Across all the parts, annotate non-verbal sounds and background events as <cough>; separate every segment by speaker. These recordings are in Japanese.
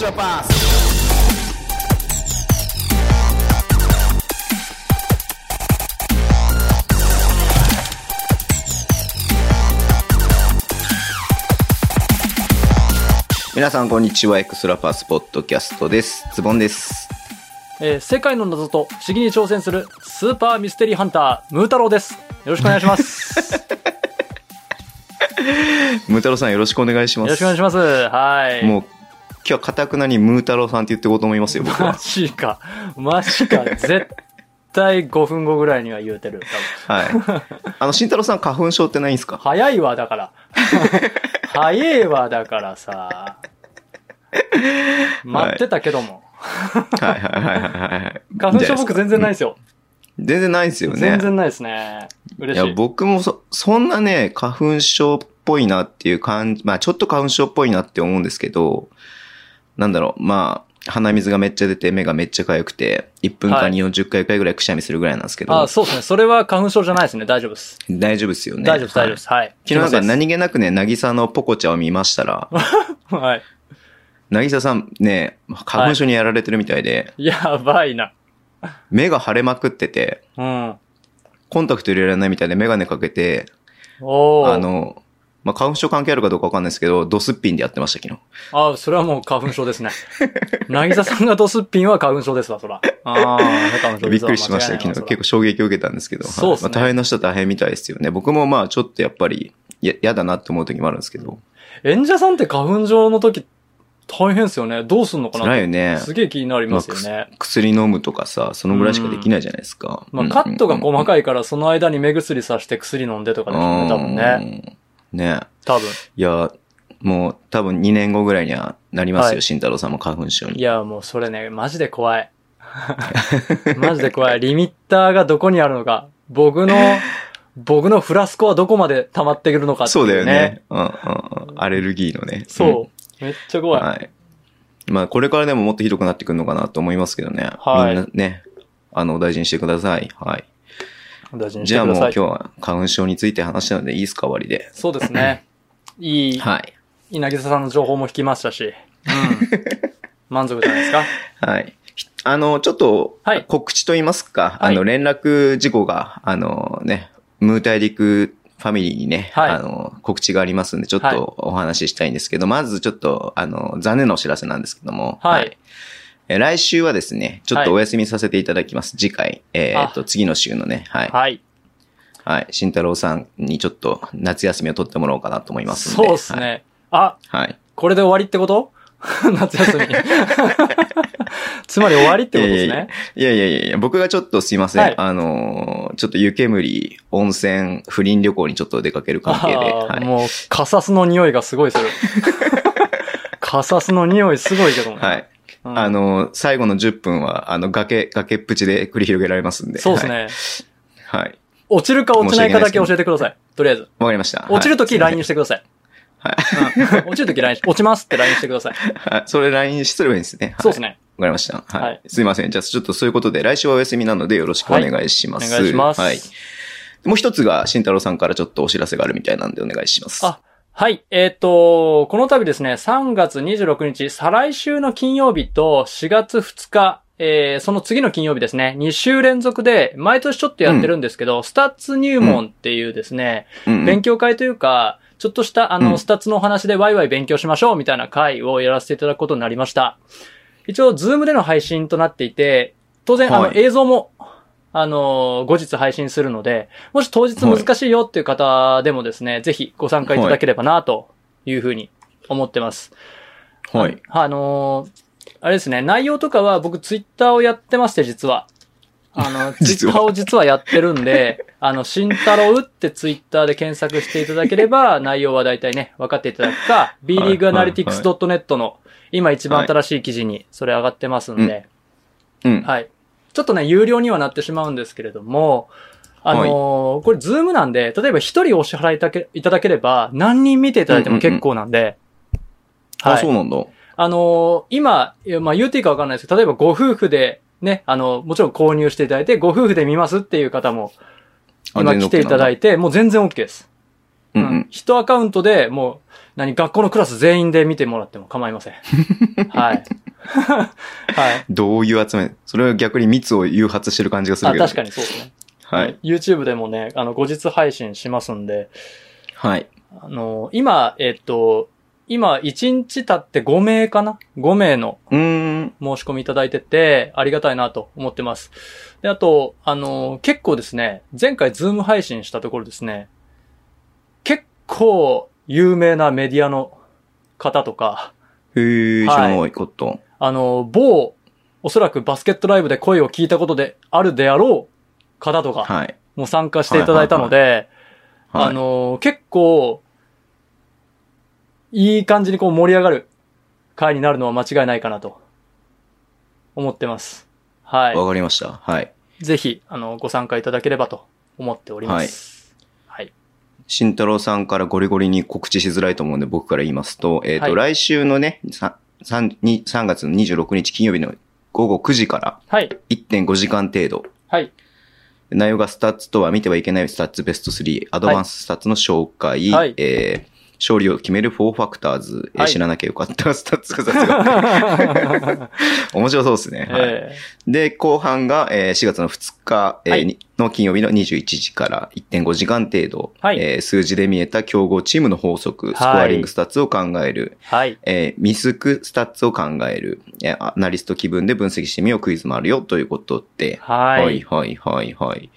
Speaker 1: your past.
Speaker 2: 「皆さんこんにちはエクストラパスポッドキャスト」ですズボンです
Speaker 3: えー世界の謎と不思議に挑戦するスーパーミステリーハンター、ムー太郎です。よろしくお願い
Speaker 2: <laughs>
Speaker 3: します。よ
Speaker 2: ムータロさんよろしくお願いします
Speaker 3: ろしくお願いします。はい。
Speaker 2: もう今日はかたくなにムータロさんって言っていこうと思いますよ僕
Speaker 3: <laughs> マ
Speaker 2: は
Speaker 3: ジか。マジか。絶対5分後ぐらいには言うてる。多分
Speaker 2: はいあの慎太郎さん花粉症ってないんですか
Speaker 3: 早いわ、
Speaker 2: <laughs>
Speaker 3: だから。早いわ、だからさ。待ってたけども。
Speaker 2: はいはいはいはいはいはい
Speaker 3: 花粉症僕
Speaker 2: いいんじゃないですか
Speaker 3: 全然ないですよ。
Speaker 2: 全然ないですよね
Speaker 3: 全然ないですね。嬉し
Speaker 2: い
Speaker 3: い。
Speaker 2: や僕もそそんなね花粉症っぽいなっていう感じまあちょっと花粉症っぽいなって思うんですけどなんだろうまあ鼻水がめっちゃ出て目がめっちゃ痒くて1分間に40回ぐらいくしゃみするぐらいなんですけど、
Speaker 3: あ、そうですね。それは花粉症じゃないですね。大丈夫です。
Speaker 2: 大丈夫ですよね
Speaker 3: 大丈夫です、大丈夫で
Speaker 2: はい
Speaker 3: す。はい。
Speaker 2: 昨日なんか
Speaker 3: 気のせい
Speaker 2: 何気なくね、渚のポコちゃんを見ました
Speaker 3: <laughs>
Speaker 2: ら、
Speaker 3: ですはい。
Speaker 2: 渚さんね、花粉症にやられてるみたいで、
Speaker 3: やばいな。
Speaker 2: 目が腫れまくってて、
Speaker 3: うん。
Speaker 2: コンタクト入れられないみたいでメガネかけて、
Speaker 3: おー
Speaker 2: あの、まあ、花粉症関係あるかどうかわかんないですけど、ドスッピンでやってました、昨日。
Speaker 3: あ、それはもう花粉
Speaker 2: <laughs>
Speaker 3: 症ですね。なぎささんがドスッピンは花粉症ですわ、そら。ああ、花粉症
Speaker 2: びっくりしましたよ、
Speaker 3: そ
Speaker 2: 昨
Speaker 3: ら
Speaker 2: 日。結構衝撃を受けたんですけど。
Speaker 3: そうっすね
Speaker 2: はいまあ大変な人は大変みたいですよね。僕もまあちょっとやっぱり、や、やだなって思う時もあるんですけど。
Speaker 3: 演者さんって花粉症の時、大変ですよね。どうすんのかな
Speaker 2: 辛いよね。
Speaker 3: すげえ気になりますよね。
Speaker 2: 薬飲むとかさ、そのぐらいしかできないじゃないですか。
Speaker 3: まあ、カットが細
Speaker 2: い
Speaker 3: かいから、その間に目薬さして薬飲んでとかですよね、多分ね。
Speaker 2: ね。ね。
Speaker 3: 多分。
Speaker 2: いや、もう多分2年後ぐらいにはなります
Speaker 3: は
Speaker 2: よ、
Speaker 3: い
Speaker 2: 慎太郎さんも花粉症
Speaker 3: い
Speaker 2: に。
Speaker 3: や、もうそれね、マジで
Speaker 2: <laughs>
Speaker 3: 怖い。マジで怖い。リミッターがどこにあるのか。僕の、僕のフラスコはどこまで溜まってくるのかってい、
Speaker 2: そううだよね。うんうんうん。アレルギーのね。
Speaker 3: そう。めっちゃ
Speaker 2: うん。
Speaker 3: 怖い。
Speaker 2: はい。まあこれからでももっとひどくなってくるのかなと思いますけどね。
Speaker 3: はい
Speaker 2: みんなね、あの、お大事にしてください。はい。
Speaker 3: 大事にし
Speaker 2: じ
Speaker 3: て
Speaker 2: ゃあ
Speaker 3: く
Speaker 2: も
Speaker 3: だ
Speaker 2: う
Speaker 3: さ
Speaker 2: 今
Speaker 3: い
Speaker 2: 日。は花粉症について話したのでいいですか、終わりで。
Speaker 3: そうですね。いい、
Speaker 2: はい。
Speaker 3: 稲木さんの情報も引きましたし。満足じゃないですか。
Speaker 2: はい。ひあの、ちょっと
Speaker 3: はい、
Speaker 2: 告知と言いますか、
Speaker 3: はい
Speaker 2: あの、連絡事故が、あのね、ムー大陸ファミリーにね、
Speaker 3: はい
Speaker 2: あの、告知がありますんで、ちょっ
Speaker 3: はい
Speaker 2: とお話ししたいんですけど、まずちょっと、あの、残念なお知らせなんですけども、
Speaker 3: はい
Speaker 2: え来週はですね、ちょっと
Speaker 3: は
Speaker 2: お
Speaker 3: い
Speaker 2: 休みさせていただきます。次回、えーっと、次の週のね、はい。
Speaker 3: はい。
Speaker 2: はい。慎太郎さんにちょっと夏休みを取ってもらおうかなと思いますんで。
Speaker 3: そうですね。あ、
Speaker 2: はい。はい。
Speaker 3: これで終わりってこと <laughs> 夏休み。 <laughs> つまり終わりってことですね。
Speaker 2: いやいやいやいや、僕がちょっとすいません。
Speaker 3: はい
Speaker 2: あのーちょっと湯煙、温泉、不倫旅行にちょっと出かける関係で。
Speaker 3: あ
Speaker 2: は
Speaker 3: ー
Speaker 2: い。
Speaker 3: もう、カサスの匂いがすごいする。カサスの匂いすごいけどね。
Speaker 2: はい。
Speaker 3: うん
Speaker 2: あのー最後の10分は、あの、崖、崖っぷちで繰り広げられますんで。
Speaker 3: そうですね、
Speaker 2: はい。はい。
Speaker 3: 落ちるか落ちないかだけ教えてください。とりあえず。
Speaker 2: わ、かりました。
Speaker 3: 落ちるとき
Speaker 2: はい
Speaker 3: LINE してください。
Speaker 2: はい
Speaker 3: うん落ちるとき LINE し、 <laughs> 落ちますって LINE してください。
Speaker 2: はい。それ LINE すればいいんですね。はい
Speaker 3: そうです。ね。
Speaker 2: わかりました。はい。
Speaker 3: はい
Speaker 2: すいません。じゃあ、ちょっとそういうことで、来週はお休みなのでよろしくお願いし
Speaker 3: お
Speaker 2: ます。
Speaker 3: 願いします。
Speaker 2: はい。もう一つが、慎太郎さんからちょっとお知らせがあるみたいなんでお願いします。
Speaker 3: あはい。えっ、と、この度ですね、3月26日、再来週の金曜日と4月2日、えーその次の金曜日ですね、2週連続で、毎年ちょっとやってるんですけど、スタッツ入門っていうですね、
Speaker 2: うんうん、
Speaker 3: 勉強会というか、ちょっとした、あ
Speaker 2: う
Speaker 3: の、
Speaker 2: ん
Speaker 3: スタッツのお話でワイワイ勉強しましょうみたいな会をやらせていただくことになりました。一応、ズームでの配信となっていて、当然、
Speaker 2: はい
Speaker 3: あの、映像も、あの、後日配信するので、もし当日難しいよっていう方でもですね、ぜひご参加いただければな、というふうに思ってます。
Speaker 2: はい。
Speaker 3: あのーあれですね、内容とかは僕ツイッターをやってまして、実は。あの、ツイ
Speaker 2: <laughs> 実
Speaker 3: ッ
Speaker 2: は
Speaker 3: ターを実はやってるんで、あの、慎太郎ってツイッターで検索していただけれ
Speaker 2: <laughs>
Speaker 3: ば、内容は大体ね、分かっていただくか、bleagueanalytics.net の今一番新しい記事にそれ上がってますんで、
Speaker 2: うん。
Speaker 3: はい。ちょっとね、有料にはなってしまうんですけれども、あのーこれ、ズームなんで、例えば一人お支払いいただけいただければ、何人見ていただいても結構なんで、
Speaker 2: あ、そうなんだ。
Speaker 3: あのー今、いやまあ、言っていいかわかんないですけど、例えばご夫婦で、ね、あの、もちろん購入していただいて、ご夫婦で見ますっていう方も、
Speaker 2: あ
Speaker 3: 今来ていただ
Speaker 2: いて。
Speaker 3: いて、もう全然 OK で
Speaker 2: うんう
Speaker 3: す。
Speaker 2: ん
Speaker 3: 一アカウントで、もう、何、学校のクラス全員で見てもらっても構いま
Speaker 2: <laughs>
Speaker 3: せん。はい。 <laughs> はい。
Speaker 2: どういう集め、それは逆に密を誘発してる感じがする
Speaker 3: あ、
Speaker 2: けど。
Speaker 3: 確かにそうですね。
Speaker 2: はい。。
Speaker 3: YouTube でもね、あの、後日配信しますんで、
Speaker 2: はい。
Speaker 3: あの、今、えっと、今、1日経って5名かな ?5 名の
Speaker 2: うーん。
Speaker 3: 申し込みいただいてて、ありがたいなと思ってます。で、あと、あの、結構ですね、前回ズーム配信したところですね、結構有名なメディアの方とか、
Speaker 2: へー、知らないこと。
Speaker 3: あの、某、おそらくバスケットライブで声を聞いたことであるであろう方とか
Speaker 2: はい。
Speaker 3: も参加していただいたので、
Speaker 2: はい、
Speaker 3: あの、結構、いい感じにこう盛り上がる回になるのは間違いないかなと思ってます。はい。
Speaker 2: わかりました。はい。
Speaker 3: ぜひ、あの、ご参加いただければと思っております。はい。
Speaker 2: 慎太郎さんからゴリゴリに告知しづらいと思うんで僕から言いますと、えっ、と、
Speaker 3: はい
Speaker 2: 来週のね、さ三に3月の26日金曜日の午後9時から
Speaker 3: はい。
Speaker 2: 1.5時間程度、
Speaker 3: はい。
Speaker 2: 内容がスタッツとは見てはいけないスタッツベスト3、アドバンススタッツの紹介、
Speaker 3: はい
Speaker 2: えー勝利を決める4ファクターズ、えー
Speaker 3: はい
Speaker 2: 知らなきゃよかったスタッツが雑学面白そうですね。はい
Speaker 3: <laughs> え
Speaker 2: で、後半が、えー4月の2日、えー
Speaker 3: はい
Speaker 2: にの金曜日の21時から1.5時間程度、
Speaker 3: はい
Speaker 2: えー数字で見えた競合チームの法則、スコアリングスタッツを考える、
Speaker 3: ーはい。
Speaker 2: えーミスクスタッツを考える、えーアナリスト気分で分析してみようクイズもあるよということで、
Speaker 3: はい。
Speaker 2: はいはいはいはい。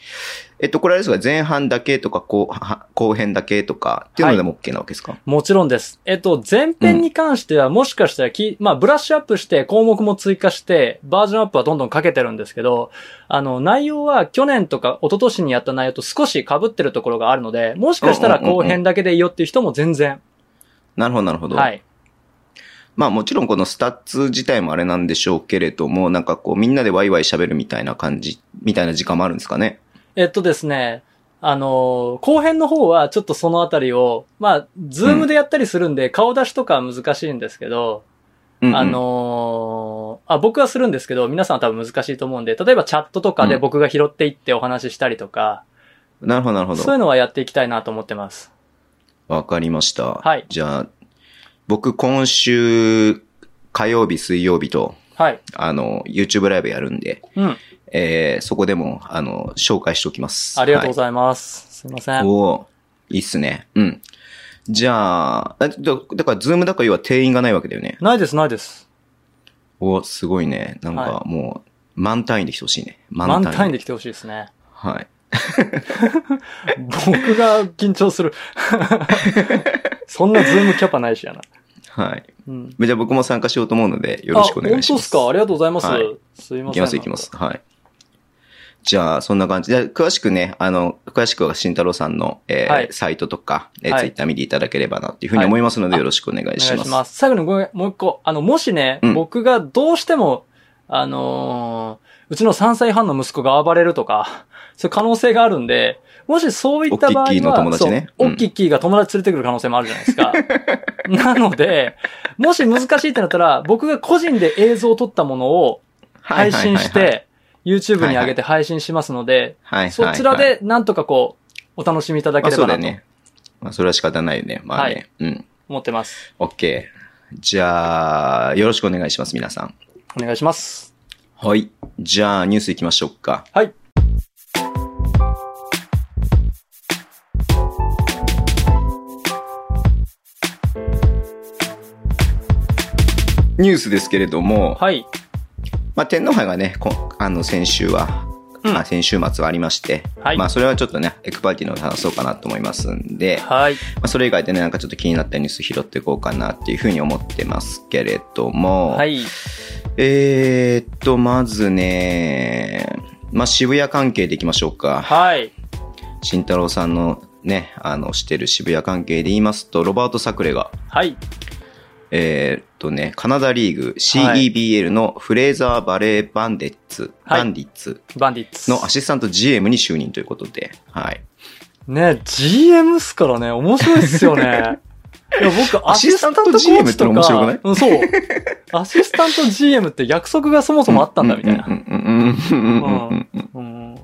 Speaker 2: えっと、これあれですが、前半だけとか後半、後編だけとかっていうのでも OK なわけですか、
Speaker 3: もちろんです。えっと、前編に関しては、もしかしたらき、まあ、ブラッシュアップして、項目も追加して、バージョンアップはどんどんかけてるんですけど、あの、内容は去年とか一昨年にやった内容と少し被ってるところがあるので、もしかした
Speaker 2: う
Speaker 3: ら
Speaker 2: んうんうんう
Speaker 3: 後
Speaker 2: ん
Speaker 3: 編だけでいいよっていう人も全然。
Speaker 2: なるほどなるほど。
Speaker 3: はい。
Speaker 2: まあもちろんこのスタッツ自体もあれなんでしょうけれども、なんかこうみんなでワイワイ喋るみたいな感じ、みたいな時間もあるんですかね。
Speaker 3: えっとですね、あのー後編の方はちょっとそのあたりを、まあ、ズームでやったりするんで、顔出しとかは難しいんですけど、
Speaker 2: うんうん
Speaker 3: あ、のーあ、僕はするんですけど、皆さんは多分難しいと思うんで、例えばチャットとかで
Speaker 2: うん
Speaker 3: 僕が拾っていってお話ししたりとか、
Speaker 2: なるほどなるほ
Speaker 3: そうい
Speaker 2: ど。
Speaker 3: うのはやっていきたいなと思ってます。
Speaker 2: わかりました。
Speaker 3: はい
Speaker 2: じゃあ、僕今週火曜日、水曜日と、
Speaker 3: はい。
Speaker 2: あの、YouTube ライブやるんで、
Speaker 3: うん。
Speaker 2: えー、そこでも、あの、紹介しておきます。
Speaker 3: ありがとうご
Speaker 2: は
Speaker 3: ざいます。すいません。
Speaker 2: おおいいっすね。うん。じゃあ、あだだから、ズームだから要は定員がないわけだよね。
Speaker 3: ないです、ないです。
Speaker 2: おすごいね。なんか
Speaker 3: は
Speaker 2: もう、満単位で来てほしいね。満単
Speaker 3: 満
Speaker 2: 位。
Speaker 3: タインで来てほしいですね。
Speaker 2: はい。
Speaker 3: 僕が緊張する。 <laughs> そんなズームキャパないしやな。
Speaker 2: はい。
Speaker 3: うん。
Speaker 2: じゃあ僕も参加しようと思うので、よろしくお願いします。
Speaker 3: あ、本当ですかありがとうございます。
Speaker 2: はい
Speaker 3: すいま
Speaker 2: い
Speaker 3: せん。
Speaker 2: きます、いきま。す。はい。じゃあ、そんな感じで、詳しくね、あの、詳しくは慎太郎さんの、えー
Speaker 3: はい
Speaker 2: サイトとか、えー
Speaker 3: はい
Speaker 2: ツイッター見ていただければなっていうふうに思いますので、
Speaker 3: はい
Speaker 2: よろしくお願
Speaker 3: お
Speaker 2: いし
Speaker 3: 願
Speaker 2: ま
Speaker 3: い
Speaker 2: す。
Speaker 3: します。最後にごめん、もう一個。あの、もしね、
Speaker 2: うん
Speaker 3: 僕がどうしても、あのーうちの3歳半の息子が暴れるとか、そういう可能性があるんで、もしそういった場合は、
Speaker 2: おっきいキーの友達ね
Speaker 3: そう
Speaker 2: うん
Speaker 3: おっきいキーが友達連れてくる可能性もあるじゃな
Speaker 2: <laughs>
Speaker 3: いですか。なので、もし難しいってなったら、僕が個人で映像を撮ったものを
Speaker 2: はいはい
Speaker 3: 配
Speaker 2: はい
Speaker 3: 信
Speaker 2: はい
Speaker 3: し、て、YouTube に上げて配信しますので、
Speaker 2: はいはいはい
Speaker 3: そちらでなんとかこう、お楽しみいただ
Speaker 2: ま
Speaker 3: け
Speaker 2: あ
Speaker 3: れ
Speaker 2: そう
Speaker 3: ば
Speaker 2: だ
Speaker 3: な
Speaker 2: よ
Speaker 3: と
Speaker 2: ね。まあそれは仕方ないよね。まあね。うん。
Speaker 3: 思ってます。
Speaker 2: OK。じゃあ、よろしくお願いします、皆さん。
Speaker 3: お願いします。
Speaker 2: はい。じゃあ、ニュースいきましょうか。
Speaker 3: はい。
Speaker 2: ニュースですけれども、
Speaker 3: はい。
Speaker 2: まあ、天皇杯がね、こあの、先週は、
Speaker 3: うん
Speaker 2: まあ、先週末はありまして、
Speaker 3: はい
Speaker 2: まあ、それはちょっとね、エクパーティーの方で話そうかなと思いますんで、
Speaker 3: はい。
Speaker 2: まあ、それ以外でね、なんかちょっと気になったニュース拾っていこうかなっていうふうに思ってますけれども、
Speaker 3: はい。
Speaker 2: えーっと、まずね、まあ、渋谷関係でいきましょうか。
Speaker 3: はい。
Speaker 2: 慎太郎さんのね、あの、してる渋谷関係で言いますと、ロバート・サクレが、
Speaker 3: はい。
Speaker 2: えーっとね、カナダリーグ CEBL のフレーザー・バレー・バンデッツ、
Speaker 3: はい
Speaker 2: バンディッツ
Speaker 3: バンディッツ。
Speaker 2: のアシスタント GM に就任ということで、はい。
Speaker 3: ね、GM っすからね、面白いっ
Speaker 2: <laughs>
Speaker 3: すよね。いや僕、ア
Speaker 2: ア
Speaker 3: シ
Speaker 2: シ
Speaker 3: ス
Speaker 2: ス
Speaker 3: タ
Speaker 2: タ
Speaker 3: ン
Speaker 2: ント
Speaker 3: トコー
Speaker 2: GM
Speaker 3: チとか、
Speaker 2: っての面白く
Speaker 3: うん、そう。アシスタント GM って約束がそもそもあったんだ、みたいな <laughs>
Speaker 2: う。んうんうんうんうんうんうんうん
Speaker 3: うん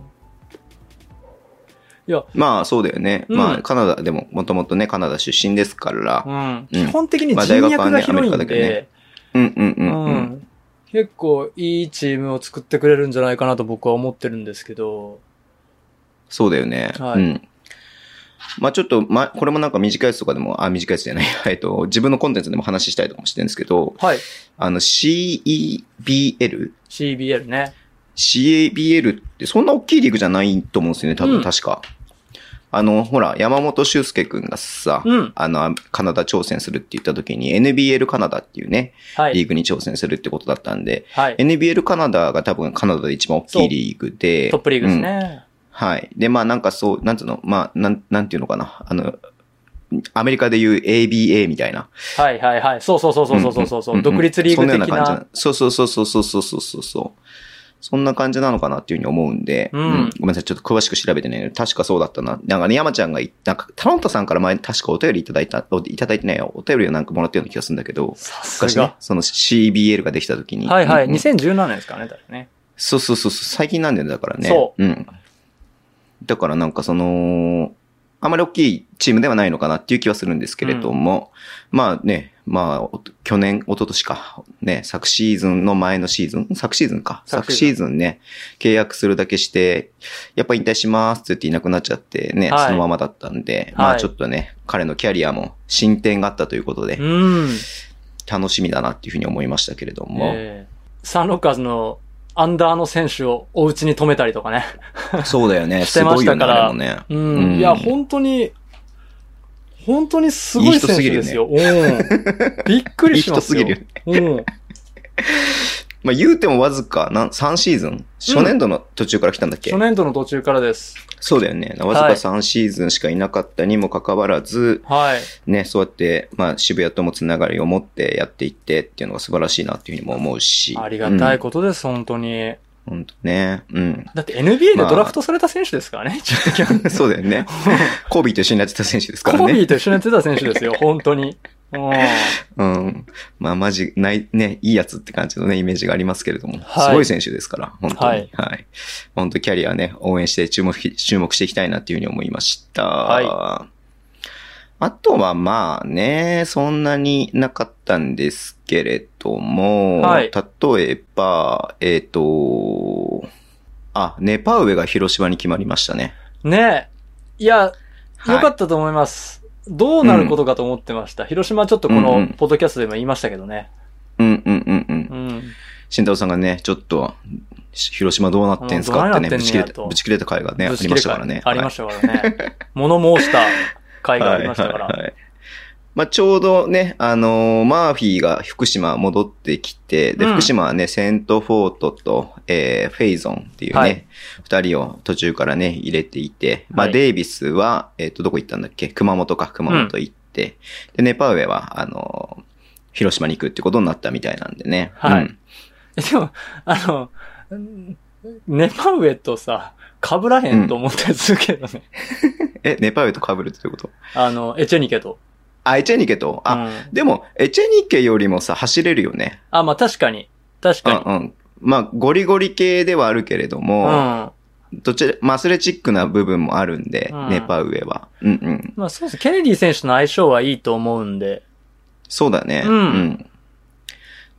Speaker 3: いいや、
Speaker 2: まあそうだよね。
Speaker 3: うん
Speaker 2: まあカナダでももともとね、カナダ出身ですから。
Speaker 3: うん。
Speaker 2: うん
Speaker 3: 基本的に
Speaker 2: まあ
Speaker 3: 人
Speaker 2: 大学
Speaker 3: 脈
Speaker 2: は
Speaker 3: が
Speaker 2: ね
Speaker 3: 広いん
Speaker 2: アメリカだけど
Speaker 3: で
Speaker 2: ね、うんうんうんう。
Speaker 3: うんん結構いいチームを作ってくれるんじゃないかなと僕は思ってるんですけど。
Speaker 2: そうだよね。
Speaker 3: はい
Speaker 2: うん。まあちょっと、ま、これもなんか短いやつとかでも、あ、短いやつじゃない。 <laughs> えっと、自分のコンテンツでも話したいとかもしてるんですけど、
Speaker 3: はい。
Speaker 2: あの CEBL?
Speaker 3: CBL ね。
Speaker 2: CABL ってそんな大きいリーグじゃないと思うんですよね、多
Speaker 3: うん
Speaker 2: 分確か。あの、ほら、山本修介くんがさ、
Speaker 3: うん。
Speaker 2: あの、カナダ挑戦するって言った時に NBL カナダっていうね、
Speaker 3: は
Speaker 2: リ
Speaker 3: い。
Speaker 2: ーグに挑戦するってことだったんで、
Speaker 3: はい。
Speaker 2: NBL カナダが多分カナダで一番大きいリーグで、
Speaker 3: トップリーグです
Speaker 2: うん
Speaker 3: ね。
Speaker 2: はい。で、まあなんかそう、なんつうの、まあ、なん、なんていうのかな、あの、アメリカでいう ABA みたいな。
Speaker 3: はいはいはい。そうそうそうそうそうそうそう、
Speaker 2: んんん
Speaker 3: 独立リーグ的
Speaker 2: そんよう感
Speaker 3: な。
Speaker 2: じそうそうそうそうそうそうそうそうそう。そんな感じなのかなっていうふうに思うんで、
Speaker 3: うん
Speaker 2: ごめんなさい、ちょっと詳しく調べてね、確かそうだったな。なんかね、山ちゃんがい、なんか、タロンタさんから前に確かお便りいただいた、おいただいてないよ。お便りをなんかもらったような気がするんだけど、
Speaker 3: さ
Speaker 2: 昔
Speaker 3: す
Speaker 2: ね
Speaker 3: が、。
Speaker 2: その CBL ができた時に。
Speaker 3: はいはい。
Speaker 2: うんうん
Speaker 3: 2017年ですからね、だからね。
Speaker 2: そうそうそうそう、最近なんだよね、だからね。。
Speaker 3: そう
Speaker 2: うん。だからなんかその、あまり大きいチームではないのかなっていう気はするんですけれども、まあね、まあ、お去年、一昨年か、ね、昨シーズンの前のシーズン、昨シーズンか、
Speaker 3: 昨
Speaker 2: 昨
Speaker 3: シ
Speaker 2: シ
Speaker 3: ー
Speaker 2: ーズンね、契約するだけして、やっぱ引退しますって言っていなくなっちゃってね、
Speaker 3: はい
Speaker 2: そのままだったんで、ま
Speaker 3: は
Speaker 2: あ
Speaker 3: い
Speaker 2: ちょっとね、彼のキャリアも進展があったということで、
Speaker 3: うん。
Speaker 2: 楽しみだなっていうふうに思いましたけれども、
Speaker 3: えーサンロッカーズのアンダーの選手をお家に止めたりとかね。
Speaker 2: <laughs> そうだよね、
Speaker 3: <laughs> して
Speaker 2: す
Speaker 3: ま
Speaker 2: ご
Speaker 3: し
Speaker 2: いよ
Speaker 3: た
Speaker 2: ね、
Speaker 3: か
Speaker 2: あ
Speaker 3: ら
Speaker 2: れもね。
Speaker 3: うん。
Speaker 2: うん
Speaker 3: いや、本当に、本当にすごい選手ですよ。うん。びっくりしますよ。
Speaker 2: いい人す
Speaker 3: うん。
Speaker 2: まあ言うてもわずか、なん、3シーズン初年度の途中から来たんだっけ、
Speaker 3: 初年度の途中からです。
Speaker 2: そうだよね。わずか3シーズンしかいなかったにもかかわらず、
Speaker 3: はい。
Speaker 2: ね、そうやって、まあ渋谷ともつながりを持ってやっていってっていうのが素晴らしいなっていうふうにも思うし。
Speaker 3: ありがたい
Speaker 2: と。
Speaker 3: ことです、本当に。
Speaker 2: ほんとね。うん。 <laughs>
Speaker 3: だって NBA でドラフトされた選手ですからね。一応
Speaker 2: そうだよ <laughs> ね。コービーと一緒になってた選手です
Speaker 3: コ
Speaker 2: から
Speaker 3: ービ
Speaker 2: ね。
Speaker 3: ーと一緒にやってた選手ですよ、本当に。う
Speaker 2: う
Speaker 3: ん。
Speaker 2: ん。まあマジ、ない、ね、いいやつって感じのね、イメージがありますけれども。
Speaker 3: はい
Speaker 2: すごい選手ですから、本当に。
Speaker 3: は
Speaker 2: はいい。本当キャリアね、応援して注目し、注目していきたいなっていうふうに思いました。
Speaker 3: は
Speaker 2: あとはまあね、そんなになかったんですけれども、
Speaker 3: はい
Speaker 2: 例えば、えっ、と、あ、ネパウエが広島に決まりましたね。
Speaker 3: ねえ。いや、
Speaker 2: はい
Speaker 3: 良かったと思います。どうなることかと思ってました。広島はちょっとこ
Speaker 2: うんう
Speaker 3: の
Speaker 2: ん、
Speaker 3: ポッドキャストでも言いましたけどね。
Speaker 2: うんうんうんうん。
Speaker 3: うん。
Speaker 2: 慎太郎さんがね、ちょっと、し広島どうなってんすか
Speaker 3: うん
Speaker 2: って
Speaker 3: どうなっ
Speaker 2: ね、
Speaker 3: てんねや
Speaker 2: ぶち切れた、
Speaker 3: と
Speaker 2: ぶち切れた回がね、あ
Speaker 3: ぶ
Speaker 2: り
Speaker 3: ち切
Speaker 2: ま
Speaker 3: れ
Speaker 2: したからね。
Speaker 3: 会ありましたからね。物申した回がありましたか
Speaker 2: はいはい
Speaker 3: ら。
Speaker 2: はいはいまあ、ちょうどね、あのーマーフィーが福島戻ってきて、で、
Speaker 3: うん
Speaker 2: 福島はね、セントフォートと、えーフェイゾンっていう
Speaker 3: は
Speaker 2: ね
Speaker 3: い、
Speaker 2: 二、人を途中からね、入れていて、まあ、
Speaker 3: はい
Speaker 2: デイビスは、えっ、と、どこ行ったんだっけ熊本か、熊本行って、で、ネパウエは、あのー広島に行くってことになったみたいなんでね。
Speaker 3: はい
Speaker 2: うん
Speaker 3: えでも、あの、んネパウエとさ、被らへんと思ったりするけどね。
Speaker 2: え、ネパウエと被るってどういうこと
Speaker 3: あの、エチェニケと。
Speaker 2: あ、エチェニケと、あ、
Speaker 3: うん
Speaker 2: でも、エチェニケよりもさ、走れるよね。
Speaker 3: あ、まあ確かに。確
Speaker 2: うん
Speaker 3: かに。
Speaker 2: うん。まあ、ゴリゴリ系ではあるけれど
Speaker 3: う
Speaker 2: も、
Speaker 3: ん。
Speaker 2: どちら、まあ、アスレチックな部分もあるんで、
Speaker 3: うん
Speaker 2: ネパウエは。うんうん。
Speaker 3: まあそうです。ケネディ選手の相性はいいと思うんで、
Speaker 2: そうだね。
Speaker 3: うん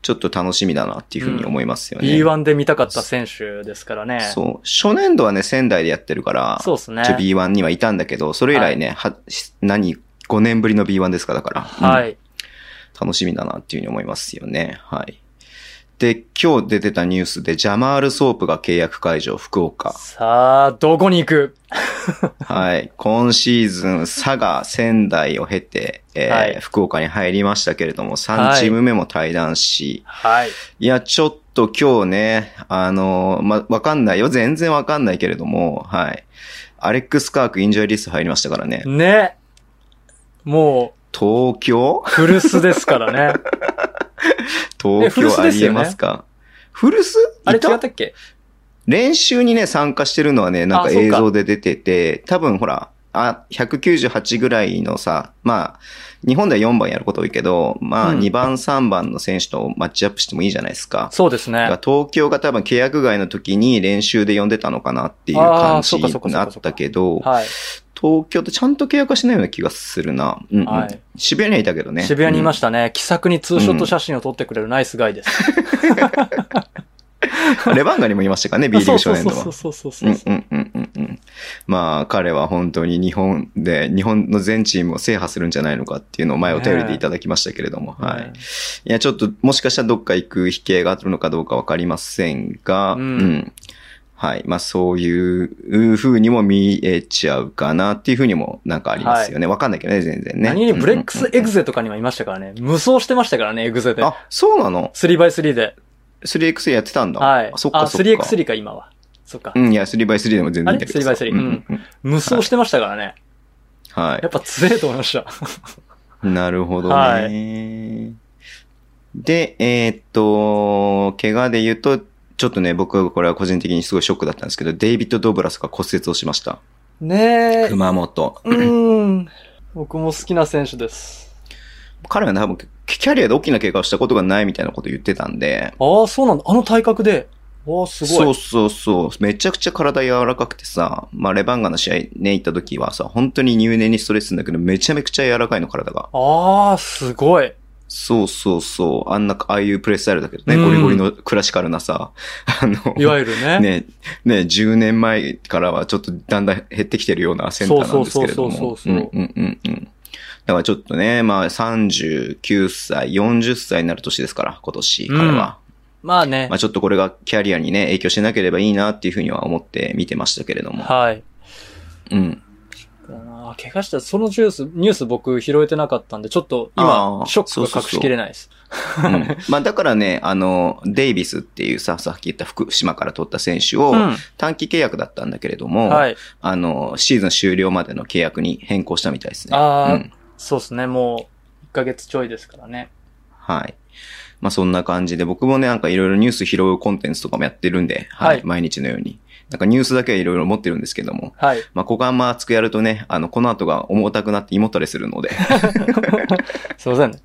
Speaker 2: ちょっと楽しみだなっていうふうに思いますよね。
Speaker 3: B1 で見たかった選手ですからね。そう
Speaker 2: そう。初年度はね、仙台でやってるから、
Speaker 3: ですね。
Speaker 2: ちょ B1 にはいたんだけど、それ以来ね、はし何、5年ぶりの B1 ですか、だから。
Speaker 3: は
Speaker 2: うん
Speaker 3: い。
Speaker 2: 楽しみだなっていうふうに思いますよね。はい。で、今日出てたニュースで、ジャマール・ソープが契約解除、福
Speaker 3: <laughs>
Speaker 2: 岡。
Speaker 3: さあ、どこに行く
Speaker 2: はい。今シーズン、佐賀、仙台を経て、えー
Speaker 3: はい
Speaker 2: 福岡に入りましたけれども、
Speaker 3: は
Speaker 2: 3
Speaker 3: い
Speaker 2: チーム目も対談し、
Speaker 3: はい。
Speaker 2: い、や、ちょっと今日ね、あのーま、わかんないよ。全然わかんないけれども、はい。アレックス・カーク、インジョイリスト入りましたからね。
Speaker 3: ね。も
Speaker 2: 東京
Speaker 3: う、古巣ですからね。え
Speaker 2: 東
Speaker 3: 古巣
Speaker 2: 京あ
Speaker 3: です
Speaker 2: りえ
Speaker 3: よね
Speaker 2: ますか古巣
Speaker 3: あれ
Speaker 2: いた
Speaker 3: 違ったっけ
Speaker 2: 練習にね、参加してるのはね、なん
Speaker 3: あ
Speaker 2: か
Speaker 3: そうか
Speaker 2: 映像で出てて、多分ほら、あ、198ぐらいのさ、まあ、日本では4番やること多いけど、まあ
Speaker 3: うん
Speaker 2: 2番3番の選手とマッチアップしてもいいじゃないですか。
Speaker 3: そうです
Speaker 2: だから
Speaker 3: ね。
Speaker 2: 東京が多分契約外の時に練習で呼んでたのかなっていう
Speaker 3: あ
Speaker 2: 感
Speaker 3: ーそ
Speaker 2: じ
Speaker 3: うかそうか
Speaker 2: に
Speaker 3: そう
Speaker 2: な
Speaker 3: か
Speaker 2: っ
Speaker 3: そうか
Speaker 2: たけど、
Speaker 3: はい。
Speaker 2: 東京ってちゃんと契約はしないような気がするな。うん、うん
Speaker 3: はい
Speaker 2: 渋谷にはいたけどね。
Speaker 3: 渋谷にいま
Speaker 2: し
Speaker 3: したね。気さくにツーショット写真を撮ってくれるナイスガイです。
Speaker 2: た。レバンガにもいましたからね、B リー
Speaker 3: <laughs> そう
Speaker 2: グ少
Speaker 3: そう
Speaker 2: 年のは
Speaker 3: そ。うそうそう
Speaker 2: う。
Speaker 3: そうん
Speaker 2: うんうんうんうん。まあ、彼は本当に日本で、日本の全チームを制覇するんじゃないのかっていうのを前お便りでいただきましたけれども、はい。いや、ちょっと、もしかしたらどっか行く飛型があるのかどうかわかりませんが、
Speaker 3: うん
Speaker 2: はい。まあ、そういう風にも見えちゃうかなっていう風にもなんかありますよね。わ、かんないけどね、全然ね。
Speaker 3: 何よりブレック
Speaker 2: うんう
Speaker 3: ス
Speaker 2: ん
Speaker 3: エグゼとかにもいましたからね。無双してましたからね、エグゼで
Speaker 2: うん。あ、そうなの
Speaker 3: 3x3 で。
Speaker 2: 3x やってたんだ。
Speaker 3: はい。
Speaker 2: あそっかそっか。
Speaker 3: あ、3x3 か、今は。そっか
Speaker 2: う。ん、いや、3x3 でも全然いいんだけどさ。
Speaker 3: あれ 3x3
Speaker 2: うんうんうん。
Speaker 3: 無双してましたからね。
Speaker 2: はい
Speaker 3: や。っぱ強いと思いました。
Speaker 2: なるほどね。
Speaker 3: は
Speaker 2: で、えーっと、怪我で言うと、ちょっとね、僕はこれは個人的にすごいショックだったんですけど、デイビッド・ドブラスが骨折をしました。
Speaker 3: ねえ。う
Speaker 2: 熊本。
Speaker 3: ーん。僕も好きな選手です。
Speaker 2: 彼はね多分、キャリアで大きな怪我をしたことがないみたいなこと言ってたんで、
Speaker 3: ああ、そうなんだ。あの体格で。わあ、すごい。
Speaker 2: そうそうそう。めちゃくちゃ体柔らかくてさ、まあ、レバンガの試合ね、行った時はさ、本当に入念にストレスするんだけど、めちゃめちゃ柔らかいの体が。
Speaker 3: ああ、すごい。
Speaker 2: そうそうそう。あんな、ああいうプレイスタイルだけどね、
Speaker 3: うん
Speaker 2: ゴリゴリのクラシカルなさ、あの、
Speaker 3: いわゆる
Speaker 2: <laughs>
Speaker 3: ね。
Speaker 2: ね、ね、10年前からはちょっとだんだん減ってきてるようなセンターなんですけれど
Speaker 3: そう
Speaker 2: も。
Speaker 3: そう
Speaker 2: うん
Speaker 3: そう
Speaker 2: う
Speaker 3: そうん
Speaker 2: うんうん。だからちょっとね、まあ39歳、40歳になる年ですから、今年、彼は。
Speaker 3: まあね
Speaker 2: ま。あちょっとこれがキャリアにね、影響しなければいいなっていうふうには思って見てましたけれども。
Speaker 3: はい。
Speaker 2: うん。
Speaker 3: だな怪我した、そのジュース、ニュース僕拾えてなかったんで、ちょっと
Speaker 2: あ
Speaker 3: 今
Speaker 2: ー、
Speaker 3: ショッ
Speaker 2: そう
Speaker 3: ク
Speaker 2: そ
Speaker 3: が
Speaker 2: うそう
Speaker 3: 隠しきれないです。
Speaker 2: うん <laughs> まあだからね、あの、デイビスっていうさ、さっき言った福島から取った選手を
Speaker 3: う
Speaker 2: 短期契約だったんだけれども、
Speaker 3: ん。はい。
Speaker 2: あの、シーズン終了までの契約に変更したみたいですね。
Speaker 3: あー
Speaker 2: うん
Speaker 3: そうですね。もう、1ヶ月ちょいですからね。
Speaker 2: はい。まあそんな感じで、僕もね、なんかいろいろニュース拾うコンテンツとかもやってるんで、はい。
Speaker 3: はい
Speaker 2: 毎日のように。なんかニュースだけはいろいろ持ってるんですけども。
Speaker 3: はい。
Speaker 2: まあ、ここはあんま熱くやるとね、あの、この後が重たくなって胃もたれするので。 <laughs>
Speaker 3: すいませんね。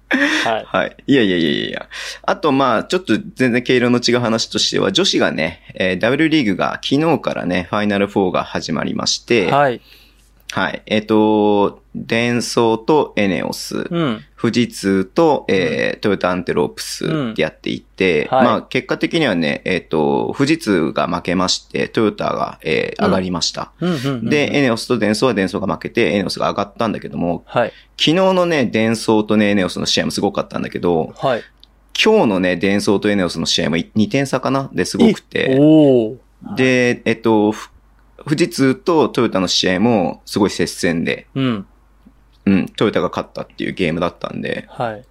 Speaker 3: はい。
Speaker 2: はい。いやいやいやいやいや。あと、まあ、ちょっと全然軽量の違う話としては、女子がね、えー W リーグが昨日からね、ファイナル4が始まりまして、はい。
Speaker 3: はい。
Speaker 2: えっ、と、デンソーとエネオス、
Speaker 3: うん。
Speaker 2: 富士通と、えー、トヨタアンテロープスってやっていて、
Speaker 3: うんはい
Speaker 2: まあ結果的にはね、えっ、と、富士通が負けまして、トヨタが、えー
Speaker 3: うん
Speaker 2: 上がりました。
Speaker 3: うんうんうん。
Speaker 2: で、エネオスとデンソーはデンソーが負けて、エネオスが上がったんだけども、
Speaker 3: はい。
Speaker 2: 昨日のね、デンソーとね、エネオスの試合もすごかったんだけど、
Speaker 3: はい。
Speaker 2: 今日のね、デンソーとエネオスの試合も2点差かなですごくて、
Speaker 3: おー。
Speaker 2: で、えっ、と、ふ富士通とトヨタの試合もすごい接戦で、
Speaker 3: うん。
Speaker 2: うん、トヨタが勝ったっていうゲームだったんで、
Speaker 3: はい。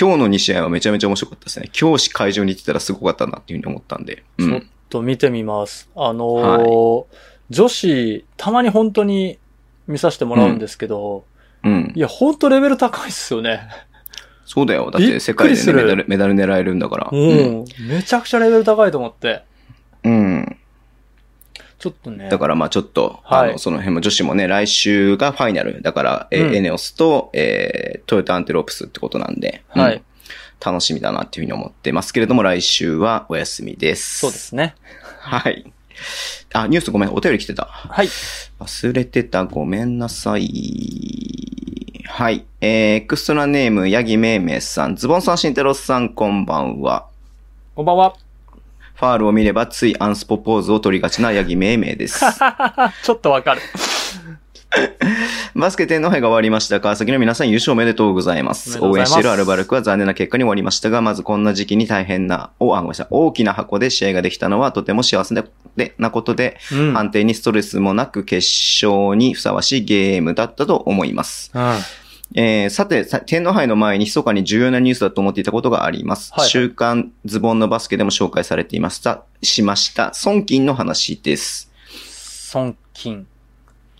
Speaker 2: 今日の2試合はめちゃめちゃ面白かったですね。今日会場に行ってたらすごかったなっていうふうに思ったんで。う
Speaker 3: ちょっ
Speaker 2: ん。
Speaker 3: と見てみます。あのー女子、たまに本当に見させてもらうんですけど、
Speaker 2: うん
Speaker 3: い。や、本当レベル高いっすよね。
Speaker 2: そうだよ。だって世界で、ね、
Speaker 3: びっくりする
Speaker 2: メダル、メダル狙えるんだから。うん。
Speaker 3: うん。めちゃくちゃレベル高いと思って。
Speaker 2: うん。
Speaker 3: ちょっとね。
Speaker 2: だからまあちょっと、
Speaker 3: はい
Speaker 2: あの、その辺も女子もね、来週がファイナル。だから、えー
Speaker 3: うん
Speaker 2: エネオスと、えートヨタアンテロープスってことなんで。うん
Speaker 3: はい。
Speaker 2: 楽しみだなっていうふうに思ってますけれども、来週はお休みです。
Speaker 3: そうで。すね。
Speaker 2: はい。あ、ニュースごめん、お便り来てた。
Speaker 3: はい。
Speaker 2: 忘れてた。ごめんなさい。はい。えー、エクストラネーム、ヤギめいめいさん、ズボンさん、慎太郎さん、こんばんは。
Speaker 3: こんばんは。
Speaker 2: ファールを見れば、ついアンスポポーズを取りがちなヤ <laughs> ギめいめい
Speaker 3: <laughs>
Speaker 2: です。
Speaker 3: ちょっとわかる。
Speaker 2: バスケ天皇杯が終わりました。川崎の皆さん優勝おめでとうございま。
Speaker 3: おめですとうご
Speaker 2: 応
Speaker 3: ざ
Speaker 2: 援
Speaker 3: いま
Speaker 2: し
Speaker 3: す
Speaker 2: ているアルバルクは残念な結果に終わりましたが、まずこんな時期に大変な、お、あ、ごめんなさい、大きな箱で試合ができたのはとても幸せで、でなことで、
Speaker 3: うん。
Speaker 2: 判定にストレスもなく決勝にふさわしいゲームだったと思います。えーさて、さ天皇杯の前に密かに重要なニュースだと思っていたことがあります。
Speaker 3: はいはい
Speaker 2: 週刊ズボンのバスケでも紹介されていました、しました、孫金の話です。
Speaker 3: 孫金。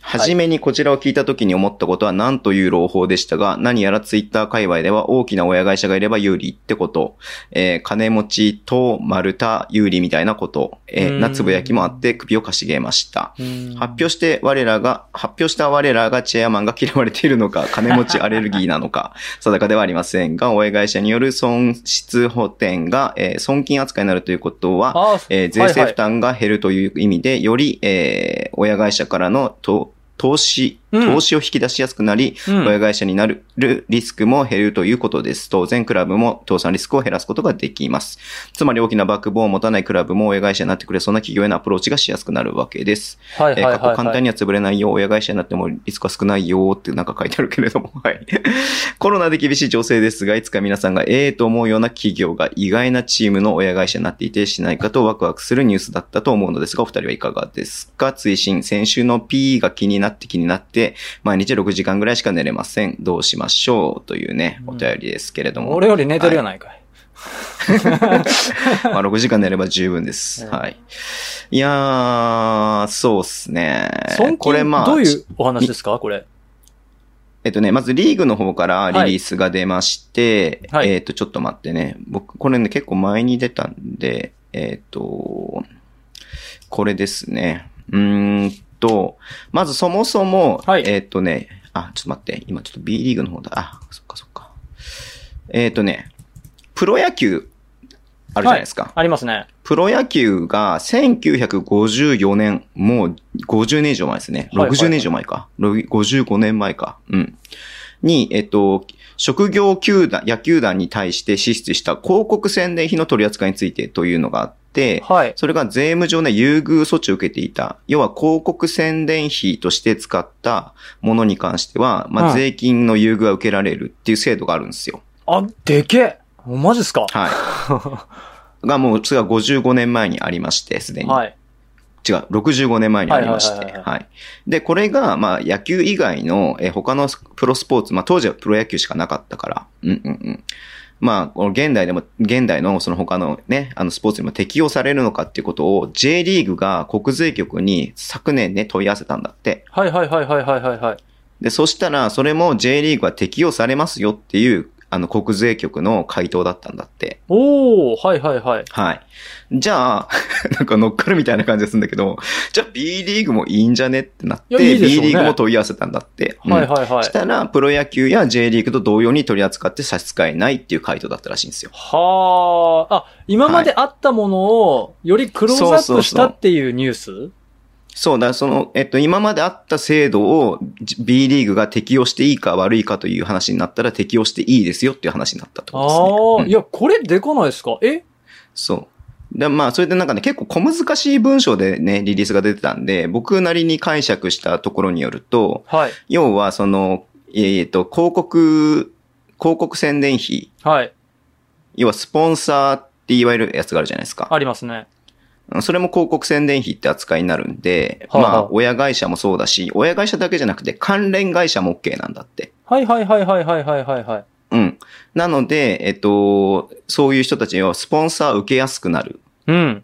Speaker 2: はじめにこちらを聞いた時に思ったことは何という朗報でしたが、何やらツイッター界隈では大きな親会社がいれば有利ってこと、えー金持ちと丸太有利みたいなこと、え
Speaker 3: う
Speaker 2: ー
Speaker 3: ん
Speaker 2: なつぶやきもあって首をかしげました。
Speaker 3: 発
Speaker 2: 発表して我らが、発表した我らがチェアマンが嫌われているの
Speaker 3: <laughs>
Speaker 2: か、金持ちアレルギーなのか、定かではありませんが、親会社による損失補填が、えー損金扱いになるということは、
Speaker 3: あー
Speaker 2: えー税制負担が減るという意味で、より、えー親会社からのと投資、
Speaker 3: うん
Speaker 2: 投資を引き出しやすくなり、
Speaker 3: はいはいうん
Speaker 2: 親会社になるリスクも減るということです。当然、クラブも倒産リスクを減らすことができます。つまり、大きなバックボーンを持たないクラブも親会社になってくれそうな企業へのアプローチがしやすくなるわけです。
Speaker 3: はい
Speaker 2: え
Speaker 3: はい
Speaker 2: ー
Speaker 3: はい
Speaker 2: 過去簡単
Speaker 3: に。
Speaker 2: には潰れないよ、親会社になってもリスクは少ないよってなんか書いてあるけれども、 <laughs> はい。コロナで厳しい情勢ですが、いつか皆さんがええと思うような企業が意外なチームの親会社になっていてしないかとワクワクするニュースだったと思うのですが、お二人はいかがですか追伸、先週の P が気になって気になって、毎日6時間ぐらいしか寝れません。どうしましょうというね、お便りですけれども。
Speaker 3: 俺より寝てるやないかい。
Speaker 2: まあ6時間寝れば十分です。
Speaker 3: <laughs> うん
Speaker 2: はい。いやー、そうっすね。
Speaker 3: 損
Speaker 2: これま
Speaker 3: 金、
Speaker 2: あ、
Speaker 3: どういうお話ですかこれ。
Speaker 2: えっとね、まずリーグの方からリリースが出まして、
Speaker 3: はい
Speaker 2: えっと、ちょっと待ってね。僕、これね、結構前に出たんで、えっと、これですね。うーんと、まずそもそも、
Speaker 3: はい
Speaker 2: えっとね、あ、ちょっと待って、今ちょっと B リーグの方だ。あ、そっかそっか。えっとね、プロ野球、あるじゃないですか。
Speaker 3: ありますね。
Speaker 2: プロ野球が1954年、もう50年以上前ですね。
Speaker 3: はいはいはい
Speaker 2: 60年以上前か。55年前か。うん。に、えっと、職業球団、野球団に対して支出した広告宣伝費の取り扱いについてというのがあって、
Speaker 3: はい。
Speaker 2: それが税務上の優遇措置を受けていた。要は広告宣伝費として使ったものに関しては、ま
Speaker 3: う
Speaker 2: あ、
Speaker 3: ん
Speaker 2: 税金の優遇は受けられるっていう制度があるんですよ。
Speaker 3: あ、でけえおマジっすか <laughs>
Speaker 2: はい。がもう、それが55年前にありまして、すでに。
Speaker 3: はい。
Speaker 2: 違う、65年前にありまし
Speaker 3: はいはい
Speaker 2: て。
Speaker 3: はいはい
Speaker 2: はい。で、これが、まあ、野球以外の、えー他のプロスポーツ、まあ、当時はプロ野球しかなかったから、うんうんうん。まあ、この現代でも、現代のその他のね、あのスポーツにも適用されるのかっていうことを、J リーグが国税局に昨年ね、問い合わせたんだって。
Speaker 3: はいはいはいはいはいはいはい。
Speaker 2: で、そしたら、それも J リーグは適用されますよっていう、あの、国税局の回答だったんだって。
Speaker 3: おー、はいはいはい。
Speaker 2: はい。じゃあ、 <laughs> なんか乗っかるみたいな感じがするんだけど、じゃあ B リーグもいいんじゃねってなっ
Speaker 3: いや
Speaker 2: て、
Speaker 3: いいでしょ
Speaker 2: B
Speaker 3: うね
Speaker 2: リーグも問い合わせたんだって。うん
Speaker 3: はいはいはい
Speaker 2: し。たら、プロ野球や J リーグと同様に取り扱って差し支えないっていう回答だったらしいんですよ。
Speaker 3: はあ、あ、今まであったものを、よりクローズアップしたっていうニュース
Speaker 2: そうだ、その、えっと、今まであった制度を B リーグが適用していいか悪いかという話になったら適用していいですよっていう話になったってことですね。
Speaker 3: ああ、
Speaker 2: うん
Speaker 3: いや、これでこないですかえ
Speaker 2: そう。で、まあ、それでなんかね、結構小難しい文章でね、リリースが出てたんで、僕なりに解釈したところによると、
Speaker 3: はい。
Speaker 2: 要は、その、えっ、と、広告、広告宣伝費、
Speaker 3: はい。わ
Speaker 2: 要はスポンサーっていわゆるやつがあるじゃないですか。
Speaker 3: ありますね。
Speaker 2: それも広告宣伝費って扱いになるんで、
Speaker 3: はあはあ
Speaker 2: まあ、親会社もそうだし、親会社だけじゃなくて関連会社も OK なんだって。
Speaker 3: はいはいはいはいはいはいはいはい。
Speaker 2: うん。なので、えっ、と、そういう人たちはスポンサーを受けやすくなる。
Speaker 3: うん。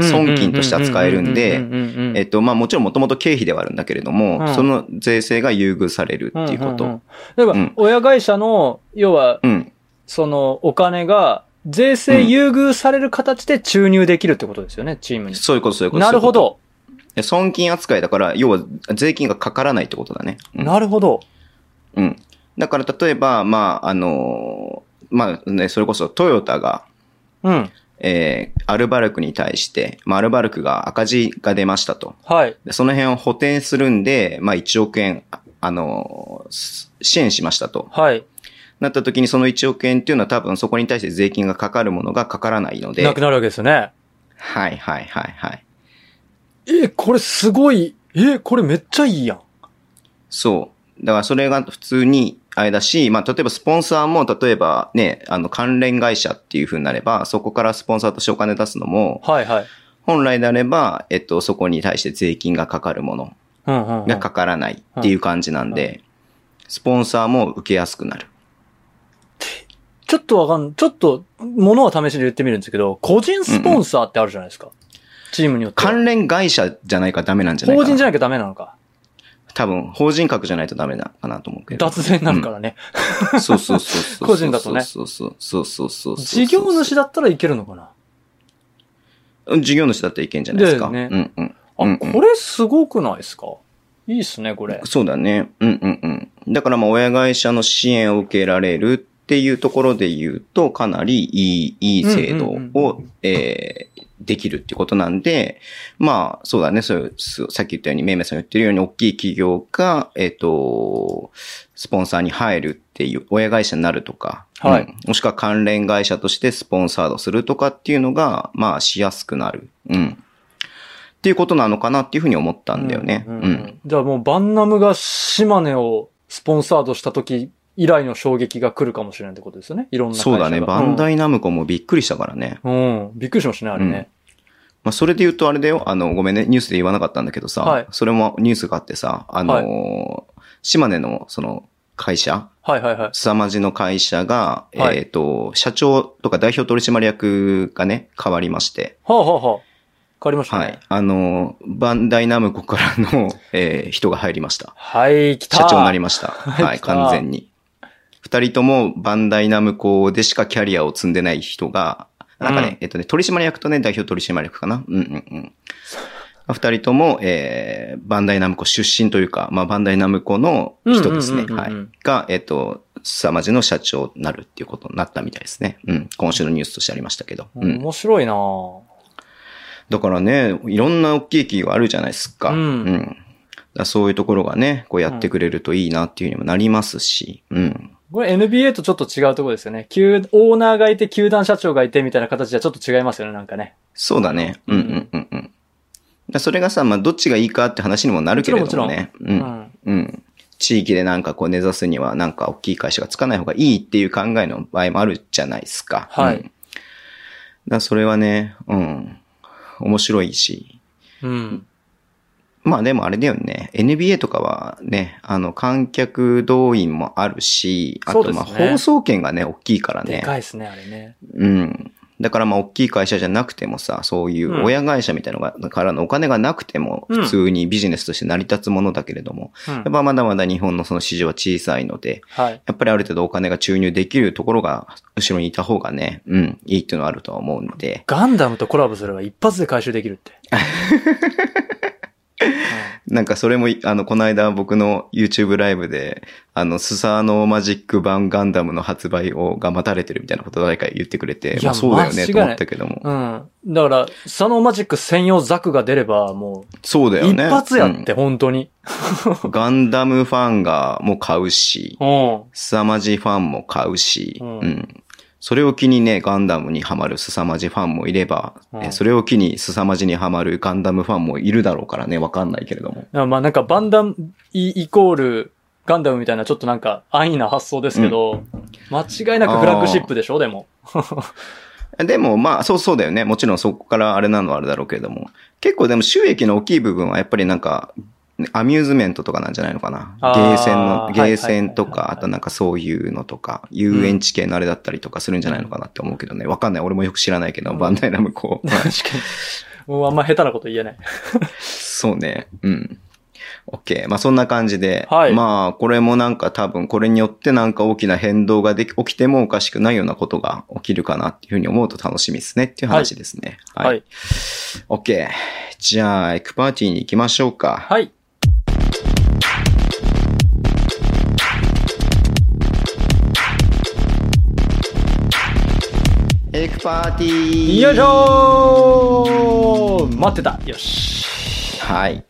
Speaker 2: 損金として扱えるんで
Speaker 3: うううんうん
Speaker 2: えっ、と、まあもちろんもともと経費ではあるんだけれども、
Speaker 3: うん
Speaker 2: その税制が優遇される
Speaker 3: ん
Speaker 2: っていうこと。
Speaker 3: んん。例えば
Speaker 2: うん、
Speaker 3: 親会社の、要は、
Speaker 2: うん。
Speaker 3: その、お金が、税制優遇される形で注入できるってことですよね、チームに。
Speaker 2: そういうこと、そういうこと。
Speaker 3: なるほ
Speaker 2: そういうこ
Speaker 3: ど。
Speaker 2: と。損金扱いだから、要は税金がかからないってことだね。うん
Speaker 3: なるほど。
Speaker 2: うん。だから例えば、まあ、あの、まあね、それこそトヨタが、
Speaker 3: うん。
Speaker 2: えーアルバルクに対して、まあ、アルバルクが赤字が出ましたと。
Speaker 3: はい。
Speaker 2: でその辺を補填するんで、まあ、1億円、ああの、す支援しましたと。
Speaker 3: はい。
Speaker 2: なった時にその1億円っていうのは多分そこに対して税金がかかるものがかからないので。
Speaker 3: なくなるわけですよね。
Speaker 2: はいはいはいはい。
Speaker 3: え、これすごい。え、これめっちゃいいやん。
Speaker 2: そう。だからそれが普通に、あれだし、まあ、例えばスポンサーも、例えばね、あの、関連会社っていう風になれば、そこからスポンサーとしてお金出すのも、
Speaker 3: はいはい。
Speaker 2: 本来であれば、えっと、そこに対して税金がかかるもの
Speaker 3: うんうんうん。
Speaker 2: がかからないっていう感じなんで、スポンサーも受けやすくなる。
Speaker 3: ちょっとわかん、ちょっと、ものは試しで言ってみるんですけど、個人スポンサーってあるじゃないですか。チームによっては。
Speaker 2: 関連会社じゃないからダメなんじゃないか
Speaker 3: 法
Speaker 2: な。
Speaker 3: 人じゃなきゃダメなのか。
Speaker 2: 多分、法人格じゃないとダメだかなと思うけど。
Speaker 3: 脱税になるからね。
Speaker 2: そうそうそうそう。
Speaker 3: <laughs> 個人だとね
Speaker 2: そうそうそうそうそうそう。
Speaker 3: 事業主だったらいけるのかな
Speaker 2: うん事業主だったらいけんじゃないですか。
Speaker 3: だよね
Speaker 2: うんうん。
Speaker 3: あ、
Speaker 2: うんうん
Speaker 3: これすごくないですかいいっすね、これ。
Speaker 2: そうだね。うんうんうん。だからまあ親会社の支援を受けられるっていうところで言うと、かなりいい、いい制度を、
Speaker 3: うんうんうん
Speaker 2: えーできるってことなんで、まあそうだね、そういう、すさっき言ったように、めいめいさんが言ってるように、大きい企業が、えっ、と、スポンサーに入るっていう、親会社になるとか、
Speaker 3: はい
Speaker 2: うんもしくは関連会社としてスポンサードするとかっていうのが、まあしやすくなる。うん。っていうことなのかなっていうふうに思ったんだよね。
Speaker 3: うう
Speaker 2: うん
Speaker 3: じゃあもうバンナムが島根をスポンサードした時以来の衝撃が来るかもしれないってことですよね。いろんな会社
Speaker 2: そうだ
Speaker 3: が。
Speaker 2: ね。バンダイナムコもびっくりしたからね。
Speaker 3: うん。うん。びっくりしましたね、あれね。
Speaker 2: まあ、それで言うとあれだよ。あの、ごめんね。ニュースで言わなかったんだけどさ。
Speaker 3: はい
Speaker 2: それもニュースがあってさ、あのー島根の、その、会社
Speaker 3: はいはいはい。
Speaker 2: すさまじの会社が、
Speaker 3: はい
Speaker 2: えっ、と、社長とか代表取締役がね、変わりまして。
Speaker 3: はあはあはあ。変わりました
Speaker 2: は
Speaker 3: ね
Speaker 2: い。。あのー、バンダイナムコからの、えー人が入りました。
Speaker 3: はい、来た。
Speaker 2: 社長になりま
Speaker 3: <laughs>
Speaker 2: した。はい、
Speaker 3: 来た
Speaker 2: 完全に。二人ともバンダイナムコでしかキャリアを積んでない人が、なんかね、
Speaker 3: うん
Speaker 2: えっとね、取締役とね、代表取締役かな。うんうんうん。二人とも、えー、バンダイナムコ出身というか、まあ、バンダイナムコの人ですね。
Speaker 3: うんうんうんうん
Speaker 2: はい。が、えっ、と、すさまじの社長になるっていうことになったみたいですね。うん。今週のニュースとしてありましたけど。う
Speaker 3: うん
Speaker 2: ん。
Speaker 3: 面白いなぁ
Speaker 2: だからね、いろんな大きい企業あるじゃないですか。
Speaker 3: うん
Speaker 2: だからそういうところがね、こうやってくれるといいなっていうふうにもなりますし。うん。
Speaker 3: これ NBA とちょっと違うところですよね。球、オーナーがいて、球団社長がいてみたいな形じゃちょっと違いますよね、なんかね。
Speaker 2: そうだね。うんうんうんうん。だからそれがさ、まあ、どっちがいいかって話にもなるけれどもね。う。
Speaker 3: うん
Speaker 2: うん。地域でなんかこう根ざすにはなんか大きい会社がつかない方がいいっていう考えの場合もあるじゃないですか。
Speaker 3: はい
Speaker 2: うんだからそれはね、うん。面白いし。
Speaker 3: うん。
Speaker 2: まあでもあれだよね。NBA とかはね、あの観客動員もあるし、あ
Speaker 3: そ
Speaker 2: と
Speaker 3: うで
Speaker 2: ますあ
Speaker 3: ね
Speaker 2: 放送権がね、大きいからね。
Speaker 3: でかいですね、あれね。
Speaker 2: うん。だからまあ大きい会社じゃなくてもさ、そういう
Speaker 3: うん
Speaker 2: 親会社みたいなのが、からのお金がなくても、
Speaker 3: うん
Speaker 2: 普通にビジネスとして成り立つものだけれども、
Speaker 3: うん
Speaker 2: やっぱまだまだ日本のその市場は小さいので、
Speaker 3: はい。
Speaker 2: やっぱりある程度お金が注入できるところが後ろにいた方がね、うん、いいっていうのはあるとは思うので、
Speaker 3: ガンダムとコラボすれば一発で回収できる
Speaker 2: <laughs>
Speaker 3: って。
Speaker 2: なんかそれもい、あの、この間僕の YouTube ライブで、あの、スサノーマジック版ガンダムの発売をが待たれてるみたいなことを誰か言ってくれて、
Speaker 3: いや
Speaker 2: まあそうだよね
Speaker 3: 間違い
Speaker 2: と
Speaker 3: ない
Speaker 2: 思ったけども。
Speaker 3: うん。うんだから、サノーマジック専用ザクが出れば、も
Speaker 2: そうだ
Speaker 3: う、
Speaker 2: よ
Speaker 3: 一
Speaker 2: ね。
Speaker 3: 発や
Speaker 2: う
Speaker 3: っ
Speaker 2: ん
Speaker 3: て、本当に。
Speaker 2: ガンダムファンがもう買うし、
Speaker 3: うん。
Speaker 2: 凄まじいファンも買うし、
Speaker 3: う
Speaker 2: うんん。それを機にね、ガンダムにハマる凄まじいファンもいれば、
Speaker 3: うん
Speaker 2: えそれを機に凄まじにハマるガンダムファンもいるだろうからね、わかんないけれども。
Speaker 3: あまあなんかバンダムイイコールガンダムみたいなちょっとなんか安易な発想ですけど、間違いなくフラッグシップでしょでも。
Speaker 2: でも、まあ、そうそうだよね。もちろんそこからあれなのはあれだろうけれども。結構でも収益の大きい部分はやっぱりなんか、アミューズメントとかなんじゃないのかな。
Speaker 3: あー
Speaker 2: ゲーセンの、ゲーセンと
Speaker 3: はいはいはいは
Speaker 2: か、
Speaker 3: い
Speaker 2: あとなんかそういうのとか、遊園地系のあれだったりとかするんじゃないのかなって思うけどね。わかんない。俺もよく知らないけど、
Speaker 3: うん
Speaker 2: バンダイナム
Speaker 3: <laughs>
Speaker 2: コ。
Speaker 3: 確かに。もうあんま下手なこと言えない。
Speaker 2: そうね。うん。OK。まあそんな感じで。
Speaker 3: はい
Speaker 2: まあこれもなんか多分これによってなんか大きな変動ができ、起きてもおかしくないようなことが起きるかなっていうふうに思うと楽しみですねっていう話ですね。
Speaker 3: はい。はい。
Speaker 2: OK。じゃあ、エクパーティーに行きましょうか。エクパーティー
Speaker 3: よいしょー待ってたよし。
Speaker 2: はい。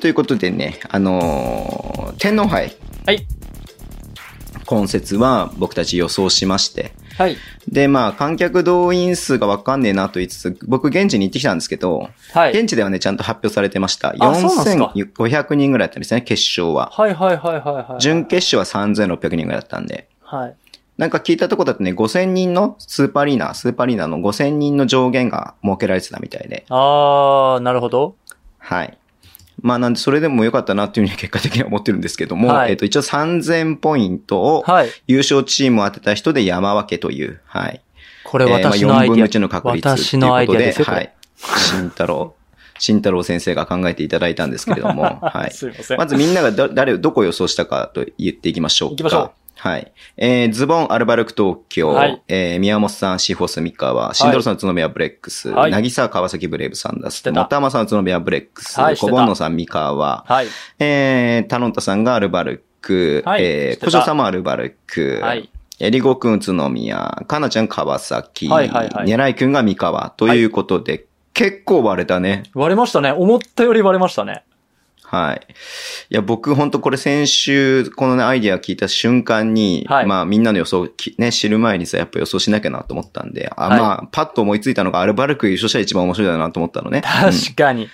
Speaker 2: ということでね、あのー天皇杯、
Speaker 3: はい。
Speaker 2: 今節は僕たち予想しまして、
Speaker 3: はい。
Speaker 2: で、まあ、観客動員数がわかんねえなと言いつつ、僕現地に行ってきたんですけど、
Speaker 3: はい。
Speaker 2: 現地ではね、ちゃんと発表されてました。
Speaker 3: あそうなんすか
Speaker 2: 4500人ぐらいだったんですね、決勝は。
Speaker 3: はいはいはいはいはい。
Speaker 2: 準決勝は3600人ぐらいだったんで。
Speaker 3: はい。
Speaker 2: なんか聞いたとこだとね、5000人のスーパーアリーナ、スーパーアリーナの5000人の上限が設けられてたみたいで。
Speaker 3: あー、なるほど。
Speaker 2: はい。まあなんで、それでも良かったなっていうふうに結果的には思ってるんですけども、
Speaker 3: はい
Speaker 2: えっと、一応3000ポイントを
Speaker 3: はい。
Speaker 2: 優勝チームを当てた人で山分けという、はい。
Speaker 3: こ
Speaker 2: こ
Speaker 3: れ私のアイディ
Speaker 2: 4分の
Speaker 3: ア。
Speaker 2: 1の確率ということで。
Speaker 3: 私のアイディアですよ。こ
Speaker 2: は
Speaker 3: れ
Speaker 2: い。慎太郎。慎太郎先生が考えていただいたんですけれども、
Speaker 3: <laughs>
Speaker 2: はい。
Speaker 3: すいません。
Speaker 2: まずみんながど誰を、どこを予想したかと言っていきましょうか。
Speaker 3: 行きましょう
Speaker 2: はい。えー、ズボン、アルバルク東京、
Speaker 3: はい
Speaker 2: えー、宮本さん、シーフォス、ミカワ、シンドロさん、宇都宮ブレックス、
Speaker 3: はい
Speaker 2: なぎさ、川崎ブレイブサンダー
Speaker 3: 知っ
Speaker 2: ス、
Speaker 3: てた
Speaker 2: もたまさん、宇都宮ブレックス、
Speaker 3: はい知って
Speaker 2: コ
Speaker 3: た
Speaker 2: ボンノさん、ミカワ、
Speaker 3: はい。
Speaker 2: えー、タロンタさんがアルバルク、
Speaker 3: はい知っ
Speaker 2: えー、
Speaker 3: てた
Speaker 2: コジョさんもアルバルク、
Speaker 3: はい。
Speaker 2: えりごくん宇都宮、かなちゃん川崎、
Speaker 3: はいはいはい
Speaker 2: ねらいくんが三河ということで、結構割れたね。
Speaker 3: 割れましたね。思ったより割れましたね。
Speaker 2: はい。いや、僕ほんとこれ先週、このね、アイディア聞いた瞬間に、
Speaker 3: はい
Speaker 2: まあみんなの予想きね、知る前にさ、やっぱ予想しなきゃなと思ったんで、あ、
Speaker 3: はい
Speaker 2: まあ、パッと思いついたのがアルバルク優勝者一番面白いだなと思ったのね。
Speaker 3: 確かに。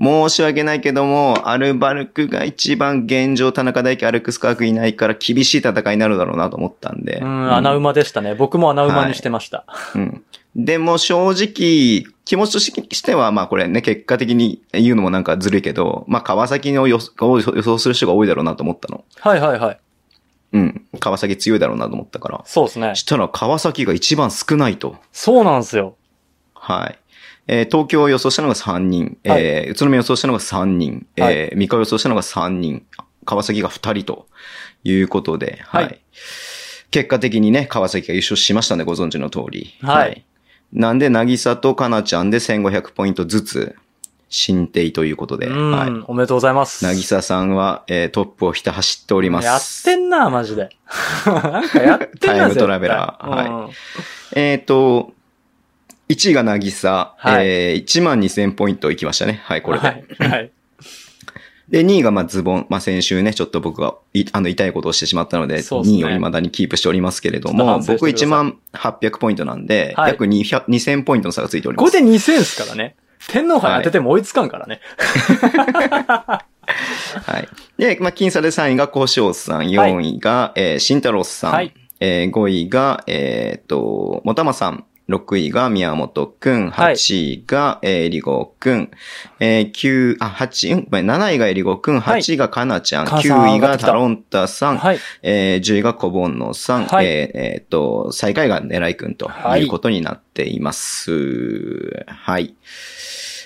Speaker 2: 申し訳ないけども、アルバルクが一番現状田中大輝アルクス科学いないから厳しい戦いになるだろうなと思ったんで。
Speaker 3: うん、穴馬でしたね。僕も穴馬にしてました。
Speaker 2: うん。でも正直、気持ちとしては、まあこれね、結果的に言うのもなんかずるいけど、まあ川崎の予想を予想する人が多いだろうなと思ったの。
Speaker 3: はい、はい、はい。
Speaker 2: うん。川崎強いだろうなと思ったから。
Speaker 3: そうですね。
Speaker 2: したら川崎が一番少ないと。
Speaker 3: そうなんですよ。
Speaker 2: はい。えー東京を予想したのが3人、えー
Speaker 3: はい
Speaker 2: 宇都宮予想したのが3人、えー
Speaker 3: は
Speaker 2: 三河予想したのが3人、川崎が2人ということで、はい。
Speaker 3: はい
Speaker 2: 結果的にね、川崎が優勝しましたね、ご存知の通り。
Speaker 3: はい
Speaker 2: なんで、なぎさとかなちゃんで1500ポイントずつ、進呈ということで、
Speaker 3: うん、
Speaker 2: はい。
Speaker 3: おめでとうございます。
Speaker 2: なぎささんは、えートップをひた走っております。
Speaker 3: やってんな、マジ
Speaker 2: <laughs>
Speaker 3: で。なんかやってん
Speaker 2: タイ
Speaker 3: な、
Speaker 2: ムトラベラー
Speaker 3: 絶対
Speaker 2: えっ、と、1位がなぎさ、
Speaker 3: はい
Speaker 2: えー、1万2000ポイントいきましたね。はい、これで。
Speaker 3: うんはい。
Speaker 2: で、2位がまあズボン。まあ先週ね、ちょっと僕がいあの痛いことをしてしまったので、
Speaker 3: そうっすね
Speaker 2: 2位を未だにキープしておりますけれど
Speaker 3: ちょっと
Speaker 2: も、
Speaker 3: 反省して
Speaker 2: 僕
Speaker 3: ください
Speaker 2: 1万800ポイントなんで、
Speaker 3: はい
Speaker 2: 約200 2000ポイントの差がついており
Speaker 3: こ
Speaker 2: ま
Speaker 3: れ
Speaker 2: す。
Speaker 3: で2000ですからね。天皇杯当てても追いつかんからね。
Speaker 2: はい。で、まあ僅差で3位がコショウさん、
Speaker 3: はい
Speaker 2: 4位が、えー、シンタロウさん、
Speaker 3: はい
Speaker 2: えー、5位が、えーっと、もたまさん、6位が宮本くん、
Speaker 3: はい
Speaker 2: 8位が、えー、りごくん、えー、9、あ、8、うん、ごめん7位がえりごくん、
Speaker 3: はい
Speaker 2: 8位がかなちゃん、
Speaker 3: かなさん
Speaker 2: 9位
Speaker 3: 上がっ
Speaker 2: が
Speaker 3: てきた
Speaker 2: タロンタさん、
Speaker 3: はい。
Speaker 2: えー、10位が小盆のさん、
Speaker 3: はい
Speaker 2: えーえーっと、最下位が狙いくんと
Speaker 3: はい
Speaker 2: いうことになっています。はい。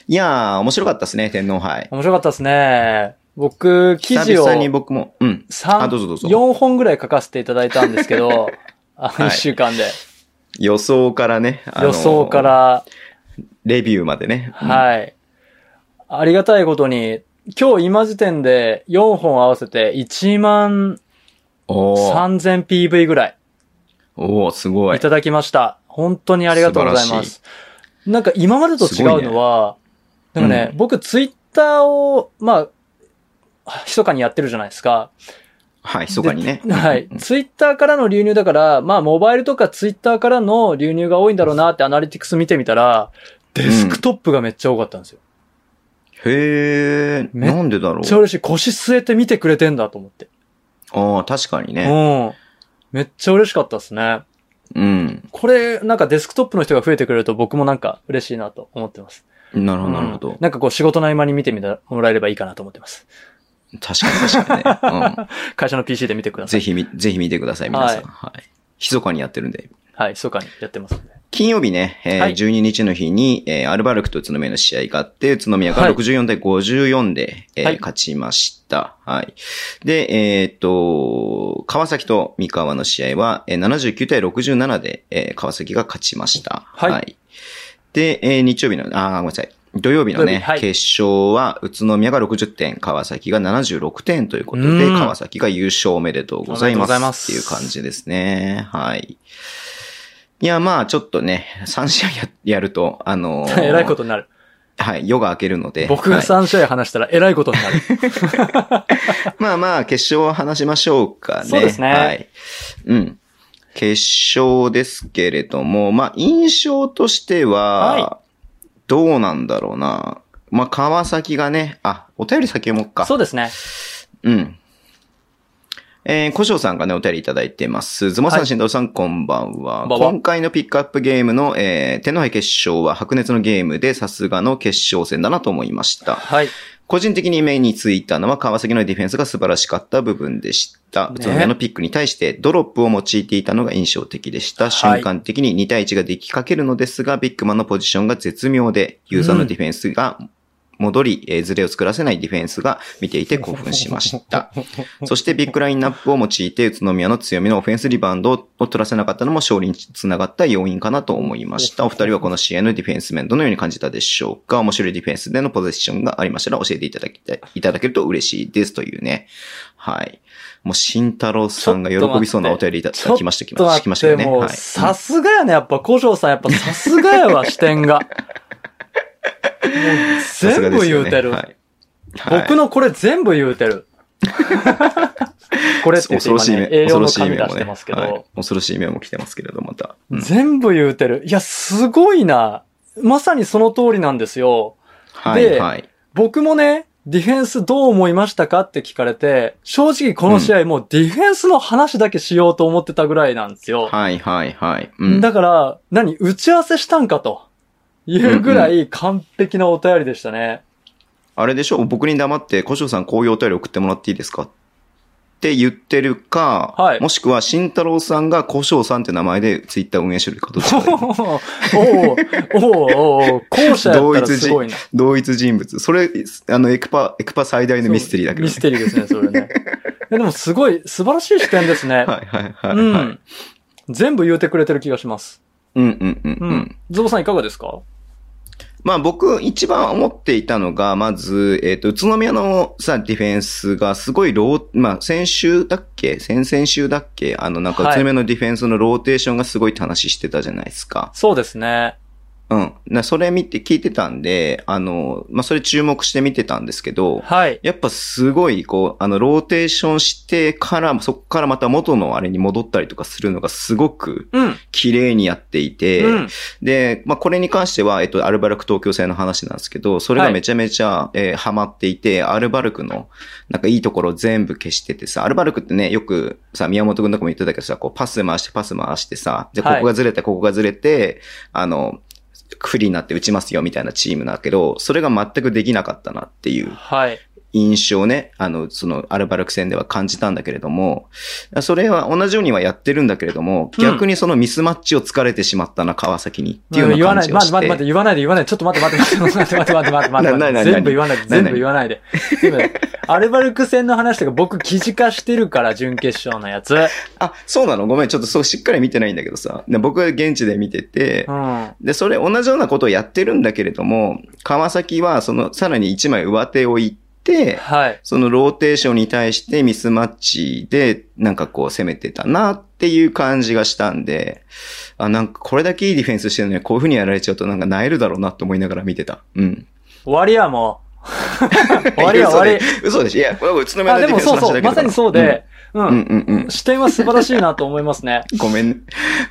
Speaker 2: い、やー、面白かったですね、天皇杯。
Speaker 3: 面白かったですね。僕、記
Speaker 2: 久
Speaker 3: 事を
Speaker 2: 々に僕も、うん。あ
Speaker 3: 三
Speaker 2: どうぞどうぞ
Speaker 3: 4本ぐらい書かせていただいたんですけ
Speaker 2: <laughs>
Speaker 3: ど、あ
Speaker 2: は
Speaker 3: 1
Speaker 2: い
Speaker 3: 週間で。
Speaker 2: 予想からね。あの
Speaker 3: 予想か。ら、
Speaker 2: レビューまでね。うん
Speaker 3: はい。ありがたいことに、今日今時点で4本合わせて1万
Speaker 2: おー
Speaker 3: 3000PV ぐらい
Speaker 2: おーすごい
Speaker 3: い。ただきました。本当にありがとうございま
Speaker 2: 素
Speaker 3: す。なんか今までと違うのは、
Speaker 2: すご
Speaker 3: ない
Speaker 2: ね
Speaker 3: んかね、
Speaker 2: う
Speaker 3: 僕ツイッターを、まあ、密かにやってるじゃないですか。
Speaker 2: はい、密かにね。
Speaker 3: はい
Speaker 2: うん。
Speaker 3: ツイッターからの流入だから、まあ、モバイルとかツイッターからの流入が多いんだろうなってアナリティクス見てみたら、デスクトップがめっちゃ多かったんですよ。
Speaker 2: へー
Speaker 3: めっ
Speaker 2: なんでだろ
Speaker 3: め
Speaker 2: う
Speaker 3: っちゃ。嬉しい。腰据えて見てくれてんだと思って。
Speaker 2: ああ、確かにね。
Speaker 3: うん。めっちゃ嬉しかったですね。
Speaker 2: うん。
Speaker 3: これ、なんかデスクトップの人が増えてくれると僕もなんか嬉しいなと思ってます。
Speaker 2: なるほど、なるほ
Speaker 3: うん
Speaker 2: ど。
Speaker 3: なんかこう仕事の合間に見てみたもらえればいいかなと思ってます。
Speaker 2: 確かに確かにね。
Speaker 3: 会社の PC で見てく
Speaker 2: うん。
Speaker 3: ださい。
Speaker 2: ぜひみ、ぜひ見てください、皆さん。
Speaker 3: はい
Speaker 2: はい。密かにやってるんで。
Speaker 3: はい、密かにやってますんで。
Speaker 2: 金曜日ね、えー
Speaker 3: はい
Speaker 2: 12日の日に、えーアルバルクと宇都宮の試合があって、宇都宮
Speaker 3: は
Speaker 2: が
Speaker 3: い
Speaker 2: 64対54で、えー
Speaker 3: はい
Speaker 2: 勝ちました。はい。で、えーっと、川崎と三河の試合は、えー79対67で、えー川崎が勝ちました。
Speaker 3: はい
Speaker 2: で、えー日曜日の、あーごめんなさい。土曜日の
Speaker 3: 土曜
Speaker 2: ね、
Speaker 3: 日はい
Speaker 2: 決勝は、宇都宮が60点、川崎が76点ということ
Speaker 3: う
Speaker 2: で、
Speaker 3: ん
Speaker 2: 川崎が優勝おめでとうございます。
Speaker 3: おめでとうございます
Speaker 2: っていう感じですね。はい。いや、まあ、ちょっとね、3試合ややると、あの
Speaker 3: <laughs>
Speaker 2: ー
Speaker 3: えらいことになる。
Speaker 2: はい、夜が明けるので。
Speaker 3: 僕が
Speaker 2: はい
Speaker 3: 3試合話したらえらいことになる。
Speaker 2: まあまあ、決勝を話しましょうかね。
Speaker 3: そうですね
Speaker 2: はい。うん。決勝ですけれども、まあ、印象としては
Speaker 3: は、
Speaker 2: どうなんだろうな。まあ、川崎がね、あ、お便り先読もうか。
Speaker 3: そうですね。
Speaker 2: うん。えー、古生さんがね、お便りいただいてます。ズモさ
Speaker 3: は
Speaker 2: ん、
Speaker 3: い
Speaker 2: しんどうさん、こんばんは。
Speaker 3: こんばんは
Speaker 2: 今回のピックアップゲームの、えー、天皇杯決勝は白熱のゲームで、さすがの決勝戦だなと思いました。
Speaker 3: はい。
Speaker 2: 個人的に目についたのは、川崎のディフェンスが素晴らしかった部分でした。
Speaker 3: ね
Speaker 2: 宇都宮のピックに対して、ドロップを用いていたのが印象的でした。
Speaker 3: はい
Speaker 2: 瞬間的に2対1ができかけるのですが、ビッグマンのポジションが絶妙で、ユーザーのディフェンスが、戻り、えーズレを作らせないディフェンスが見ていて興奮しました。そしてビッグラインナップを用いて宇都宮の強みのオフェンスリバウンドを取らせなかったのも勝利につながった要因かなと思いました。お二人はこの試合のディフェンス面どのように感じたでしょうか面白いディフェンスでのポゼッションがありましたら教えていただきたい、いただけると嬉しいですというね。はい。もう慎太郎さんが喜びそうなお便りいただ
Speaker 3: ちょっ
Speaker 2: き
Speaker 3: と
Speaker 2: ました、
Speaker 3: 待
Speaker 2: きました、来ました
Speaker 3: って、
Speaker 2: よね。
Speaker 3: もう、
Speaker 2: はい。
Speaker 3: さすがやね、やっぱ、古城さん、やっぱ、さすが
Speaker 2: <laughs>
Speaker 3: やわ、視点が。も
Speaker 2: さ
Speaker 3: う
Speaker 2: すが
Speaker 3: 全
Speaker 2: で
Speaker 3: 部
Speaker 2: す
Speaker 3: 言
Speaker 2: よ
Speaker 3: う
Speaker 2: ね
Speaker 3: てる。
Speaker 2: はいはい
Speaker 3: 僕のこれ全部言う
Speaker 2: <laughs>
Speaker 3: てる。これって言って
Speaker 2: 恐ろ
Speaker 3: 今
Speaker 2: しい
Speaker 3: ね
Speaker 2: 目、、
Speaker 3: 栄養
Speaker 2: 恐ろ
Speaker 3: の
Speaker 2: しい
Speaker 3: 紙
Speaker 2: 目
Speaker 3: 出
Speaker 2: も
Speaker 3: してますけど、
Speaker 2: はい恐ろしい目も来てますけれど、また。うん
Speaker 3: 全部言うてる。いや、すごいな。まさにその通りなんですよ。
Speaker 2: はい、はい。
Speaker 3: 僕もね、ディフェンスどう思いましたかって聞かれて、正直この試合もうディフェンスの話だけしようと思ってたぐらいなんですよ。
Speaker 2: はい、はい、はい。うん
Speaker 3: だから、何、打ち合わせしたんかというぐらい完璧なお便りでし
Speaker 2: <laughs>
Speaker 3: たね。
Speaker 2: あれでしょ僕に黙って、小翔さんこういうお便り送ってもらっていいですかって言ってるか、
Speaker 3: はい
Speaker 2: もしくは、慎太郎さんが小翔さんって名前でツイッター運営してるかどっちかだ
Speaker 3: <laughs>
Speaker 2: よね
Speaker 3: おうおうおうおう後者やったらすごいな。
Speaker 2: 同一人物。それ、あの、エクパ、エクパ最大のミステリーだけど、
Speaker 3: ミ
Speaker 2: ね
Speaker 3: ス。テリーですね、それね。いやでもすごい、素晴らしい視点です
Speaker 2: は
Speaker 3: ね。
Speaker 2: い、はい、はい。
Speaker 3: う
Speaker 2: はい
Speaker 3: ん。全部言うてくれてる気がします。
Speaker 2: うん、うん、うん、
Speaker 3: う
Speaker 2: うん
Speaker 3: ん。。ゾウさんいかがですか
Speaker 2: まあ僕一番思っていたのが、まず、えっ、と、宇都宮のさ、ディフェンスがすごいロー、まあ先週だっけ先々週だっけあのなんか宇
Speaker 3: はい
Speaker 2: 都宮のディフェンスのローテーションがすごいって話してたじゃないですか。
Speaker 3: そうですね。
Speaker 2: うん。なそれ見て聞いてたんで、あの、まあそれ注目して見てたんですけど、
Speaker 3: はい。
Speaker 2: やっぱすごい、こう、あの、ローテーションしてから、そこからまた元のあれに戻ったりとかするのがすごく
Speaker 3: うん。
Speaker 2: 綺麗にやっていて、
Speaker 3: うん。
Speaker 2: で、まあ、これに関しては、えっと、アルバルク東京製の話なんですけど、それがめちゃめちゃ、えーハマっていて、アルバルクの、なんかいいところを全部消しててさ、アルバルクってね、よくさ、宮本くんとかも言ってたけどさ、こう、パス回して、パス回してさ、で、こ
Speaker 3: はい
Speaker 2: こがずれて、ここがずれて、あの、不利になって打ちますよ、みたいなチームだけど、それが全くできなかったなっていう
Speaker 3: はい。
Speaker 2: 印象をね、あの、その、アルバルク戦では感じたんだけれども、それは同じようにはやってるんだけれども、
Speaker 3: うん
Speaker 2: 逆にそのミスマッチを疲れてしまったな、川崎にっていう
Speaker 3: うん
Speaker 2: よ
Speaker 3: 言
Speaker 2: う
Speaker 3: わ
Speaker 2: な
Speaker 3: な
Speaker 2: 感
Speaker 3: い
Speaker 2: じ
Speaker 3: で、
Speaker 2: を
Speaker 3: 待
Speaker 2: してて。
Speaker 3: っ待って待って、言わないで、言わないで、ちょっと待って待って待って待って待って待って待って待って待って待って
Speaker 2: ななな
Speaker 3: 全部言わないで、
Speaker 2: なな
Speaker 3: 全部言わないで。 <laughs> 全部言わないでアルバルク戦の話とか僕記事化してるから、準決勝のやつ。
Speaker 2: あ、そうなのごめん、ちょっとそうしっかり見てないんだけどさ。で僕は現地で見てて
Speaker 3: う、ん。
Speaker 2: で、それ同じようなことをやってるんだけれども、川崎はその、さらに一枚上手を行って、
Speaker 3: はい。
Speaker 2: そのローテーションに対してミスマッチで、なんかこう攻めてたなっていう感じがしたんで、あ、なんかこれだけいいディフェンスしてるのにこういう風にやられちゃうとなんか萎えるだろうなと思いながら見てた。うん。
Speaker 3: 終わりや、もう。終わりや、終わり。
Speaker 2: 嘘でしょ。いや、これは宇都宮
Speaker 3: あ、
Speaker 2: のデ
Speaker 3: で
Speaker 2: ィフェ
Speaker 3: も
Speaker 2: ンスの話だ
Speaker 3: そうそ
Speaker 2: け
Speaker 3: う、
Speaker 2: ど
Speaker 3: まさにそうで、う
Speaker 2: うん
Speaker 3: ん。
Speaker 2: うんうん。
Speaker 3: 視点は素晴らしいなと思いますね。
Speaker 2: ごめんね。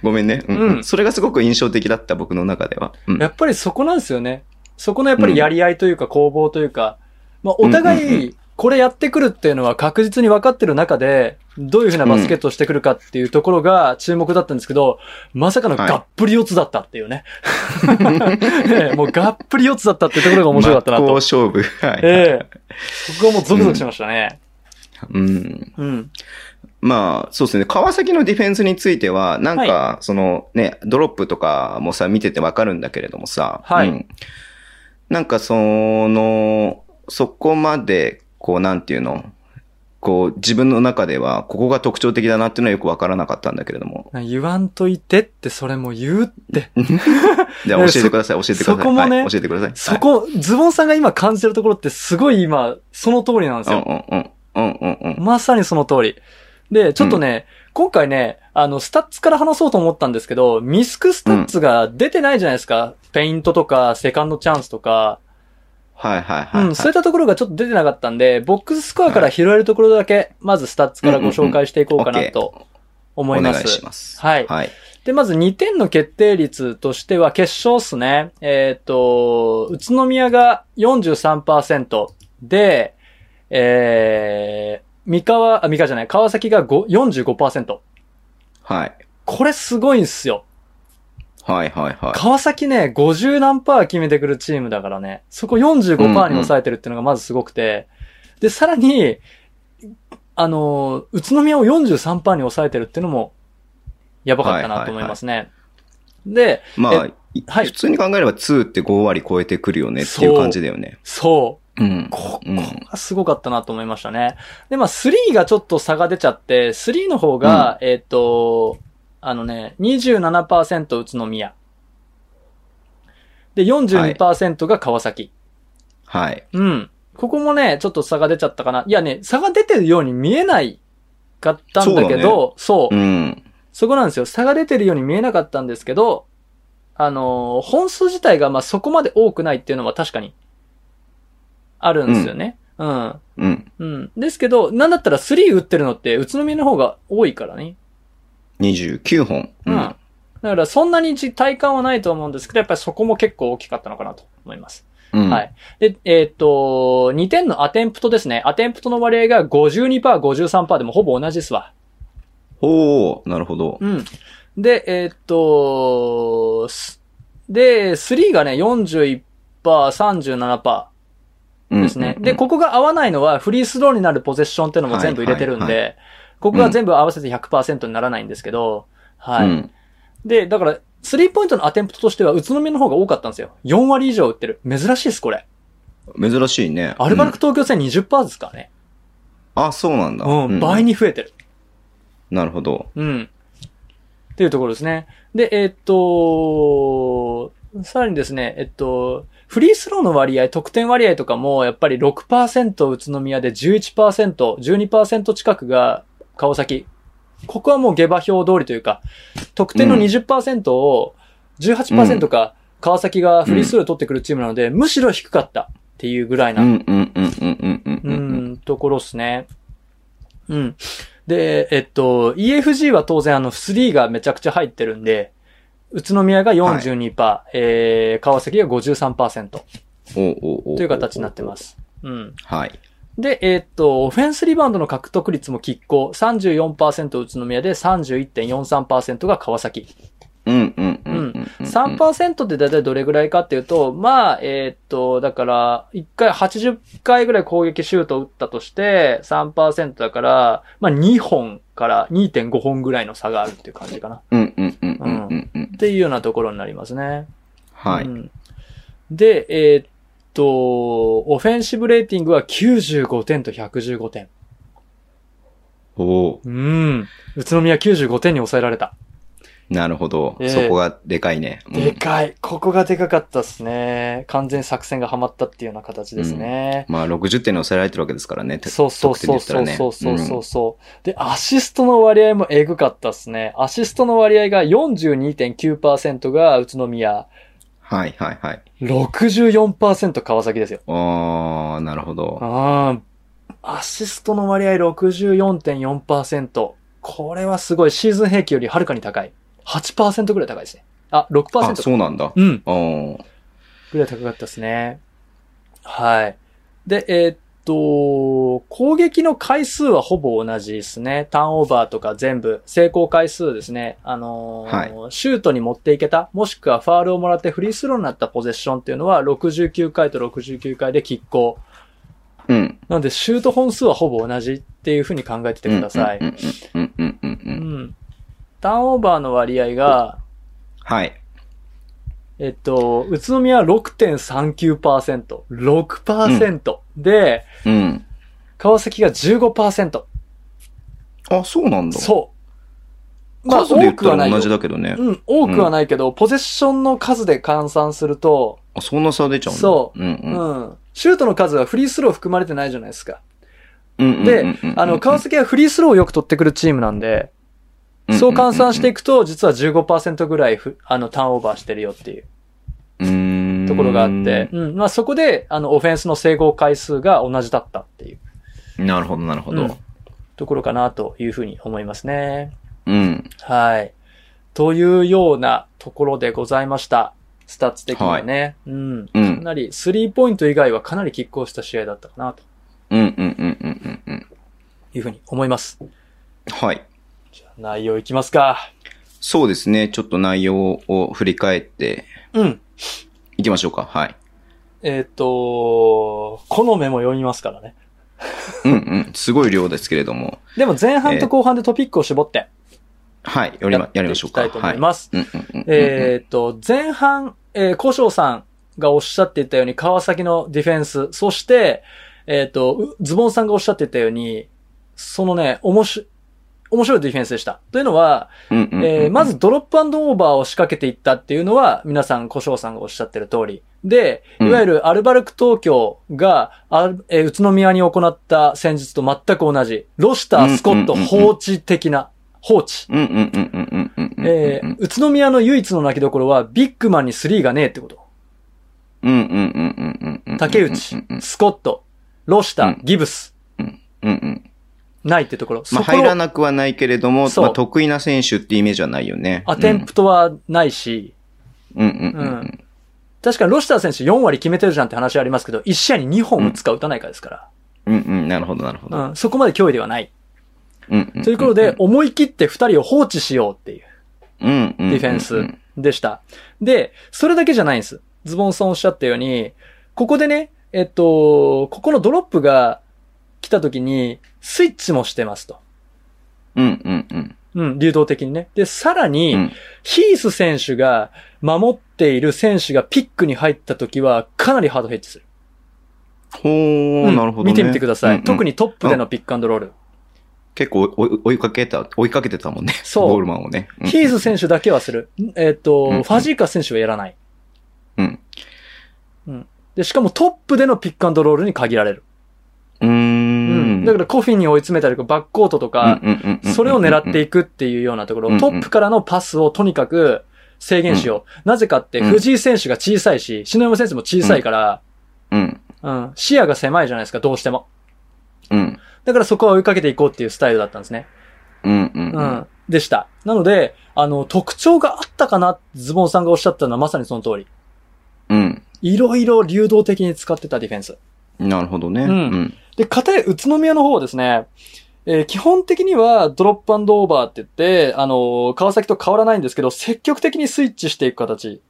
Speaker 2: ごめんね。うん、う。
Speaker 3: うんん
Speaker 2: それがすごく印象的だった、僕の中では。うん。
Speaker 3: やっぱりそこなんですよね。そこのやっぱりやり合いというか攻防というか、まあお
Speaker 2: うんうんう
Speaker 3: 互いこれやってくるっていうのは確実に分かってる中で、どういうふうなバスケットをしてくるかっていうところが注目だったんですけど、まさかの
Speaker 2: はい
Speaker 3: がっぷり四つだったっていうね。 <laughs> ええもうがっぷり四つだったっていうところが面白かったなと。
Speaker 2: 真っ向勝負。はい。
Speaker 3: ええ僕はもうゾクゾクしましたね。
Speaker 2: うん。
Speaker 3: うん。
Speaker 2: まあ、そうですね。川崎のディフェンスについては、なんか、そのね、ドロップとかもさ、見ててわかるんだけれどもさ、
Speaker 3: はい
Speaker 2: うんなんか、その、そこまで、こう、なんていうの、こう、自分の中では、ここが特徴的だなっていうのはよくわからなかったんだけれども。
Speaker 3: 言わんといてってそれも言うって。
Speaker 2: じゃあ、
Speaker 3: い
Speaker 2: 教え
Speaker 3: や
Speaker 2: てください、教えてください。
Speaker 3: そこもね
Speaker 2: はい教えてください。
Speaker 3: そこ、ズボンさんが今感じてるところってすごい今、その通りなんです
Speaker 2: はい、
Speaker 3: よ。
Speaker 2: うんうんうん。うんうんうん。
Speaker 3: まさにその通り。で、ちょっとね、今回ね、あの、スタッツから話そうと思ったんですけど、ミスクスタッツが出てないじゃないですか。ペイントとか、セカンドチャンスとか、
Speaker 2: はいはいはい、はい。
Speaker 3: うん、そういったところがちょっと出てなかったんで、ボックススコアから拾えるところだけ、まずスタッツからご紹介していこうかな
Speaker 2: うんうん
Speaker 3: と思い
Speaker 2: お
Speaker 3: ま
Speaker 2: 願い
Speaker 3: す
Speaker 2: し。ます。
Speaker 3: はい
Speaker 2: はい。
Speaker 3: で、まず2点の決定率としては決勝っすね。えっ、と、宇都宮が43%で、えー、三河、あ、三河じゃない、川崎が5 45%。
Speaker 2: はい。
Speaker 3: これすごいんすよ。
Speaker 2: はいはいはい。
Speaker 3: 川崎ね、50何パー決めてくるチームだからね、そこ45パーに抑えてるっていうのがまずすごくて、で、さらに、あのー、宇都宮を43パーに抑えてるっていうのも、やばかったなと思いますね。で、
Speaker 2: まあ、
Speaker 3: はい
Speaker 2: 普通に考えれば2って5割超えてくるよねっていう感じだよね。
Speaker 3: そう。
Speaker 2: うん。
Speaker 3: ここ
Speaker 2: うん
Speaker 3: がすごかったなと思いましたね。で、まあ、3がちょっと差が出ちゃって、3の方が、えっ、と、あのね、27%宇都宮。で、42%が川崎、
Speaker 2: はい。
Speaker 3: うん。ここもね、ちょっと差が出ちゃったかな。いやね、差が出てるように見えないかったんだけど、そう,、
Speaker 2: うん。
Speaker 3: そこなんですよ。差が出てるように見えなかったんですけど、あのー本数自体がまあそこまで多くないっていうのは確かにあるんですよね。うん。
Speaker 2: うん。
Speaker 3: うん。ですけど、なんだったら3打ってるのって宇都宮の方が多いからね。
Speaker 2: 29本。う。
Speaker 3: うんん。だからそんなにじ体感はないと思うんですけど、やっぱりそこも結構大きかったのかなと思います。
Speaker 2: うん
Speaker 3: はい。で、えーっと、2点のアテンプトですね。アテンプトの割合が52%、53%でもほぼ同じですわ。
Speaker 2: おー、なるほど。
Speaker 3: うん。で、えーっと、すで、3がね、41%、37%
Speaker 2: うん
Speaker 3: ですね。で、
Speaker 2: うん
Speaker 3: ここが合わないのは、フリースローになるポゼッションっていうのも全部入れてる
Speaker 2: は
Speaker 3: ん
Speaker 2: いは
Speaker 3: で、ここが全部合わせて100%にならないんですけど、はい。
Speaker 2: うん
Speaker 3: で、だから、スリーポイントのアテンプトとしては、宇都宮の方が多かったんですよ。4割以上打ってる。珍しいです、これ。
Speaker 2: 珍しいね。
Speaker 3: アルバル
Speaker 2: う
Speaker 3: ク
Speaker 2: ん
Speaker 3: 東京戦20%ですからね。
Speaker 2: あ、そうなんだ。
Speaker 3: うん、倍
Speaker 2: に。
Speaker 3: に増えてる。
Speaker 2: なるほど。
Speaker 3: うん。っていうところですね。で、えっと、さらにですね、えっと、フリースローの割合、得点割合とかも、やっぱり6%宇都宮で11%、12%近くが川崎。ここはもう下馬評通りというか、得点の
Speaker 2: うん
Speaker 3: 20%を18%か川崎がフリースローで取ってくるチームなので、むしろ低かったっていうぐらいな
Speaker 2: うんうんうんうんうんうん
Speaker 3: う
Speaker 2: うん。
Speaker 3: ん、ところっすね。うん。で、えっと、EFG は当然あの3がめちゃくちゃ入ってるんで、宇都宮が42%、えー、川崎が53%と
Speaker 2: おうおうおう
Speaker 3: いう形になってま。す。うん。
Speaker 2: はい。
Speaker 3: で、えっと、オフェンスリバウンドの獲得率も拮抗、34%宇都宮で31.43%が川崎。
Speaker 2: うんうんうんうんうん。
Speaker 3: 3%って大体どれぐらいかっていうと、まあ、えーっと、だから、1回、80回ぐらい攻撃シュートを打ったとして、3%だから、まあ2本から2.5本ぐらいの差があるっていう感じかな。っ
Speaker 2: うんうんうんうんうんうん。
Speaker 3: ていうようなところになりますね。。
Speaker 2: はいう
Speaker 3: んで、えーっと、オフェンシブレーティングは95点と115点。
Speaker 2: おお
Speaker 3: うん。宇都宮95点に抑えられた。
Speaker 2: なるほど
Speaker 3: え。え
Speaker 2: そこがでかいね。うん
Speaker 3: でかい。ここがでかかったっすね。完全に作戦がハマったっていうような形ですね。
Speaker 2: まあ、60点に抑えられてるわけですからね。て
Speaker 3: そうそうそうそうそうそうそうそう。で、アシストの割合もエグかったっすね。アシストの割合が42.9%が宇都宮、
Speaker 2: はいはいはい。
Speaker 3: 64%川崎ですよ。
Speaker 2: あー、なるほど。
Speaker 3: ああ、アシストの割合64.4%。これはすごい。シーズン平均よりはるかに高い。8%ぐらい高いですね。あ、
Speaker 2: あ、
Speaker 3: 6%。
Speaker 2: そうなんだ。
Speaker 3: うん。
Speaker 2: あー。
Speaker 3: ぐらい高かったですね。はい。で、えーっと、攻撃の回数はほぼ同じですね。ターンオーバーとか全部、成功回数ですね。あのーシュートに持っていけた、もしくはファールをもらってフリースローになったポゼッションっていうのは69回と69回で拮抗。
Speaker 2: うん。
Speaker 3: なので、シュート本数はほぼ同じっていうふうに考えててください。
Speaker 2: うんうんうんうんうんう
Speaker 3: うん
Speaker 2: うん。
Speaker 3: ん。ターンオーバーの割合が、
Speaker 2: はい。
Speaker 3: えっと、宇都宮は6.39%、6%、で、
Speaker 2: うん。
Speaker 3: 川崎が15%。
Speaker 2: あ、そうなんだ。
Speaker 3: そう。まあ、
Speaker 2: 数で言
Speaker 3: 多
Speaker 2: っ
Speaker 3: く
Speaker 2: た
Speaker 3: はな
Speaker 2: ら
Speaker 3: いよ。
Speaker 2: 同じだけどね。
Speaker 3: うん、多くはないけど、ポゼッションの数で換算すると、
Speaker 2: あ、そんな差出ちゃうんだ。。
Speaker 3: そう
Speaker 2: うん
Speaker 3: う
Speaker 2: うん。
Speaker 3: ん、シュートの数はフリースロー含まれてないじゃないですか。
Speaker 2: うんうんうん
Speaker 3: で
Speaker 2: うんうんうん
Speaker 3: あの、川崎はフリースローをよく取ってくるチームなんで、そう換算していくと、実は15%ぐらいふ、あの、ターンオーバーしてるよっていう
Speaker 2: うーん
Speaker 3: ところがあって、うん、まあそこで、あの、オフェンスの整合回数が同じだったっていう
Speaker 2: なるほど、なるほ
Speaker 3: うん
Speaker 2: ど。
Speaker 3: ところかなというふうに思いますね。
Speaker 2: うん。
Speaker 3: はい。というようなところでございました。スタッツ的にはね。うん。か
Speaker 2: うん
Speaker 3: なり、スリーポイント以外はかなり拮抗した試合だったかな、と
Speaker 2: うんうんうんうんうんうん。
Speaker 3: いうふうに思います。
Speaker 2: はい。
Speaker 3: じゃあ内容いきますか。
Speaker 2: そうですね。ちょっと内容を振り返って
Speaker 3: うん。
Speaker 2: いきましょうか。はい。
Speaker 3: えっ、と、このメモ読みますからね。
Speaker 2: うんうん。すごい量ですけれども。
Speaker 3: でも前半と後半でトピックを絞って。
Speaker 2: はい、やりま、やりましょうか。
Speaker 3: やっていき
Speaker 2: は
Speaker 3: たいと思
Speaker 2: い。
Speaker 3: います。
Speaker 2: うんうんうんうん
Speaker 3: えーっと、前半、えー、古生さんがおっしゃっていたように、川崎のディフェンス、そして、えーっと、うズボンさんがおっしゃっていたように、そのね、おもし、面白いディフェンスでした。というのは、
Speaker 2: うんうんうん
Speaker 3: えーまずドロップアンドオーバーを仕掛けていったっていうのは、皆さん、古生さんがおっしゃってる通り。で、いわゆるアルバルク東京が、あえー宇都宮に行った戦術と全く同じ。ロシター、スコット、
Speaker 2: うんうんうん
Speaker 3: 放置的な、放置。
Speaker 2: うんうんうんうんうんうんうんうん。
Speaker 3: えー宇都宮の唯一の泣きどころは、ビッグマンにスリーがねえってこと。
Speaker 2: うんうんうんうんうんうん。
Speaker 3: 竹内
Speaker 2: うん、
Speaker 3: スコット、ロシタ
Speaker 2: うん
Speaker 3: ー、ギブス、
Speaker 2: うんうん。
Speaker 3: ないってところ。
Speaker 2: まあ
Speaker 3: そこ
Speaker 2: 入ら
Speaker 3: の
Speaker 2: なくはないけれども、
Speaker 3: そう
Speaker 2: まあ得意な選手ってイメージはないよね。
Speaker 3: アテンプトはないし、
Speaker 2: うんうんうんう
Speaker 3: うん
Speaker 2: ん。
Speaker 3: 確かにロシター選手4割決めてるじゃんって話ありますけど、1試合に2本打つか打たないかですか
Speaker 2: うんうん、なるほどなるほど。
Speaker 3: ら、うん、そこまで脅威ではない。
Speaker 2: うんうん
Speaker 3: ということで、、思い切って2人を放置しようっていう
Speaker 2: うんうん。
Speaker 3: ディフェン
Speaker 2: うんう
Speaker 3: ス
Speaker 2: ん
Speaker 3: でした。で、それだけじゃないんです。ズボンさんおっしゃったように、ここでね、えっと、ここのドロップが来た時に、スイッチもしてますと。
Speaker 2: うんうんうん。
Speaker 3: うん、流動的にね。で、さらに、
Speaker 2: うん
Speaker 3: ヒース選手が守っている選手がピックに入った時は、かなりハードヘッジする。
Speaker 2: ほー、なるほどね。
Speaker 3: 見てみてください。
Speaker 2: うんうん
Speaker 3: 特にトップでのピックアンドロール。
Speaker 2: 結構追い追いかけた、追いかけてたもんね。
Speaker 3: そう
Speaker 2: ボールマンをね。うん
Speaker 3: ヒース選手だけはする。えっ、と、
Speaker 2: うんうん
Speaker 3: ファジーカ選手はやらない。
Speaker 2: うん。
Speaker 3: で、しかもトップでのピックアンドロールに限られる。
Speaker 2: うー
Speaker 3: うん
Speaker 2: ん。
Speaker 3: だからコフィンに追い詰めたりとか、バックコートとか、それを狙って
Speaker 2: い
Speaker 3: いくっていうようなところ、
Speaker 2: うんうん
Speaker 3: トップからのパスをとにかく制限しよう。なぜかって、
Speaker 2: うん
Speaker 3: 藤井選手が小さいし、篠山選手も小さいから、
Speaker 2: く。うん。
Speaker 3: うん、視野が狭いじゃないですか、どうしても。
Speaker 2: うん。
Speaker 3: だからそこは追いかけていこうっていうスタイルだったんですね。
Speaker 2: うん。うん。
Speaker 3: う。ん。でした。なので、あの、特徴があったかな、ズボンさんがおっしゃったのはまさにその通り。
Speaker 2: うん。
Speaker 3: いろいろ流動的に使ってたディフェンス。
Speaker 2: なるほどね。
Speaker 3: うん
Speaker 2: うん。
Speaker 3: で、片や宇都宮の方はですね、えー基本的にはドロップアンドオーバーって言って、あのー川崎と変わらないんですけど、積極的にスイッチしていく形。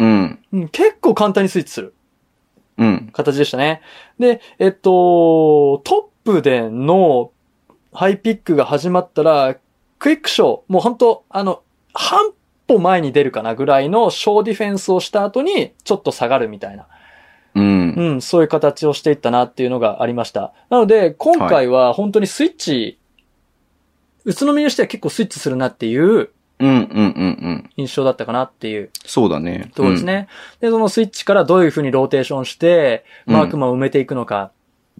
Speaker 2: うん。
Speaker 3: うん、結構簡単にスイッチする
Speaker 2: うん。
Speaker 3: 形でしたね。で、えっと、トップでのハイピックが始まったら、クイックショー、もう本当あの、半歩前に出るかなぐらいのショーディフェンスをした後に、ちょっと下がるみたいな。
Speaker 2: うん。
Speaker 3: うん、そういう形をしていったなっていうのがありました。なので、今回は本当にスイッチ、宇都宮にしては結構スイッチするなっていう
Speaker 2: うん。うん。うん。
Speaker 3: 印象だったかなっていう
Speaker 2: そうだね。
Speaker 3: ところですね。で、そのスイッチからどういうふうにローテーションして、
Speaker 2: うん
Speaker 3: マークマンを埋めていくのか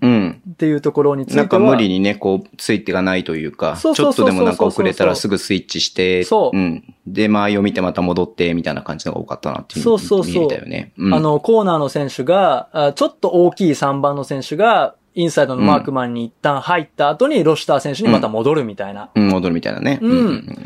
Speaker 2: うん。うん。
Speaker 3: っていうところについては。
Speaker 2: なんか無理にね、こう、ついてがないというか、ち
Speaker 3: そう
Speaker 2: ょ
Speaker 3: そう
Speaker 2: っ
Speaker 3: そ
Speaker 2: と
Speaker 3: うそう
Speaker 2: でもなんか遅れたらすぐスイッチして、
Speaker 3: そう
Speaker 2: うん。で、間合いを見てまた戻って、みたいな感じのが多かったなっていう
Speaker 3: そうそうそう
Speaker 2: 見えたよね。うん
Speaker 3: あ、の、コーナーの選手が、あちょっと大きい3番の選手が、インサイドのマークマンに一旦入った後に、ロシター選手にまた戻るみたいな。
Speaker 2: うん戻るみたいなね。
Speaker 3: うん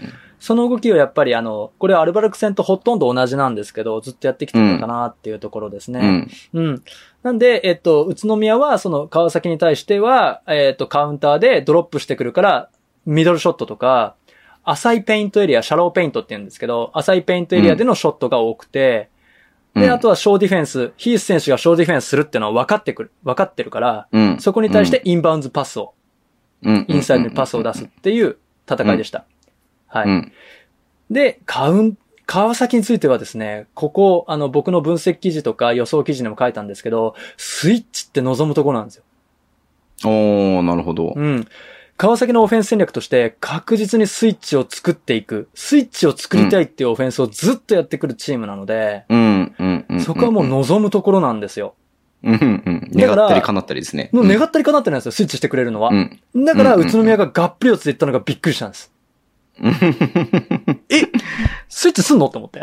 Speaker 3: その動きをやっぱりあの、これはアルバルク戦とほとんど同じなんですけど、ずっとやってきてたのかなっていうところです
Speaker 2: うん。う
Speaker 3: ね。
Speaker 2: ん。
Speaker 3: うん。なんで、えっと、宇都宮はその川崎に対しては、えっと、カウンターでドロップしてくるから、ミドルショットとか、浅いペイントエリア、シャローペイントって言うんですけど、浅いペイントエリアでのショットが多くて、で、あとはショーディフェンス、ヒース選手がショーディフェンスするってのは分かってくる、分かってるから、
Speaker 2: うん、
Speaker 3: そこに対してインバウンズパスを、
Speaker 2: うん、
Speaker 3: インサイドにパスを出すっていう戦いでした。はい。
Speaker 2: うん。
Speaker 3: で、カウン、川崎についてはですね、ここ、あの、僕の分析記事とか予想記事にも書いたんですけど、スイッチって望むところなんですよ。
Speaker 2: おー、なるほど。
Speaker 3: うん。川崎のオフェンス戦略として、確実にスイッチを作っていく。スイッチを作りたいっていうオフェンスをずっとやってくるチームなので、
Speaker 2: うん、うん、うん。
Speaker 3: そこはもう望むところなんですよ。
Speaker 2: うん、うん、うん。
Speaker 3: だか
Speaker 2: 願
Speaker 3: ら
Speaker 2: ったり叶ったりですね。
Speaker 3: もう願ったりかなってないんですよ、スイッチしてくれるのは
Speaker 2: う。ん。
Speaker 3: だから、
Speaker 2: うんうん
Speaker 3: 宇都宮ががっぷり四つでいったのがびっくりしたんで
Speaker 2: う
Speaker 3: す。
Speaker 2: ん
Speaker 3: スイッチすんのと思って。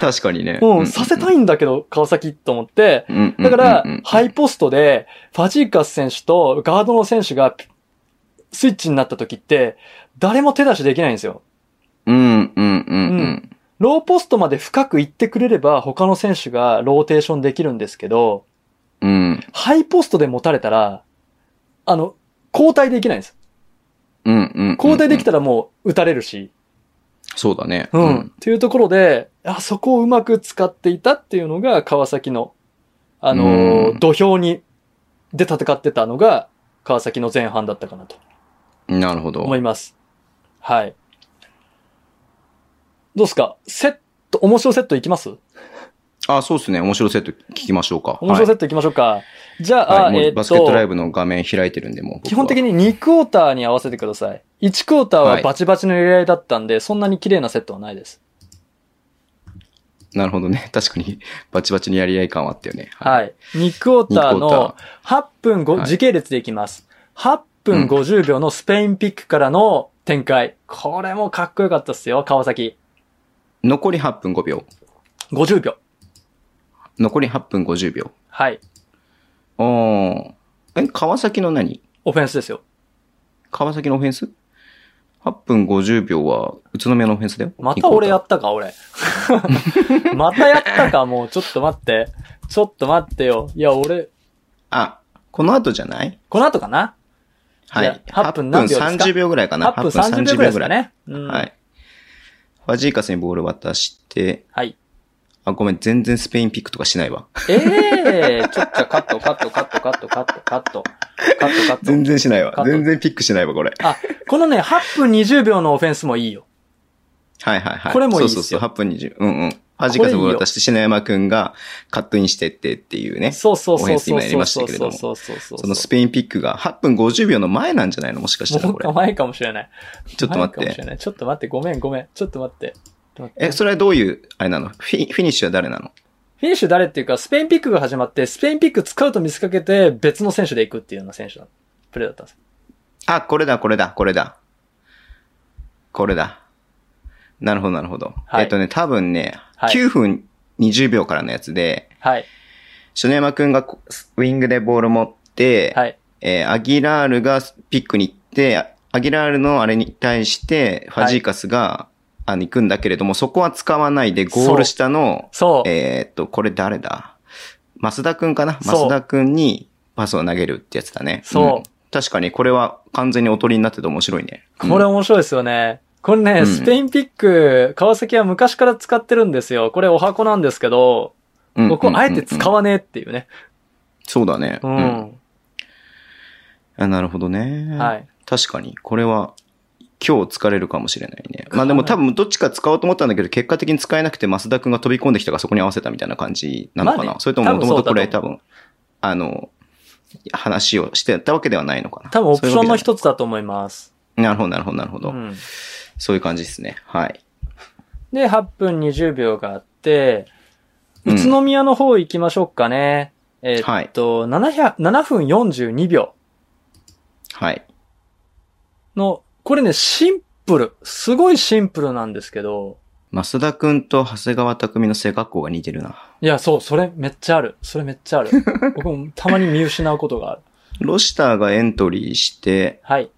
Speaker 2: 確かにね。
Speaker 3: うん、させたいんだけど、川崎と思って、
Speaker 2: うん。
Speaker 3: だから
Speaker 2: うんうんうん、
Speaker 3: ハイポストで、ファジーカス選手とガードの選手がスイッチになった時って、誰も手出しできないんですよ。
Speaker 2: うん、うん、うん、う。
Speaker 3: うんローポストまで深く行ってくれれば、他の選手がローテーションできるんですけど、
Speaker 2: うん、
Speaker 3: ハイポストで持たれたら、あの、交代できないんです。
Speaker 2: うん、うん。
Speaker 3: 交代でき
Speaker 2: た。
Speaker 3: たらもう打たれるし。
Speaker 2: そうだね。
Speaker 3: うん。っていうところで、あそこをうまく使っていたっていうのが、川崎の、あのー
Speaker 2: うん
Speaker 3: 土俵に、で戦ってたのが、川崎の前半だったかなと。
Speaker 2: うん。なるほど
Speaker 3: 思。います。はい。どうですかセット、面白セットいきます
Speaker 2: あ、そうですね。面白セット聞きましょうか。
Speaker 3: 面白
Speaker 2: セ
Speaker 3: セ
Speaker 2: ッ
Speaker 3: ットいきましょうか。じゃ
Speaker 2: トは
Speaker 3: あ、
Speaker 2: い、もう
Speaker 3: えーっと、
Speaker 2: バスケットライブの画面開いてるんで、もう僕は。
Speaker 3: 基本的に2クォーターに合わせてください。1クォーターはバチバチの入れ合いだったんで、そんなに綺麗なセットはないです。
Speaker 2: なるほどね。確かに、バチバチにやり合い感はあったよね。い。
Speaker 3: はい。2クォーター
Speaker 2: 二クォー
Speaker 3: の8分5、
Speaker 2: はい
Speaker 3: 時系列でいきます。8
Speaker 2: う
Speaker 3: 分
Speaker 2: ん
Speaker 3: 50秒のスペインピックからの展開。これもかっこよかったっすよ、川崎。
Speaker 2: 残り8分5秒。
Speaker 3: 50秒。
Speaker 2: 残り8分50秒。
Speaker 3: はい。
Speaker 2: おー。え、川崎の何
Speaker 3: オフェンスですよ。
Speaker 2: 川崎のオフェンス ?8 分50秒は、宇都宮のオフェンスだよ。
Speaker 3: また俺や
Speaker 2: や
Speaker 3: ったか、
Speaker 2: <laughs>
Speaker 3: 俺。またやったか、もう。ちょっと待って。ちょっと待ってよ。いや、俺、
Speaker 2: あ、この後じゃない
Speaker 3: この後かな
Speaker 2: はいい
Speaker 3: や。8分何秒ですか
Speaker 2: ?8 分30秒ぐらいかな。
Speaker 3: ?8 分30秒くらいですかね。
Speaker 2: 8
Speaker 3: うん
Speaker 2: 分30。はい。ファジーカスにボール渡して、
Speaker 3: はい。
Speaker 2: あ、ごめん、全然スペインピックとかし
Speaker 3: <laughs>
Speaker 2: ないわ。
Speaker 3: ええちょっとカット、カット、カット、カット、カット、カット、カット、カッ
Speaker 2: 全
Speaker 3: ト。
Speaker 2: 然しない
Speaker 3: カ
Speaker 2: わ
Speaker 3: ッ。ト
Speaker 2: 全然ピックしないわ、これ。
Speaker 3: あ、このね、8分20秒のオフェンスもいいよ。
Speaker 2: はいはいはい。
Speaker 3: これもいいっす
Speaker 2: そう
Speaker 3: よ
Speaker 2: そうそう、8分20。うんうん。ファジーカスにボール渡して、篠山くんがカットインしてってっていうね。
Speaker 3: そうそう
Speaker 2: オ
Speaker 3: そ
Speaker 2: フェ
Speaker 3: う
Speaker 2: ンス
Speaker 3: そう
Speaker 2: 今やり
Speaker 3: そう
Speaker 2: まし
Speaker 3: そ
Speaker 2: た
Speaker 3: う
Speaker 2: けれ
Speaker 3: そ
Speaker 2: ど
Speaker 3: う
Speaker 2: も
Speaker 3: そうそうそう。
Speaker 2: そのスペインピックが8分50秒の前なんじゃないのもしかしたら
Speaker 3: も
Speaker 2: こ
Speaker 3: う
Speaker 2: れ。
Speaker 3: 前かもしれない。
Speaker 2: ちょっと待って
Speaker 3: 前かもしれない。ちょっと待って、ごめんごめん。ちょっと待って。
Speaker 2: え、それはどういう、あれなのフィフィニッシュは誰なの
Speaker 3: フィニッシュ誰っていうか、スペインピックが始まって、スペインピック使うと見せかけて、別の選手で行くっていうような選手だ。プレーだったんです。
Speaker 2: あ、これだ、これだ、これだ。これだ。なるほど、なるほど。
Speaker 3: はい
Speaker 2: えっとね、多分ね、
Speaker 3: はい
Speaker 2: 9分20秒からのやつで、
Speaker 3: はい。
Speaker 2: 篠山くんがこウィングでボール持って、
Speaker 3: はい。
Speaker 2: えーアギラールがピックに行って、アギラールのあれに対して、ファジーカスが、あの、行くんだけれども、そこは使わないで、ゴール下の、
Speaker 3: そう。
Speaker 2: えーっと、これ誰だ増田くんかな
Speaker 3: そ
Speaker 2: 増
Speaker 3: う
Speaker 2: 田くんにパスを投げるってやつだね。
Speaker 3: そうん
Speaker 2: 確かにこれは完全におとりになってて面白いね。うん
Speaker 3: これ面白いですよね。これね、
Speaker 2: うん
Speaker 3: スペインピック、川崎は昔から使ってるんですよ。これお箱なんですけど、
Speaker 2: うん
Speaker 3: ここあえて
Speaker 2: うんうん
Speaker 3: 使わねえっていうね。
Speaker 2: そうだね。
Speaker 3: う。
Speaker 2: うんあなるほどね。
Speaker 3: はい。
Speaker 2: 確かに、これは、今日疲れるかもしれないね。まあでも多分どっちか使おうと思ったんだけど、結果的に使えなくて増田くんが飛び込んできたからそこに合わせたみたいな感じなのかな。
Speaker 3: まあね
Speaker 2: それとももともとこれ
Speaker 3: 多
Speaker 2: 多分、あの、話をしてたわけではないのかな。
Speaker 3: 多分オプションの
Speaker 2: 人
Speaker 3: 一つだと思います。
Speaker 2: なるほど、なるほど、なるほど。
Speaker 3: うん
Speaker 2: そういう感じですね。はい。
Speaker 3: で、8分20秒があって、
Speaker 2: うん
Speaker 3: 宇都宮の方行きましょうかね。えーっと、700 7分42秒
Speaker 2: はい。
Speaker 3: の、これね、シンプル。すごいシンプルなんですけど、
Speaker 2: 増田くんと長谷川匠の性格好が似てるな。
Speaker 3: いや、そう、それめっちゃある。それめっちゃある。僕もたまに見失うことがある。
Speaker 2: ロシターがエントリーして、
Speaker 3: はい。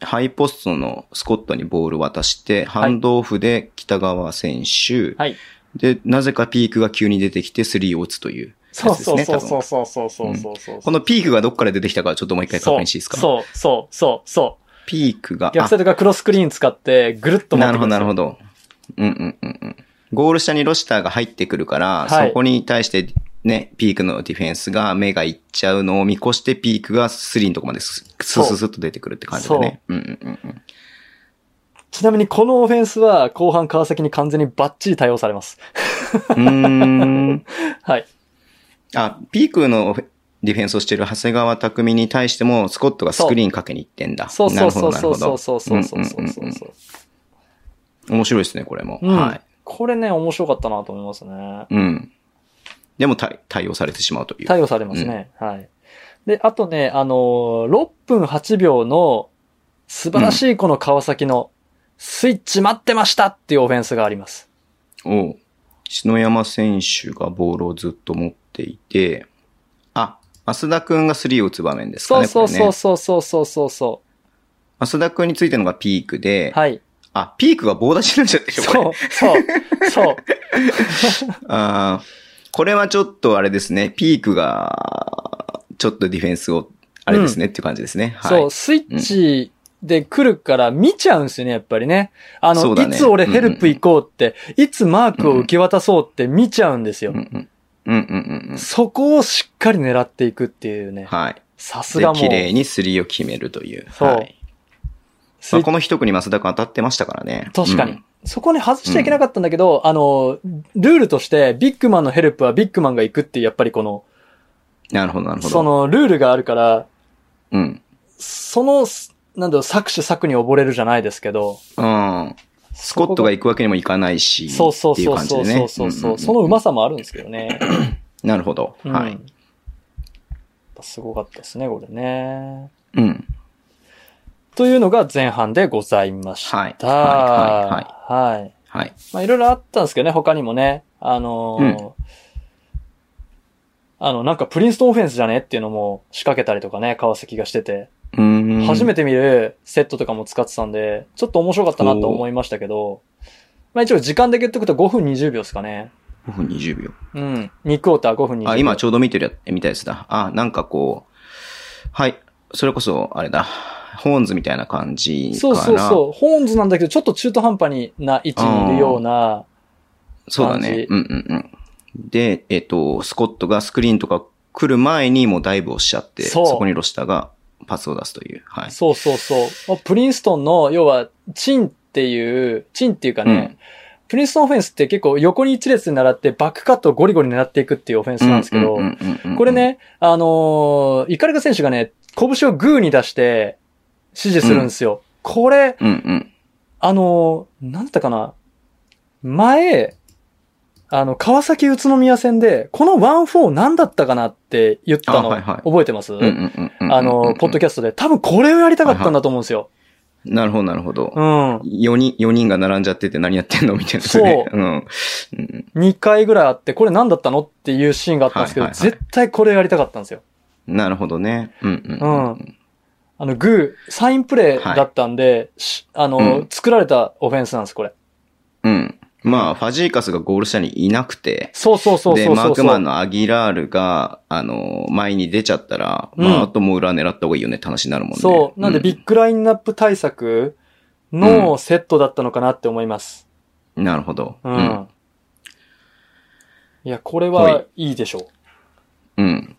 Speaker 2: ハイポストのスコットにボール渡して、ハンドオフで北川選手、
Speaker 3: はい。
Speaker 2: で、なぜかピークが急に出てきて3を打つという。
Speaker 3: そう
Speaker 2: です
Speaker 3: そう
Speaker 2: ね
Speaker 3: そうそうそうそうそうそうそう。
Speaker 2: このピークがどっから出てきたかちょっともう一回確認していいですか
Speaker 3: そうそうそうそう。
Speaker 2: ピークが、
Speaker 3: 逆サイドがクロスクリーン使って、ぐるっと
Speaker 2: あ
Speaker 3: 回っ
Speaker 2: な
Speaker 3: て
Speaker 2: る
Speaker 3: く
Speaker 2: ほ
Speaker 3: ん
Speaker 2: ど、
Speaker 3: です
Speaker 2: なるほど。うん
Speaker 3: よ
Speaker 2: うんうんうん。ゴール下にロシターが入ってくるから、
Speaker 3: はい
Speaker 2: そこに対してね、ピークのディフェンスが目がいっちゃうのを見越してピークが3のとこまですス
Speaker 3: う
Speaker 2: ススッと出てくるって感じだね。うんうんうんうん。
Speaker 3: ちなみにこのオフェンスは後半川崎に完全にバッチリ対応されます。
Speaker 2: うーん。
Speaker 3: はい。
Speaker 2: あ、ピークのディフェンスをしている長谷川匠に対しても、スコットがスクリーンかけに行ってんだ。
Speaker 3: そう
Speaker 2: な
Speaker 3: そ
Speaker 2: るほ
Speaker 3: うそ
Speaker 2: ど
Speaker 3: う
Speaker 2: なる
Speaker 3: そう
Speaker 2: ほ
Speaker 3: そ
Speaker 2: ど
Speaker 3: うそう
Speaker 2: う
Speaker 3: そうそう
Speaker 2: んうん
Speaker 3: そううんそう。
Speaker 2: うん面白いですね、これも。
Speaker 3: うん
Speaker 2: はい。
Speaker 3: これね、面白かったなと思いますね。
Speaker 2: うん。でも対対応されてしまうという。
Speaker 3: 対応されますね。はい。で、あとね、あのー、6分8秒の素晴らしいこの川崎のスイッチ待ってましたっていうオフェンスがあります。
Speaker 2: おう篠山選手がボールをずっと持っていて、あ、増田くんが3を打つ場面ですか
Speaker 3: そう
Speaker 2: ね、
Speaker 3: そう
Speaker 2: これ
Speaker 3: そう
Speaker 2: ね。
Speaker 3: そうそうそうそうそ
Speaker 2: 増田くんについてるのがピーク
Speaker 3: う。
Speaker 2: で、
Speaker 3: はい。
Speaker 2: あ、ピークが棒出しになっちゃってるよ、これ
Speaker 3: そう、そう、
Speaker 2: <laughs>
Speaker 3: そう。
Speaker 2: あーこれはちょっとあれですね、ピークが、ちょっとディフェンスを、あれですね、っていう感じですね。はい。
Speaker 3: そう、スイッチで来るから見ちゃうんですよね、やっぱりね。あ
Speaker 2: そ
Speaker 3: の、
Speaker 2: うだ
Speaker 3: い
Speaker 2: ね
Speaker 3: つ俺ヘルプ行こうって、いつマークを受け渡そうって見ちゃうんですよ。
Speaker 2: うんうん。うんうんうんうん。
Speaker 3: そこをしっかり狙っていくっていうね。
Speaker 2: はい。
Speaker 3: さす
Speaker 2: で
Speaker 3: が、もう。
Speaker 2: 綺麗に3を決めるという。
Speaker 3: そう
Speaker 2: はい
Speaker 3: ス
Speaker 2: ま
Speaker 3: イ
Speaker 2: あ
Speaker 3: ッチ
Speaker 2: この一区に増田君当たってましたからね。
Speaker 3: 確かに。
Speaker 2: うん
Speaker 3: そこね、外しちゃいけなかったんだけど、あの、ルールとして、ビッグマンのヘルプはビッグマンが行くっていう、やっぱりこの、
Speaker 2: なるほど、なるほど。
Speaker 3: その、ルールがあるから、
Speaker 2: うん。
Speaker 3: その、なんだろう、作詞作に溺れるじゃないですけど、
Speaker 2: うん。スコットが行くわけにもいかないし、
Speaker 3: そうそうそう
Speaker 2: ってい
Speaker 3: そう
Speaker 2: 感
Speaker 3: う
Speaker 2: じで
Speaker 3: そう
Speaker 2: ね。
Speaker 3: そう
Speaker 2: うん
Speaker 3: そ
Speaker 2: うんう
Speaker 3: う、
Speaker 2: ん
Speaker 3: そのうまさもあるんですけどね。
Speaker 2: なるほど。はい
Speaker 3: うん。。やっぱすごかったですね、これね。
Speaker 2: うん。
Speaker 3: というのが前半でございました。
Speaker 2: はいは
Speaker 3: はい。はい。
Speaker 2: はい。
Speaker 3: まあ、いろいろあったんですけどね、他にもね。あのーあの、なんかプリンストンオフェンスじゃねっていうのも仕掛けたりとかね、川崎がしてて、
Speaker 2: うーん。
Speaker 3: 初め
Speaker 2: て。
Speaker 3: て見るセットとかも使ってたんで、ちょっと面白かったなと思いましたけど、まあ一応時間で言っとくと5分20秒ですかね。
Speaker 2: 5分20秒。
Speaker 3: うん。2クォーター5分20秒。
Speaker 2: あ、今ちょうど見てるや、みたいですだ。あ、なんかこう、はい。それこそ、あれだ。ホーンズみたいな感じかな。
Speaker 3: そうそうそう。ホーンズなんだけど、ちょっと中途半端にな位置にいるような、
Speaker 2: そうだね。うんうんうん。で、えっ、と、スコットがスクリーンとか来る前にもうダイブをしちゃって、
Speaker 3: そ
Speaker 2: そうこにロシターがパスを出すという。はい。
Speaker 3: そうそうそうまあ。プリンストンの、要は、チンっていう、チンっていうかね、プリンストンオフェンスって結構横に一列に習ってバックカットをゴリゴリ狙っていくっていうオフェンスなんですけど、これ、ね、あのー、イカルガ選手がね、拳をグーに出して指示するんですよ。これ、
Speaker 2: うんうん。
Speaker 3: あのー、なんだったかな、前、あの、川崎宇都宮戦で、このワンフォー何だったかなって言ったの、
Speaker 2: あはいはい
Speaker 3: 覚えてます、
Speaker 2: うんうんうんうん。
Speaker 3: あの、ポッドキャストで、多分これをやりたかったんだと思うんですよ。
Speaker 2: なるほど、なるほど。
Speaker 3: うん。
Speaker 2: 4人、四人が並んじゃってて何やってんのみたいなね。うん。うん
Speaker 3: 2回ぐらいあって、これ何だったのっていうシーンがあったんですけど、
Speaker 2: はいはいはい
Speaker 3: 絶対これやりたかったんですよ。
Speaker 2: なるほどね。うんうんうん。うん
Speaker 3: あの、グー、サインプレーだったんで、しあの、
Speaker 2: うん
Speaker 3: 作られたオフェンスなんです、これ。
Speaker 2: うん。まあ、ファジーカスがゴール下にいなくて、
Speaker 3: そうそうそうそうそう
Speaker 2: で、
Speaker 3: そう。
Speaker 2: マークマンのアギラールが、あの、前に出ちゃったら、
Speaker 3: うん
Speaker 2: まあ、あともう裏狙った方がいいよねって話になるもんね。
Speaker 3: そう。なんで、
Speaker 2: ん
Speaker 3: ビッグラインナップ対策のセットだったのかなって思います。
Speaker 2: なるほど。
Speaker 3: うん。
Speaker 2: うん。
Speaker 3: いや、これ
Speaker 2: は
Speaker 3: はいいでしょ
Speaker 2: う
Speaker 3: う。
Speaker 2: ん。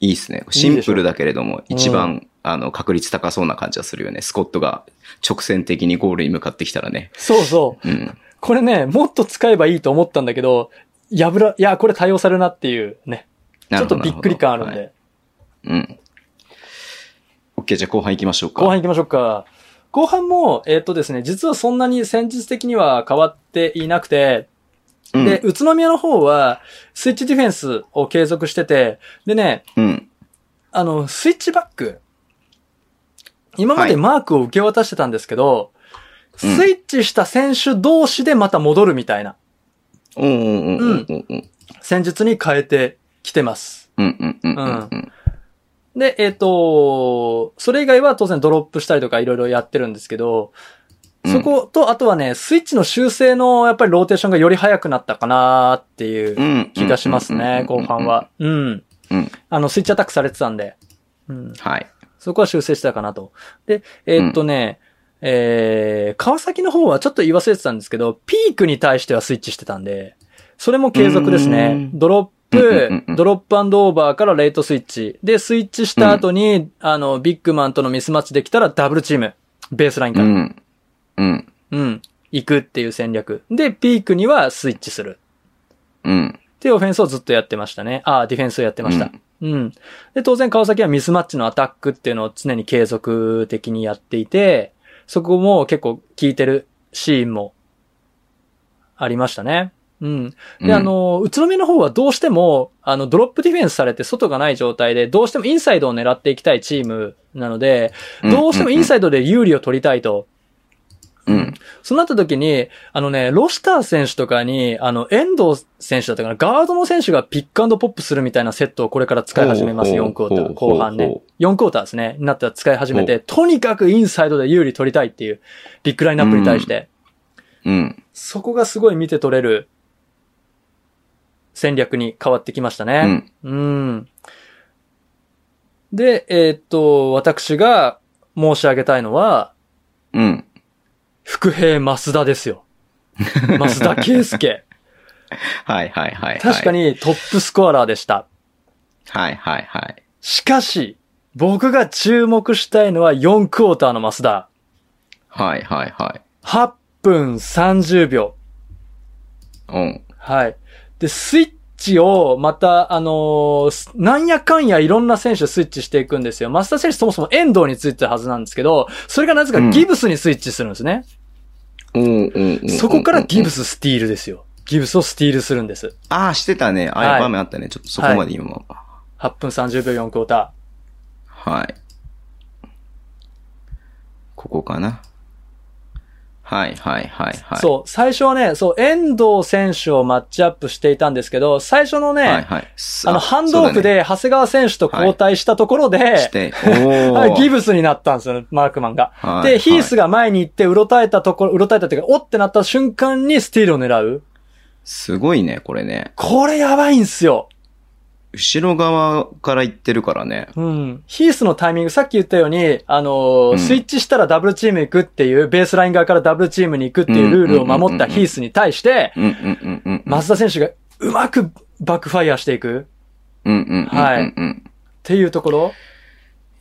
Speaker 2: いいっすね。シンプルだけれども、
Speaker 3: いいでしょ
Speaker 2: 一番、あの、確率高そうな感じはするよね。スコットが直線的にゴールに向かってきたらね。
Speaker 3: そうそう。
Speaker 2: うん。
Speaker 3: これね、もっと使えばいいと思ったんだけど、やぶら、いや、これ対応されるなっていうね。ち
Speaker 2: な
Speaker 3: ょ
Speaker 2: るほ
Speaker 3: っと
Speaker 2: ど
Speaker 3: びっくり感あるんで。。
Speaker 2: はいうん。OK、じゃあ後半行きましょうか。
Speaker 3: 後半行きましょうか。後半も、えっ、とですね、実はそんなに戦術的には変わっていなくて、
Speaker 2: うん
Speaker 3: で、宇都宮の方は、スイッチディフェンスを継続してて、でね、
Speaker 2: うん。
Speaker 3: あの、スイッチバック。今ま
Speaker 2: は
Speaker 3: で
Speaker 2: い
Speaker 3: マークを受け渡してたんですけど、
Speaker 2: うん
Speaker 3: スイッチした選手同士でまた戻るみたいな
Speaker 2: おうんうんうんうん
Speaker 3: 戦術に変えてきてます。
Speaker 2: うんうんうんうんうん。
Speaker 3: で、えっ、と、それ以外は当然ドロップしたりとかいろいろやってるんですけど、
Speaker 2: うん
Speaker 3: そこと、あとはね、スイッチの修正のやっぱりローテーションがより早くなったかなっていう
Speaker 2: うん。
Speaker 3: 気がしますね、後半は。。うん。
Speaker 2: うん。
Speaker 3: あの、スイッチアタックされてたんで。うん。
Speaker 2: はい。
Speaker 3: そこは修正したかなと。で、えっとね、えー、川崎の方はちょっと言い忘れてたんですけど、ピークに対してはスイッチしてたんで、それも継続です
Speaker 2: う
Speaker 3: ね。
Speaker 2: ん
Speaker 3: ドロ
Speaker 2: う
Speaker 3: ッ
Speaker 2: んうんうんう
Speaker 3: プ、
Speaker 2: ん
Speaker 3: ドロップオーバーからレイトスイッチ。で、スイッチした後に、あの、ビッグマンとのミスマッチできたらダブルチーム。ベースラインか
Speaker 2: う
Speaker 3: ら。うん。
Speaker 2: ん。うん。
Speaker 3: 行くっていう戦略。で、ピークにはスイッチする。
Speaker 2: うん。
Speaker 3: っていうオフェンスをずっとやってましたね。ああ、ディフェンスをやってました。うん。で、当然川崎はミスマッチのアタックっていうのを常に継続的にやっていて、そこも結構効いてるシーンもありましたね。うん。で、
Speaker 2: うん
Speaker 3: あの、宇都宮の方はどうしても、あの、ドロップディフェンスされて外がない状態で、どうしてもインサイドを狙っていきたいチームなので、どうしてもインサイドで有利を取りたいと。
Speaker 2: うん。
Speaker 3: そうなった時に、あのね、ロシター選手とかに、あの、遠藤選手だったかな、ガードの選手がピックアンドポップするみたいなセットをこれから使い始めます、
Speaker 2: ほう
Speaker 3: 4クォータ
Speaker 2: ほ
Speaker 3: ー、
Speaker 2: うほう
Speaker 3: 後半
Speaker 2: ほ
Speaker 3: ね
Speaker 2: う。
Speaker 3: 4クォーターですね、になったら使い始め
Speaker 2: ほ
Speaker 3: て、とにかくインサイドで有利取りたいっていう、ビッグラインナップに対して、
Speaker 2: うん。
Speaker 3: そこがすごい見て取れる戦略に変わってきました
Speaker 2: う
Speaker 3: ね。
Speaker 2: ん。
Speaker 3: うん。で、えーっと、私が申し上げたいのは、
Speaker 2: うん。
Speaker 3: 副兵増田ですよ。増田圭介。
Speaker 2: <laughs> はいはいはい。
Speaker 3: 確か。にトップスコアラーでした。
Speaker 2: はいはいはい。
Speaker 3: しかし、僕が注目したいのは4クォーターの増田。
Speaker 2: はいはいはい。
Speaker 3: 8分30秒。
Speaker 2: うん。
Speaker 3: はい。で、スイッチを、また、あのーすなんやかんやいろんな選手スイッチしていくんですよ。マスター選手そもそも遠藤についてたはずなんですけど、それがなぜか
Speaker 2: うん
Speaker 3: ギブスにスイッチするんですね。
Speaker 2: うんうんうん。
Speaker 3: そこからギブ
Speaker 2: ス。
Speaker 3: ススティールですよ。ギブスをスティールするんです。
Speaker 2: ああ、してたね。ああい
Speaker 3: はいう
Speaker 2: 場面あったね。ちょっとそこまで今は。
Speaker 3: 8分30秒4クォータ
Speaker 2: はい。ここかな。はいはいはい
Speaker 3: ー。
Speaker 2: はい。
Speaker 3: そう、最初はね、そう、遠藤選手をマッチアップしていたんですけど、最初のね、
Speaker 2: はいはい。
Speaker 3: あの、ハンドオフで長谷川選手と交代したところで、
Speaker 2: そうだ
Speaker 3: <laughs>
Speaker 2: ね、して、お
Speaker 3: はい、
Speaker 2: ー
Speaker 3: ギブスになったんですよね、マークマンが。
Speaker 2: はいは
Speaker 3: で、
Speaker 2: い
Speaker 3: ヒースが前に行って、うろたえたところ、うろたえたというか、おってなった瞬間にスティールを狙う。
Speaker 2: すごいね、これね。
Speaker 3: これやばいんすよ。
Speaker 2: 後ろ側から行ってるからね。
Speaker 3: うん。ヒースのタイミング、さっき言ったように、あのー
Speaker 2: うん
Speaker 3: スイッチしたらダブルチーム行くっていう、ベースライン側からダブルチームに行くっていうルールを守ったヒースに対して、
Speaker 2: うんうんうんうん。
Speaker 3: 松田選手がうまくバックファイアしていく
Speaker 2: うんうんうんうんうん。
Speaker 3: はいっていうところ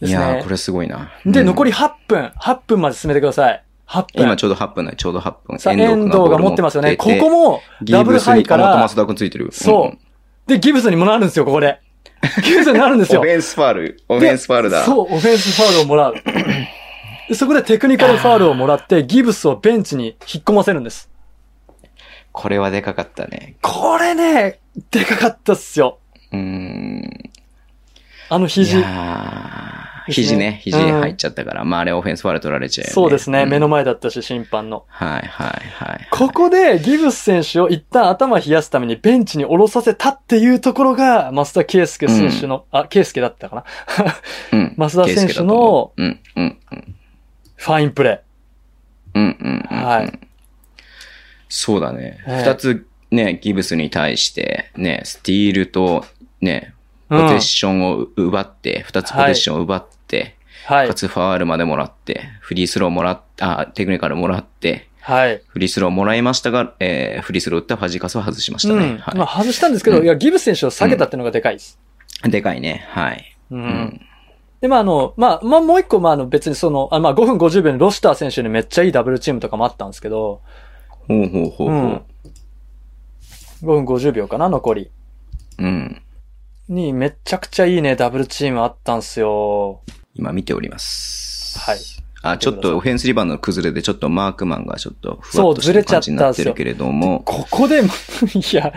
Speaker 3: で
Speaker 2: い
Speaker 3: す
Speaker 2: やー、
Speaker 3: ね
Speaker 2: こ。れすごいな。
Speaker 3: で、
Speaker 2: うん
Speaker 3: 残り8分、8分まで進めてください。8分。
Speaker 2: 今ちょうど8分ない、ちょうど8分。
Speaker 3: さあ、遠藤が持ってますよね。ここも、
Speaker 2: ダ
Speaker 3: ダブ
Speaker 2: ブ
Speaker 3: ル
Speaker 2: ル
Speaker 3: ハ
Speaker 2: ハ
Speaker 3: イ
Speaker 2: イ
Speaker 3: か
Speaker 2: からら。、増田君ついてる。
Speaker 3: そうで、ギブスにもなるんですよ、ここ
Speaker 2: <laughs>
Speaker 3: で。ギブスになるんです
Speaker 2: うん。オ
Speaker 3: よ
Speaker 2: フ。ェンスファール。オ
Speaker 3: オ
Speaker 2: フェンスファールだ。
Speaker 3: そう、オフェンスファールをも
Speaker 2: <laughs>
Speaker 3: らう。でそこでテクニカルファールをもらって、ギブスをベンチに引っ込ませるんです。
Speaker 2: これはでかかったね。
Speaker 3: これね、でかかったっすよ。
Speaker 2: うーん。
Speaker 3: あの肘
Speaker 2: い。やー肘ね、
Speaker 3: です
Speaker 2: 肘
Speaker 3: ね
Speaker 2: 入っちゃったから。まああれオフェンスファール取られちゃうよね。
Speaker 3: そうですね、
Speaker 2: ん
Speaker 3: 目の前だったし、審判の。
Speaker 2: はいはいはい。
Speaker 3: ここで、ギブス選手を一旦頭冷やすためにベンチに下ろさせたっていうところが、増田圭介選手の、あ、圭介だったかな <laughs>
Speaker 2: うん
Speaker 3: 増田選手
Speaker 2: 圭介だと
Speaker 3: の
Speaker 2: 思ううんうんうん
Speaker 3: ファインプレ
Speaker 2: うんうんう
Speaker 3: ー。
Speaker 2: ん。
Speaker 3: はい。
Speaker 2: そうだね。
Speaker 3: ええ
Speaker 2: 二つね、ギブスに対して、ね、スティールと、ね、
Speaker 3: う
Speaker 2: ポ
Speaker 3: ん
Speaker 2: ゼッションを奪って、二つポゼッションを奪って、
Speaker 3: は
Speaker 2: か
Speaker 3: い。
Speaker 2: つファールまでもらって、フリースローもらっ、あ、テクニカルもらって、
Speaker 3: はい。
Speaker 2: フリースローもらいましたが、えーフリースロー打ったファジーカスは外しました
Speaker 3: う
Speaker 2: ね。
Speaker 3: ん。
Speaker 2: はい
Speaker 3: まあ外したんですけど、
Speaker 2: うん
Speaker 3: いや、ギブス選手を下げたっていうのがでかいです。
Speaker 2: でかいね。はい。
Speaker 3: う。。
Speaker 2: うん
Speaker 3: で、まああの、まあ、まあもう一個、まああの別にその、あまあ5分50秒にロスター選手にめっちゃいいダブルチームとかもあったんですけど、
Speaker 2: ほうほうほうほ
Speaker 3: うん
Speaker 2: う。。
Speaker 3: 5分50秒かな、残り。
Speaker 2: うん。
Speaker 3: に、めちゃくちゃいいね、ダブルチームあったんすよ。
Speaker 2: 今見ております。
Speaker 3: はい。
Speaker 2: あ、ちょっとオフェンスリバウンドの崩れで、ちょっとマークマンがちょっとふわっと
Speaker 3: そう
Speaker 2: し
Speaker 3: ずれ
Speaker 2: た
Speaker 3: ちゃったん
Speaker 2: 感
Speaker 3: す
Speaker 2: じにな
Speaker 3: よ
Speaker 2: ってるけれども。
Speaker 3: ここで、い <laughs> や、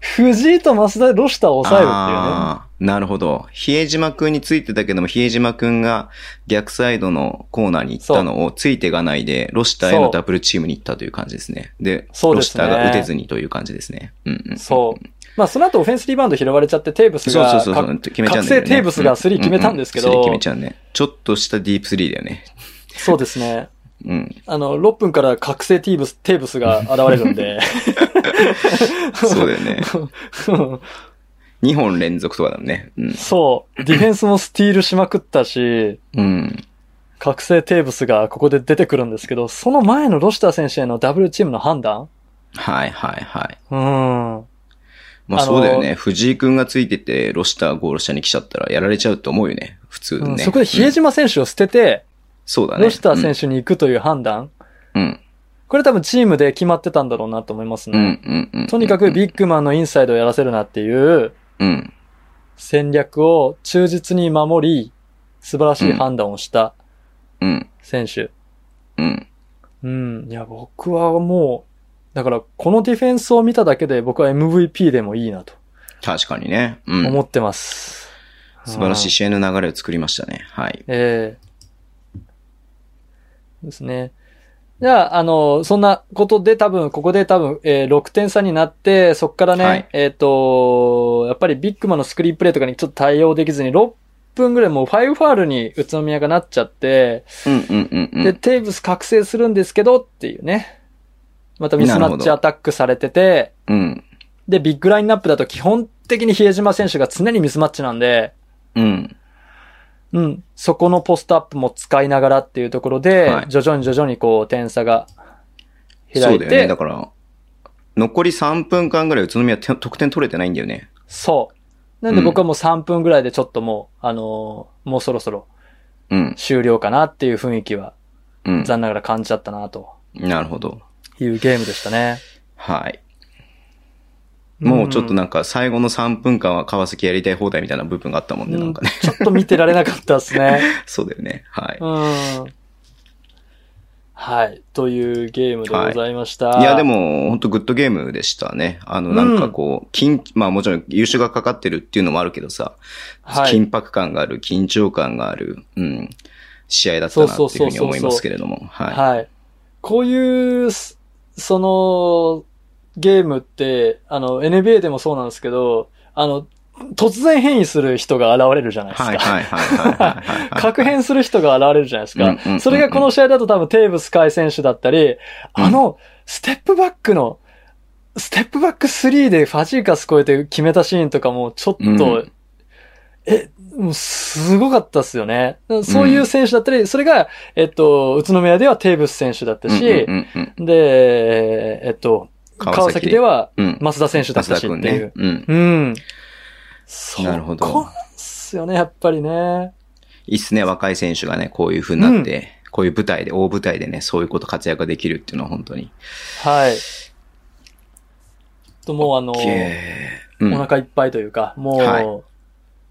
Speaker 3: 藤井と増田でロスターを抑えるっ
Speaker 2: あーなるほど。比江島くんについてたけども、比江島くんが逆サイドのコーナーに行ったのをついてがないで、ロシターへのダブルチームに行ったという感じですね。で、
Speaker 3: そうで
Speaker 2: ロ
Speaker 3: す
Speaker 2: シ
Speaker 3: ね
Speaker 2: ターが打てずにという感じですね。うんうん。
Speaker 3: ていうね。そう。まあその後オフェンスリバウンド拾われちゃってテーブス
Speaker 2: そう
Speaker 3: が
Speaker 2: そうそうそう
Speaker 3: か、
Speaker 2: 決めちゃうんだよね。
Speaker 3: 覚醒テーブスがスリー決めたんですけど
Speaker 2: うううスリー決めちゃうね。ちょっとしたディープスリーだよね。
Speaker 3: そうですね。
Speaker 2: うん。
Speaker 3: あの、6分から覚醒テーブス、テーブスが現れる
Speaker 2: <laughs>
Speaker 3: んで。 <laughs>
Speaker 2: そうだよね。2本連続とかだもんね。うん。
Speaker 3: そう。ディフェンスもスティールしまくったし、
Speaker 2: うん。
Speaker 3: 覚醒テーブスがここで出てくるんですけど、その前のロシター選手へのダブルチームの判断
Speaker 2: はいはいはい。
Speaker 3: うん。
Speaker 2: まあ
Speaker 3: あの
Speaker 2: そうだよね。藤井くんがついてて、ロシターゴール下に来ちゃったらやられちゃうと思うよね。普通
Speaker 3: うん
Speaker 2: ね。
Speaker 3: そこで比江
Speaker 2: うん
Speaker 3: 島選手を捨てて、
Speaker 2: そうだね。
Speaker 3: ロシター
Speaker 2: うん
Speaker 3: 選手に行くという判断、
Speaker 2: うん。
Speaker 3: これ多分チームで決まってたんだろうなと思います
Speaker 2: う
Speaker 3: ね。
Speaker 2: ん。うん。うん
Speaker 3: とにかく、ビッグマンのインサイドをやらせるなっていう
Speaker 2: うん。
Speaker 3: 戦略を忠実に守り、素晴らしい判断をした
Speaker 2: うん。
Speaker 3: 選手。
Speaker 2: うん。
Speaker 3: うん。いや、僕はもう、だから、このディフェンスを見ただけで、僕は MVP でもいいなと
Speaker 2: 確かにね。うん。
Speaker 3: 思ってます。
Speaker 2: 素晴らしい
Speaker 3: うん。
Speaker 2: 試合の流れを作りましたね。はい。
Speaker 3: ええですね。じゃあ、あの、そんなことで多分、ここで多分、えー6点差になって、そこからね、
Speaker 2: はい
Speaker 3: えっ、と、やっぱりビッグマンのスクリーンプレイとかにちょっと対応できずに、6分ぐらいもうファイブファールに宇都宮がなっちゃって、
Speaker 2: うんうんうんう
Speaker 3: で、
Speaker 2: ん。
Speaker 3: テーブス覚醒するんですけどっていうね。またミスマッチアタックされてて、
Speaker 2: うん。
Speaker 3: で、ビッグラインナップだと基本的に比江島選手が常にミスマッチなんで、
Speaker 2: うん。
Speaker 3: うん、そこのポストアップも使いながらっていうところで、
Speaker 2: はい
Speaker 3: 徐々に徐々にこう点差が
Speaker 2: そ
Speaker 3: 開
Speaker 2: う
Speaker 3: い
Speaker 2: だよ
Speaker 3: て、
Speaker 2: ね。だから、残り3分間ぐらい宇都宮て得点取れてないんだよね。
Speaker 3: そう。なんで僕はもう3分ぐらいでちょっともう、あのーもうそろそろ
Speaker 2: うん。
Speaker 3: 終了かなっていう雰囲気は
Speaker 2: うん。
Speaker 3: 残念ながら感じちゃったなと。
Speaker 2: なるほど。
Speaker 3: いうゲームでしたね。
Speaker 2: はい。もうちょっとなんか最後の3分間は川崎やりたい放題みたいな部分があったもんね、なんかね。 <laughs>
Speaker 3: ちょっと見てられなかったですね。
Speaker 2: そうだよね。はい。
Speaker 3: うん。はい。というゲームでございました。
Speaker 2: いや、でも、本当グッドゲームでしたね。あの、なんかこう、緊、まあもちろん優秀がかかってるっていうのもあるけどさ、
Speaker 3: はい、
Speaker 2: 緊迫感がある、緊張感がある、うん、試合だったなっていうふうに思いますけれども、は
Speaker 3: はい。こういうす、その、ゲームって、あの、NBA でもそうなんですけど、あの、突然変異する人が現れるじゃない
Speaker 2: い。
Speaker 3: ですか。
Speaker 2: はいはいはいはいはいはい。
Speaker 3: <laughs> 確変する人が現れるじゃないです
Speaker 2: うん
Speaker 3: か
Speaker 2: うんうんう。ん
Speaker 3: それがこの試合だと多分テーブス海選手だったり、あの、ステップバックの、ステップバック3でファジーカス超えて決めたシーンとかもちょっ
Speaker 2: う
Speaker 3: と
Speaker 2: ん、
Speaker 3: え、もうすごかったっすよね。そういう選手だったり、それが、えっと、宇都宮ではテーブス選手だったし
Speaker 2: う、んうんうんうん
Speaker 3: で、えっと、川崎で、は
Speaker 2: うん、
Speaker 3: 増田選手だっ
Speaker 2: 増
Speaker 3: た
Speaker 2: 田
Speaker 3: しっ
Speaker 2: 君
Speaker 3: ていう
Speaker 2: ね。。うん。
Speaker 3: うん。そう。
Speaker 2: なるほど
Speaker 3: こなんすよね、やっぱりね。
Speaker 2: いいっすね、若い選手がね、こういうふうになって、こういう舞台で、大舞台でね、そういうこと活躍ができるっていうのは本当に。
Speaker 3: はい。と、もうあの、
Speaker 2: へーうん
Speaker 3: お腹いっぱいというか、もう、
Speaker 2: はい
Speaker 3: も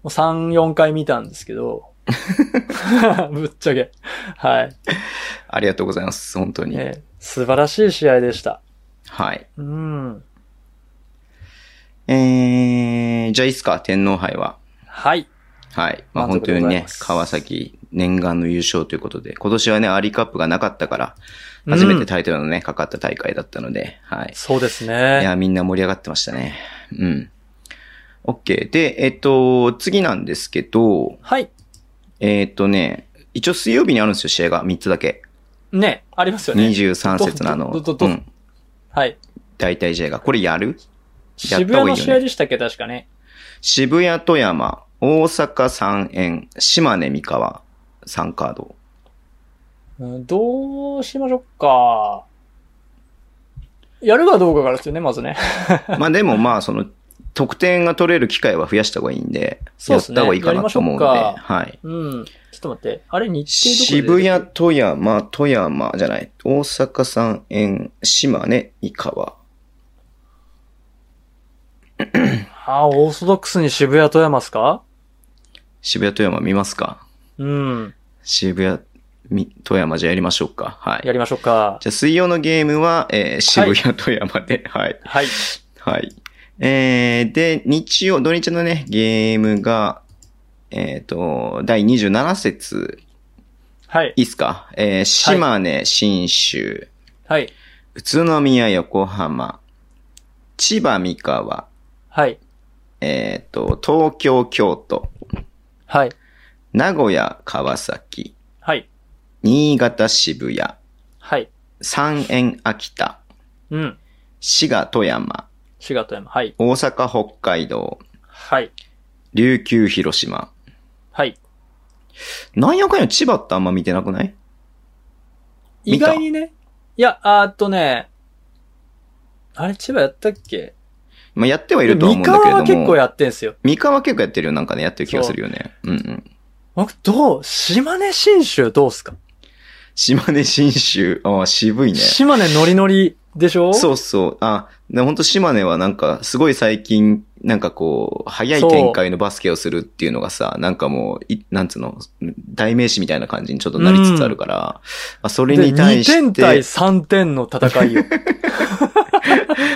Speaker 3: う3、4回見たんですけど、 <laughs> ぶっちゃけ。はい、
Speaker 2: ありがとうございます、本当に。
Speaker 3: ね素晴らしい試合でした。
Speaker 2: はい。
Speaker 3: うん。
Speaker 2: えー、じゃあいいっすか、天皇杯は。
Speaker 3: はい。
Speaker 2: はい。まあ本
Speaker 3: 満足で
Speaker 2: 当
Speaker 3: ござい
Speaker 2: に
Speaker 3: ます
Speaker 2: ね、川崎念願の優勝ということで、今年はね、アリカップがなかったから、初めてタイトルのね、かかった大会だったので、はい。
Speaker 3: そうです
Speaker 2: い
Speaker 3: ね。
Speaker 2: や、みんな盛り上がってましたね。うん。OK。で、えっと、次なんですけど、
Speaker 3: はい。
Speaker 2: えっとね、一応水曜日にあるんですよ、試合が3つだけ。
Speaker 3: ね、ありますよね。
Speaker 2: 23節のあの、
Speaker 3: どどど
Speaker 2: うん
Speaker 3: はい。
Speaker 2: 大体試合が。これやるやっ
Speaker 3: 渋
Speaker 2: た方がい
Speaker 3: 谷
Speaker 2: い
Speaker 3: の
Speaker 2: よね
Speaker 3: 試合でしたっけ、確かね。
Speaker 2: 渋谷、富山、大阪三円、島根、三河、三カー
Speaker 3: <laughs>
Speaker 2: ド。
Speaker 3: うん、どうしましょうか。やるかどうかからですよね、まずね。
Speaker 2: まあでもまあ、その、得点が取れる機会は増やした方がいいんで、
Speaker 3: そう
Speaker 2: や
Speaker 3: で
Speaker 2: っ
Speaker 3: す
Speaker 2: た
Speaker 3: ね
Speaker 2: 方がいいかなと思うので、
Speaker 3: やりましょうか
Speaker 2: はい。
Speaker 3: うん。ちょっと待って。あれ、日程どこ
Speaker 2: 渋
Speaker 3: で出て
Speaker 2: 谷、富山、富山じゃない、大阪三円、島根、三河。
Speaker 3: ああ、オーソドックスに渋谷富山っすか
Speaker 2: 渋谷、富山見ますか
Speaker 3: うん。
Speaker 2: 渋谷、み富山じゃやりましょうか。はい。
Speaker 3: やりましょうか。
Speaker 2: じゃあ水曜のゲームは、えー渋谷、富山で、はい。
Speaker 3: はい。
Speaker 2: はい。えー、で、日曜、土日のね、ゲームが、えっ、と、第27節、
Speaker 3: はい。
Speaker 2: いいっすかえー、島根、新州、
Speaker 3: はい。
Speaker 2: 宇都宮、横浜、千葉、三河、
Speaker 3: はい。
Speaker 2: えっ、と、東京、京都、
Speaker 3: はい。
Speaker 2: 名古屋、川崎、
Speaker 3: はい。
Speaker 2: 新潟、渋谷、
Speaker 3: はい。
Speaker 2: 三円、秋田、
Speaker 3: うん。
Speaker 2: 滋賀、富山、
Speaker 3: 滋賀富山。はい。
Speaker 2: 大阪、北海道、
Speaker 3: はい。
Speaker 2: 琉球、広島。
Speaker 3: はい。
Speaker 2: なんやかんや千葉ってあんま見てなくない
Speaker 3: 意
Speaker 2: 見た
Speaker 3: 外にね。いや、あーっとね、あれ、千葉やったっけ
Speaker 2: まあ、やってはい
Speaker 3: いや
Speaker 2: るとは思
Speaker 3: 三
Speaker 2: うんだけれ
Speaker 3: 河
Speaker 2: ども。
Speaker 3: は結構やってんすよ。
Speaker 2: 三河は結構やってるよ。なんかね、やってる気がするよね。うんうん。
Speaker 3: 僕、どう島根新州どうっすか、
Speaker 2: 島根新州、ああ、渋いね。
Speaker 3: 島根ノリノリでしょ
Speaker 2: そうそう。あ、で本当島根はなんか、すごい最近、なんかこう、早い展開のバスケをするっていうのがさ、なんかもう、いなんつうの、代名詞みたいな感じにちょっとなりつつあるから、まあ、それ
Speaker 3: で、
Speaker 2: に
Speaker 3: 2
Speaker 2: 対して、
Speaker 3: 点対3点の戦いよ。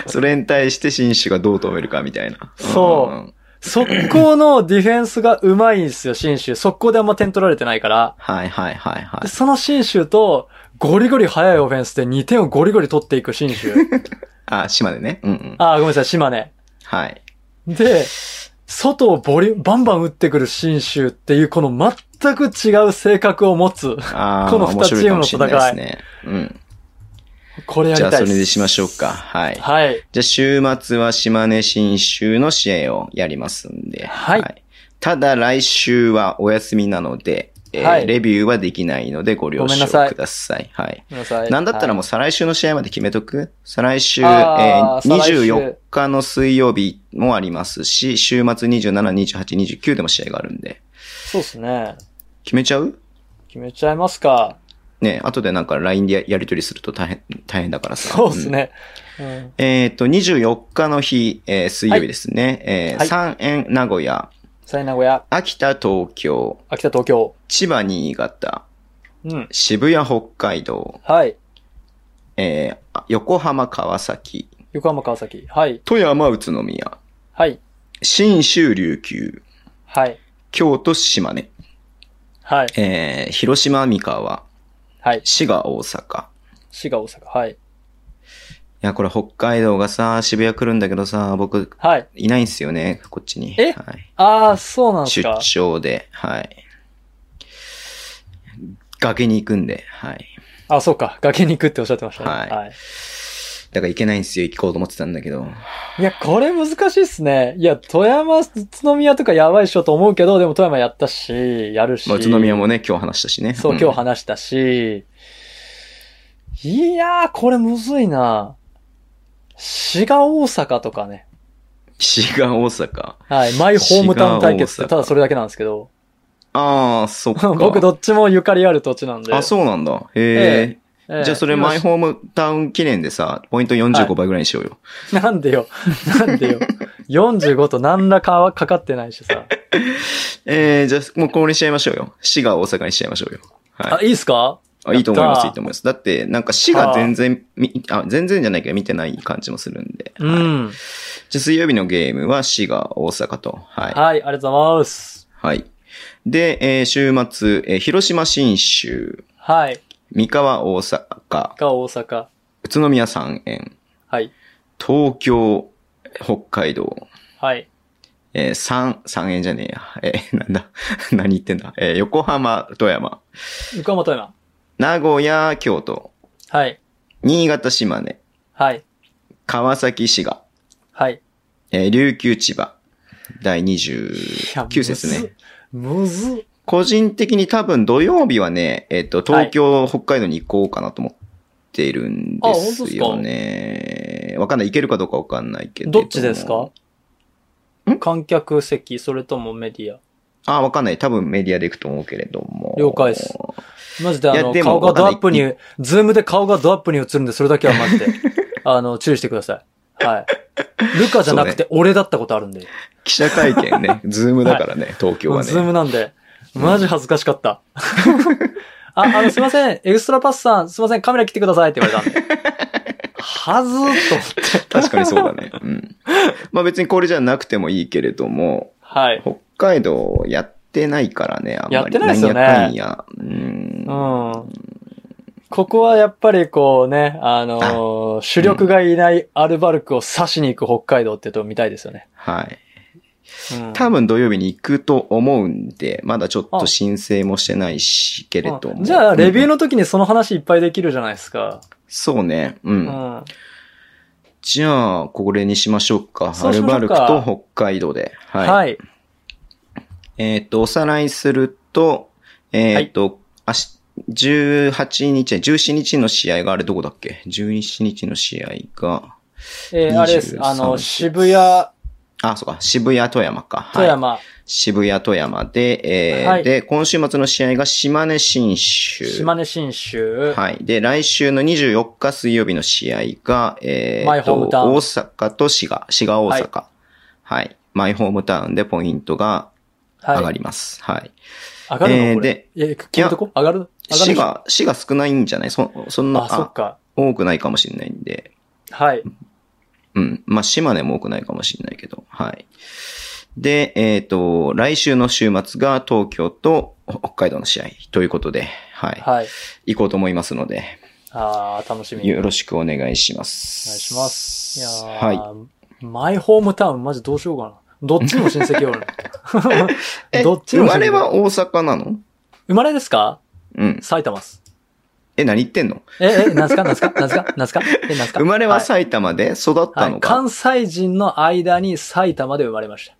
Speaker 2: それに対して新州がどう止めるかみたいな。
Speaker 3: そうん
Speaker 2: んん
Speaker 3: 速攻のディフェンスがうまいんですよ、新州。速攻であんま点取られてないから。
Speaker 2: はいはいはいは
Speaker 3: でその新州と、ゴリゴリ速いオフェンスで2点をゴリゴリ取っていく新州。
Speaker 2: い。あ、島根ね。うんうん。
Speaker 3: あー、ごめんなさい、島根。
Speaker 2: はい。
Speaker 3: で、外をボリ、バンバン打ってくる新州っていう、この全く違う性格を持つ。
Speaker 2: あー
Speaker 3: この二
Speaker 2: 面白いかもしれない
Speaker 3: チーム
Speaker 2: ですね。うん。
Speaker 3: これやり
Speaker 2: じ
Speaker 3: た
Speaker 2: ゃあ、
Speaker 3: いです
Speaker 2: それでしましょうか。はい。
Speaker 3: はい。
Speaker 2: じゃあ、週末は島根新州の試合をやりますんで。
Speaker 3: はい
Speaker 2: ただ、来週はお休みなので、えー
Speaker 3: はい
Speaker 2: レビューはできないのでご了
Speaker 3: ごめんな
Speaker 2: 承
Speaker 3: さい
Speaker 2: ください。はい。
Speaker 3: ごめんなさい。
Speaker 2: なんだったらも
Speaker 3: は
Speaker 2: う再来週の試合まで決めとく再来週、え
Speaker 3: あ
Speaker 2: ー
Speaker 3: ー再来週
Speaker 2: 24日の水曜日もありますし、週末27、28、29でも試合があるんで。
Speaker 3: いそうですね。
Speaker 2: 決めちゃう
Speaker 3: 決めちゃいますか。
Speaker 2: ね、後でなんか LINE でややり取りすると大変、大変だからさ。
Speaker 3: そうですね。うん
Speaker 2: うん。えっ、と、24日の日、えー水曜日ですね。えー
Speaker 3: はい
Speaker 2: 三円名古屋、
Speaker 3: さい名古屋、
Speaker 2: 秋田東京、
Speaker 3: 秋田東京。
Speaker 2: 千葉新潟、
Speaker 3: うん。
Speaker 2: 渋谷北海道、
Speaker 3: はい。
Speaker 2: えーあ横浜川崎、
Speaker 3: 横浜川崎。はい。
Speaker 2: 富山宇都宮、
Speaker 3: はい。
Speaker 2: 新州琉球、
Speaker 3: はい。
Speaker 2: 京都島根、
Speaker 3: はい。
Speaker 2: えー広島三河、
Speaker 3: はい。
Speaker 2: 滋賀大阪。
Speaker 3: 滋賀、大阪。はい。
Speaker 2: いや、これ北海道がさ、渋谷来るんだけどさ、僕、
Speaker 3: はい。
Speaker 2: いないんすよね、こっちに。
Speaker 3: え
Speaker 2: はい
Speaker 3: ああ、そうなんです
Speaker 2: 出
Speaker 3: か。
Speaker 2: 張で、はい。崖に行くんで、はい。
Speaker 3: あ、そうか。崖に行くっておっしゃってましたね。
Speaker 2: はい
Speaker 3: はい。
Speaker 2: だから行けないんですよ、行こうと思ってたんだけど。
Speaker 3: いや、これ難しいっすね。いや、富山、宇都宮とかやばいっしょと思うけど、でも富山やったし、やるし。
Speaker 2: まあ、宇都宮もね、今日話したしね。
Speaker 3: そう、
Speaker 2: ん
Speaker 3: 今日話したし。いやー、これむずいな。滋賀大阪とかね。
Speaker 2: 滋賀、大阪。
Speaker 3: はい。マイホームタウン対決っ
Speaker 2: 滋賀大阪
Speaker 3: て、ただそれだけなんですけど。
Speaker 2: ああ、そっか。
Speaker 3: <laughs> 僕どっちもゆかりある土地なんで。
Speaker 2: あ、そうなんだ。へえ。
Speaker 3: ええ
Speaker 2: じゃあそれ、マイホームタウン記念でさ、ポイント45倍ぐらいにしようよ。
Speaker 3: 今 <laughs> なんでよ。なんでよ。45と何らかはかかってないしさ。
Speaker 2: えー、じゃあもうこれにしちゃいましょうよ。滋賀、大阪にしちゃいましょうよ。はい。
Speaker 3: あ、いいっすか
Speaker 2: <laughs> あ、いいと思います、い
Speaker 3: やったー
Speaker 2: いと思います。だって、なんか死が全然み、あ、全然じゃないけど見てない感じもするんで。
Speaker 3: う
Speaker 2: はい。
Speaker 3: ん。
Speaker 2: じゃあ水曜日のゲームは死が大阪と。はい。はい。
Speaker 3: はい、ありがとうございます。
Speaker 2: で、えー週末、えー広島新州、
Speaker 3: はい。
Speaker 2: 三河大阪、
Speaker 3: が大阪。
Speaker 2: 宇都宮三円、
Speaker 3: はい。
Speaker 2: 東京、北海道、
Speaker 3: はい。
Speaker 2: えー、三、三円じゃねえや。えー <laughs> なんだ。何言ってんだ。えー横浜、富山、
Speaker 3: 横浜富山。
Speaker 2: 名古屋、京都、
Speaker 3: はい。
Speaker 2: 新潟、島根、
Speaker 3: はい。
Speaker 2: 川崎、滋賀、
Speaker 3: はい。
Speaker 2: えー琉球千葉、第
Speaker 3: いや
Speaker 2: 29節ね。。
Speaker 3: むずっむずっ
Speaker 2: 個人的に多分土曜日はね、えっ、と、東京、北海道に行こうかなと思ってるん
Speaker 3: あ
Speaker 2: です
Speaker 3: 本当っすか
Speaker 2: よね。わかんない。行けるかどうかわかんないけど。
Speaker 3: どっちですか
Speaker 2: ん
Speaker 3: 観客席、それともメディア。
Speaker 2: あ、わかんない。多分メディアで行くと思うけれども。
Speaker 3: 了解です。マジであ
Speaker 2: いや
Speaker 3: の、
Speaker 2: でも
Speaker 3: 顔がドアップ
Speaker 2: わ
Speaker 3: に、ズームで顔がドアップに映るんで、それだけはマ
Speaker 2: <laughs>
Speaker 3: ジで、あの、注意してください。はい。ルカじゃなくて、俺だったことあるんで。
Speaker 2: 記者会見
Speaker 3: <laughs>
Speaker 2: ね。ズームだからね、東京は
Speaker 3: ズー
Speaker 2: ね。
Speaker 3: ムなんで、マジ恥ずかしかった。あ、あの、すいません、エクストラパスさん、すいません、カメラ切ってくださいって言われたんで。はずーっと思って。
Speaker 2: <laughs> 確かにそうだね。うん。まあ別にこれじゃなくてもいいけれども、
Speaker 3: はい。
Speaker 2: 北海道やってないからね、あんまり。
Speaker 3: やってないですよね
Speaker 2: 何やったんや。うん
Speaker 3: う。ん。ここはやっぱりこうね、あのー主力がいないアルバルクを刺しに行く北海道ってとこ見たいですよね。
Speaker 2: はい。
Speaker 3: うん
Speaker 2: 多分土曜日に行くと思うんで、まだちょっと申請もしてないし、けれど
Speaker 3: う
Speaker 2: も。
Speaker 3: んじゃあ、レビュー
Speaker 2: うん
Speaker 3: の時にその話いっぱいできるじゃないですか。
Speaker 2: そうね。う。
Speaker 3: うんん。
Speaker 2: じゃあ、これにしましょうか。
Speaker 3: そ
Speaker 2: ハ
Speaker 3: うし
Speaker 2: ル
Speaker 3: まし
Speaker 2: バ
Speaker 3: ょう
Speaker 2: ル
Speaker 3: か
Speaker 2: クと北海道で。はい。
Speaker 3: はい。
Speaker 2: えっ、と、おさらいすると、えっ、と、あし18日、17日の試合があれどこだっけ ?17 日の試合が、
Speaker 3: えー
Speaker 2: 23
Speaker 3: あれです。あの、
Speaker 2: 節
Speaker 3: 渋谷、
Speaker 2: あ、そうか、渋谷富山か。はい
Speaker 3: 富山、
Speaker 2: 渋谷富山で、えー
Speaker 3: はい
Speaker 2: で、今週末の試合が島根新州。
Speaker 3: 島根新州、
Speaker 2: はい。で、来週の24日水曜日の試合が、え
Speaker 3: マイ
Speaker 2: ー、
Speaker 3: ホー
Speaker 2: と、
Speaker 3: ムタウン
Speaker 2: 大阪と滋賀、滋賀大阪、はい。マイホームタウンでポイントが
Speaker 3: はい。
Speaker 2: 上がります。はい。
Speaker 3: 上がるの
Speaker 2: えー
Speaker 3: これ
Speaker 2: で。
Speaker 3: え、決めとこ上がる上がる
Speaker 2: 滋賀、滋賀少ないんじゃないそ、そんな、
Speaker 3: あ、そっか。
Speaker 2: あ多くないかもしれないんで。
Speaker 3: はい。
Speaker 2: うん。まあ、島根も多くないかもしれないけど。はい。で、えっ、と、来週の週末が東京と北海道の試合ということで、はい。
Speaker 3: はい。
Speaker 2: 行こうと思いますので、
Speaker 3: あー、楽しみ。
Speaker 2: よろしくお願いします。
Speaker 3: お願いします。いや
Speaker 2: はい。
Speaker 3: ーマイホームタウン、マジどうしようかな。どっちにも親戚おる。
Speaker 2: <laughs> え、
Speaker 3: どっち
Speaker 2: 生
Speaker 3: の
Speaker 2: まれは大阪なの
Speaker 3: 生まれですか
Speaker 2: うん。
Speaker 3: 埼玉っす。
Speaker 2: え、何言ってんの
Speaker 3: え、え、なんすかなんすかなんすかなんすかえ、なんすか
Speaker 2: 生まれはい埼玉で育った
Speaker 3: は
Speaker 2: の
Speaker 3: い、
Speaker 2: か、
Speaker 3: 関西人の間に埼玉で生まれまし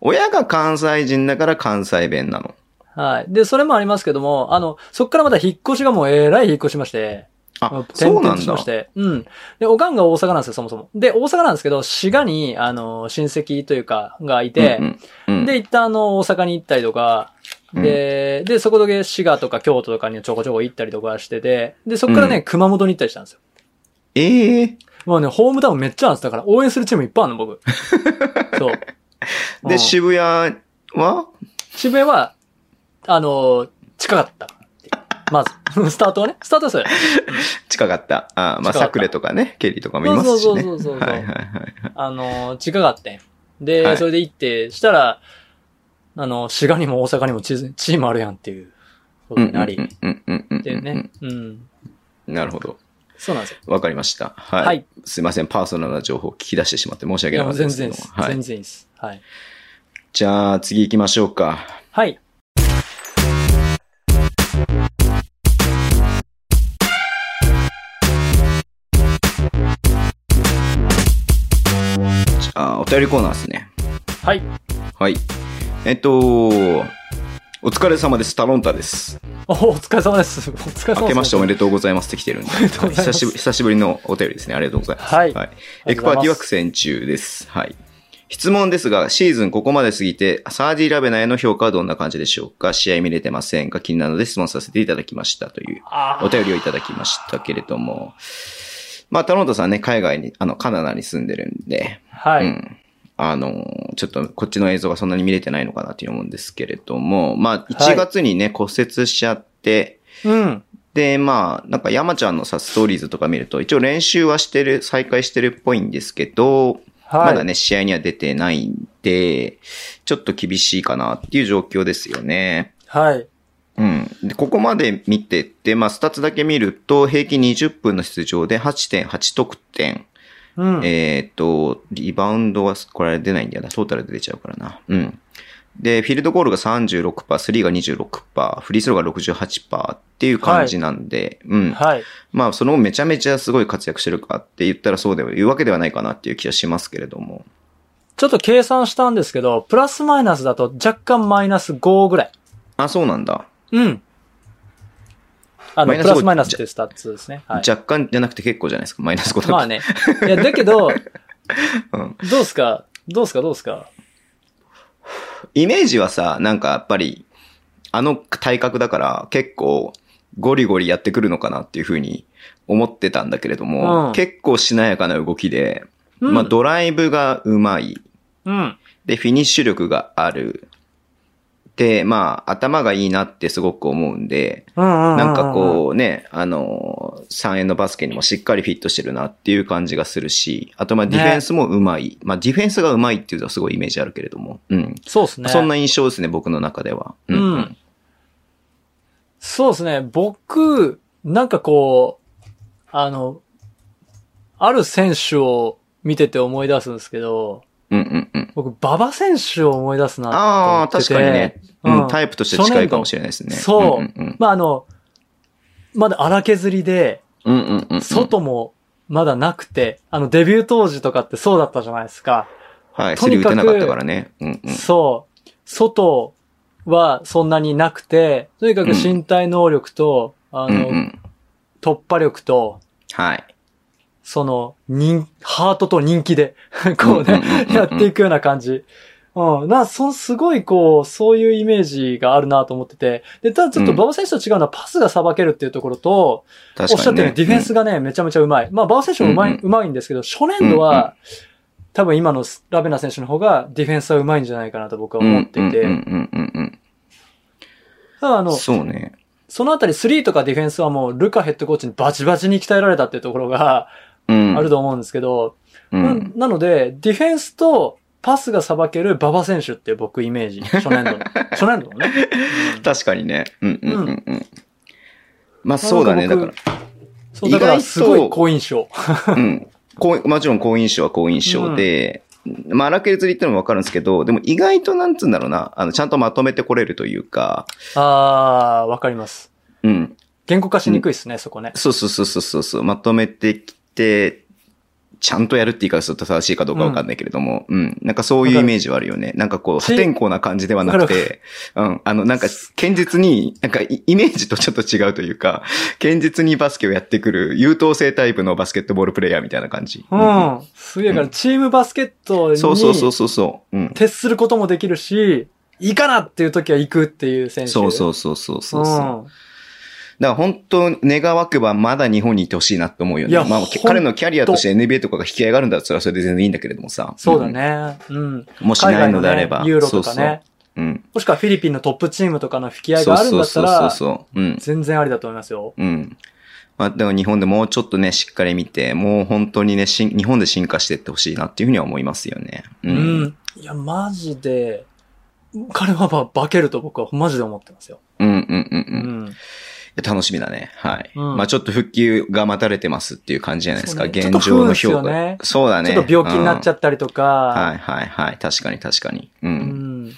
Speaker 2: 親が関西人だから関西弁なの。
Speaker 3: た。はい。で、それもありますけども、あの、そっからまた引っ越しがもうえらい引っ越しまして、も
Speaker 2: あ
Speaker 3: う、転
Speaker 2: そうな
Speaker 3: 々
Speaker 2: ん
Speaker 3: しま
Speaker 2: だ
Speaker 3: し。て、うん。で、おかんが大阪なんですよ、そもそも。で、大阪なんですけど、滋賀に、あの、親戚というか、がいて、
Speaker 2: うんうんうん
Speaker 3: で、一旦あの、大阪に行ったりとか、
Speaker 2: うん
Speaker 3: で、で、そこで滋賀とか京都とかにちょこちょこ行ったりとかしてて、で、そこから
Speaker 2: う
Speaker 3: ね、
Speaker 2: ん
Speaker 3: 熊本に行ったりしたんですよ。
Speaker 2: ええ
Speaker 3: もうね、ホームタウンめっちゃあるんです。だから応援するチームいっぱいあるの、
Speaker 2: <laughs>
Speaker 3: 僕。そう。う
Speaker 2: で、
Speaker 3: ん
Speaker 2: 渋谷は
Speaker 3: 渋谷は、あのー近かったっていう。まず、 <laughs> スタートはね、スタートはそれ。
Speaker 2: 近かった。あーま
Speaker 3: 近か
Speaker 2: あ、
Speaker 3: った
Speaker 2: サクレとかね、ケリーとかもいますしね。
Speaker 3: そうそうそうそうそ
Speaker 2: は
Speaker 3: う
Speaker 2: いはいはい。
Speaker 3: あのー近かったんよで、
Speaker 2: はい
Speaker 3: それで行って、したら、あの、滋賀にも大阪にもチーズチームあるやんっていう、ことになり、っ
Speaker 2: うんうんうんうんうんうんうん
Speaker 3: ていうね。うん。
Speaker 2: なるほど。
Speaker 3: そうなんですよ。
Speaker 2: わかりました。はい。
Speaker 3: はい。
Speaker 2: すいません。パーソナルな情報を聞き出してしまって申し
Speaker 3: い
Speaker 2: 訳な
Speaker 3: や、
Speaker 2: かっ
Speaker 3: もう
Speaker 2: た
Speaker 3: 全
Speaker 2: ですけ
Speaker 3: 然
Speaker 2: ど
Speaker 3: い
Speaker 2: も。は
Speaker 3: いです。全
Speaker 2: い。
Speaker 3: 然いいです。はい。
Speaker 2: じゃあ、次行きましょうか。
Speaker 3: はい。
Speaker 2: じゃあ、お便りコーナーですね。
Speaker 3: はい。 <laughs>
Speaker 2: はい。えっと、お疲れ様です。タロンタです。
Speaker 3: おお疲れ様です。お疲れ様です。
Speaker 2: <laughs> 明けましておめでとうございますって来てるんで。
Speaker 3: とうござい
Speaker 2: 久
Speaker 3: ます
Speaker 2: しぶり久しぶりのお便りですね。ありがとうございます。
Speaker 3: はい
Speaker 2: エクパーティーは苦戦中です。はい。質問ですが、シーズンここまで過ぎて、サーディ・ラベナへの評価はどんな感じでしょうか試合見れてませんか気になるので質問させていただきましたという
Speaker 3: あー
Speaker 2: お便りをいただきましたけれども。まあ、タロンタさんね、海外に、あの、カナダに住んでるんで、
Speaker 3: は
Speaker 2: う
Speaker 3: い。
Speaker 2: ん。あの、ちょっとこっちの映像がそんなに見れてないのかなって思うんですけれども、まあ、
Speaker 3: はい
Speaker 2: 1月にね、骨折しちゃって、
Speaker 3: うん。
Speaker 2: で、まあ、なんか山ちゃんのさ、ストーリーズとか見ると、一応練習はしてる、再開してるっぽいんですけど、
Speaker 3: はい。
Speaker 2: まだね、試合には出てないんで、ちょっと厳しいかなっていう状況ですよね。
Speaker 3: はい。
Speaker 2: うん。で、ここまで見てって、まあ、スタッツだけ見ると、平均20分の出場で8.8得点、
Speaker 3: うん。
Speaker 2: えっ、と、リバウンドは、これ出ないんだよな。トータルで出ちゃうからな。うん。で、フィールドゴールが36%、スリーが26%、フリースローが68%っていう感じなんで、うん。
Speaker 3: はい。
Speaker 2: まあ、そのめちゃめちゃすごい活躍してるかって言ったらそうでも言うわけではないかなっていう気がしますけれども。
Speaker 3: ちょっと計算したんですけど、プラスマイナスだと若干マイナス5ぐらい。
Speaker 2: あ、そうなんだ。
Speaker 3: うん。あ
Speaker 2: マ
Speaker 3: の、
Speaker 2: イ
Speaker 3: プ
Speaker 2: ナス
Speaker 3: ラ
Speaker 2: 5
Speaker 3: スマイナスっていうスタッツですね。はい。
Speaker 2: 若干じゃなくて結構じゃないですか、マイナス5だと。
Speaker 3: まあね。いや、だけど、
Speaker 2: <laughs> うん
Speaker 3: どうすかどうすかどうすか
Speaker 2: イメージはさ、なんかやっぱり、あの体格だから結構ゴリゴリやってくるのかなっていうふうに思ってたんだけれども、
Speaker 3: うん
Speaker 2: 結構しなやかな動きで、
Speaker 3: うん
Speaker 2: まあドライブがうまい。
Speaker 3: うん。
Speaker 2: で、フィニッシュ力がある。で、まあ頭がいいなってすごく思うんで、
Speaker 3: うん。
Speaker 2: なんかこうね、あの、3円のバスケにもしっかりフィットしてるなっていう感じがするし、あとまあディフェンスもうまい。まあディフェンスがうまいっていうのはすごいイメージあるけれども、うん。
Speaker 3: う。そうですね。
Speaker 2: そんな印象ですね、僕の中では。
Speaker 3: うんそうですね。僕、なんかこう、あの、ある選手を見てて思い出すんですけど、
Speaker 2: うんうんうん。
Speaker 3: 僕、馬場選手を思い出すなって
Speaker 2: ああ、
Speaker 3: 思って
Speaker 2: 確
Speaker 3: て。
Speaker 2: かにね。う
Speaker 3: うん
Speaker 2: ん、タイプとして近いかもしれないですね。
Speaker 3: 初年度
Speaker 2: うんうん
Speaker 3: まああの、まだ荒削りで、
Speaker 2: うん。うんうんうん。
Speaker 3: 外もまだなくて、あの、デビュー当時とかってそうだったじゃないですか。
Speaker 2: はい、
Speaker 3: と
Speaker 2: スリー
Speaker 3: に
Speaker 2: 打て
Speaker 3: かく
Speaker 2: なかったからね。うんうん。
Speaker 3: そう。外はそんなになくて、とにかく身体能力と、あ
Speaker 2: うん
Speaker 3: の、
Speaker 2: うん。
Speaker 3: 突破力と、
Speaker 2: はい。
Speaker 3: その、人、ハートと人気で、 <laughs> こう
Speaker 2: うんうんうん
Speaker 3: ね
Speaker 2: う、ん
Speaker 3: やっていくような感じ。うん。な、そのすごいこう、そういうイメージがあるなと思ってて。で、ただちょっと
Speaker 2: うん
Speaker 3: 馬場選手と違うのはパスがさばけるっていうところと、おっ
Speaker 2: 確
Speaker 3: しゃ
Speaker 2: か
Speaker 3: っ
Speaker 2: に
Speaker 3: たよ
Speaker 2: ね。
Speaker 3: うにディフェンスがね、めちゃめちゃうまい。まあ、馬場選手もうまい、
Speaker 2: うんう
Speaker 3: うまいんですけど、初年度
Speaker 2: うんう
Speaker 3: は、多分今のラベナ選手の方がディフェンスはうまいんじゃないかなと僕は
Speaker 2: うん
Speaker 3: 思っていて。
Speaker 2: うんうんうんうん
Speaker 3: ただあ
Speaker 2: う
Speaker 3: の
Speaker 2: ん。、そうね。
Speaker 3: そのあたり3とかディフェンスはもうルカヘッドコーチにバチバチに鍛えられたっていうところが
Speaker 2: うん。
Speaker 3: あると思うんですけど、
Speaker 2: う。
Speaker 3: なんなので、ディフェンスとパスがさばける馬場選手って僕イメージ。初
Speaker 2: <laughs>
Speaker 3: 年度の。初年度のね。
Speaker 2: 確かにね。うんうんうんうん。まあ
Speaker 3: まあ
Speaker 2: そうだね。だ
Speaker 3: なん
Speaker 2: か
Speaker 3: か僕そう、だからすごい好印象。
Speaker 2: ら、うん。こうもちろん好印象は好印象で、まあ荒削りってのもわかるんですけど、でも意外となんつうんだろうな、あの、ちゃんとまとめてこれるというか、
Speaker 3: あー、わかります。
Speaker 2: うん。
Speaker 3: 言語化しにくいですね、そこね。
Speaker 2: そうそうそうそうそうそう、まとめてきて、ちゃんとやるって言い方すると正しいかどうかわかんないけれども、うん、なんかそういうイメージはあるよね。なんかこう、
Speaker 3: し
Speaker 2: 破天荒な感じではなくて、うん、あの、なんか、堅実に、なんかイイメージとちょっと違うというか、堅実にバスケをやってくる優等生タイプのバスケットボールプレイヤーみたいな感じ。
Speaker 3: う
Speaker 2: うん
Speaker 3: ん。すげえから、チームバスケット
Speaker 2: そうそうそう
Speaker 3: に
Speaker 2: そうそう。うん。
Speaker 3: 徹することもできるし、いいかなっていう時は行くっていう選手。
Speaker 2: そうそううそうそうそうそう。
Speaker 3: ん
Speaker 2: だから本当、願わくばまだ日本にいてほしいなって思うよね。
Speaker 3: いや
Speaker 2: まあ
Speaker 3: ほんと、
Speaker 2: 彼のキャリアとして NBA とかが引き上がるんだったらそれで全然いいんだけれどもさ。
Speaker 3: そうだね。うん。
Speaker 2: うん。もし
Speaker 3: 海
Speaker 2: な
Speaker 3: 外
Speaker 2: いの
Speaker 3: のね
Speaker 2: であれば。
Speaker 3: ユーロとか
Speaker 2: そうそう
Speaker 3: ね。
Speaker 2: うん。
Speaker 3: もしくはフィリピンのトップチームとかの引き合い
Speaker 2: そ
Speaker 3: が
Speaker 2: う
Speaker 3: あるん
Speaker 2: そ
Speaker 3: だ
Speaker 2: う
Speaker 3: った
Speaker 2: そうそう
Speaker 3: ら、
Speaker 2: そう。うん。
Speaker 3: 全然ありだと思いますよ。
Speaker 2: うん。まあ、だから日本でもうちょっとね、しっかり見て、もう本当にね、しん日本で進化していってほしいなっていうふうには思いますよね。う。
Speaker 3: うん
Speaker 2: うん。
Speaker 3: ん。いや、マジで、彼はまあ化けると僕はマジで思ってますよ。
Speaker 2: うんうんうん
Speaker 3: う
Speaker 2: うんい
Speaker 3: ん。
Speaker 2: や楽しみだね。はい。
Speaker 3: うん
Speaker 2: まあちょっと復旧が待たれてますっていう感じじゃないですか。
Speaker 3: そうね
Speaker 2: 現状の
Speaker 3: ちょっ
Speaker 2: 評
Speaker 3: と不運ですよね
Speaker 2: 価。そうだね。
Speaker 3: ちょっと病気になっちゃ
Speaker 2: っ
Speaker 3: ったりと
Speaker 2: たは
Speaker 3: か、
Speaker 2: いはいはい。確かに確かに。う。
Speaker 3: うんん。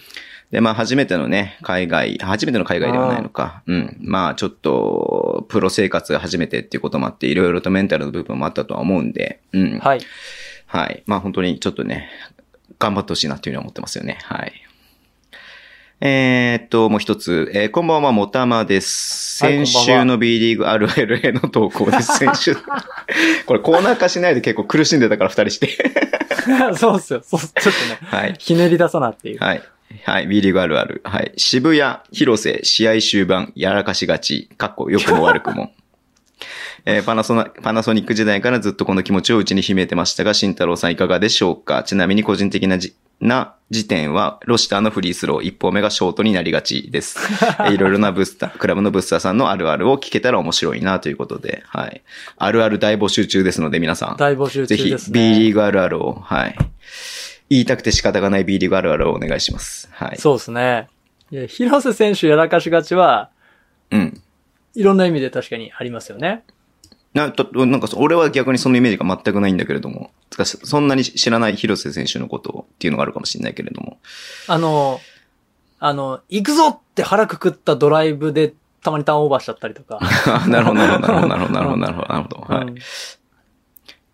Speaker 2: で、まあ、初めてのね、海外、初めての海外ではないのか。うん。まあ、ちょっと、プロ生活が初めてっていうこともあって、いろいろとメンタルの部分もあったとは思うんで、うん。はい。
Speaker 3: はい。
Speaker 2: まあ、本当にちょっとね、頑張ってほしいなっていうふうに思ってますよね。はい。えー、っと、もう一つ。えーこんばんは、もたまです。
Speaker 3: はいこんばんは
Speaker 2: 先週の B リーグ RLA の投稿です。先
Speaker 3: <laughs>
Speaker 2: 週。これ、コーナー化しないで結構苦しんでたから、二人して。
Speaker 3: <laughs> そうっすよ。そうっす。ちょっとね、
Speaker 2: はい。
Speaker 3: ひねり出さなっていう。
Speaker 2: はい。はい。B リーグあるある。はい。渋谷、広瀬、試合終盤、やらかしがち。かっこ、良くも悪くも。 <laughs> えーパナソナ、パナソニック時代からずっとこの気持ちを内に秘めてましたが、慎太郎さんいかがでしょうかちなみに個人的なじ、な時点は、ロシターのフリースロー、一歩目がショートになりがちです。 <laughs> えーいろいろなブスター、クラブのブスターさんのあるあるを聞けたら面白いなということで、はい。あるある大募集中ですので、皆さん。
Speaker 3: 大募集
Speaker 2: ぜ
Speaker 3: 中
Speaker 2: ひ
Speaker 3: です、ね。
Speaker 2: B リーグあるあるを、はい。言いたくて仕方がない B リーグあるあるをお願いします。はい。
Speaker 3: そうですね。いや、広瀬選手やらかしがちは、
Speaker 2: うん。
Speaker 3: いろんな意味で確かにありますよね。
Speaker 2: な、と、なんか、俺は逆にそのイメージが全くないんだけれども、つかそんなに知らない広瀬選手のことをっていうのがあるかもしれないけれど <laughs> も。
Speaker 3: あの、あの、行くぞって腹くくったドライブでたまにターンオーバーしちゃったりとか。
Speaker 2: あなるほど、なるほど、なるほど、なるほど、なるほど、なるほど。は
Speaker 3: う
Speaker 2: い
Speaker 3: ん。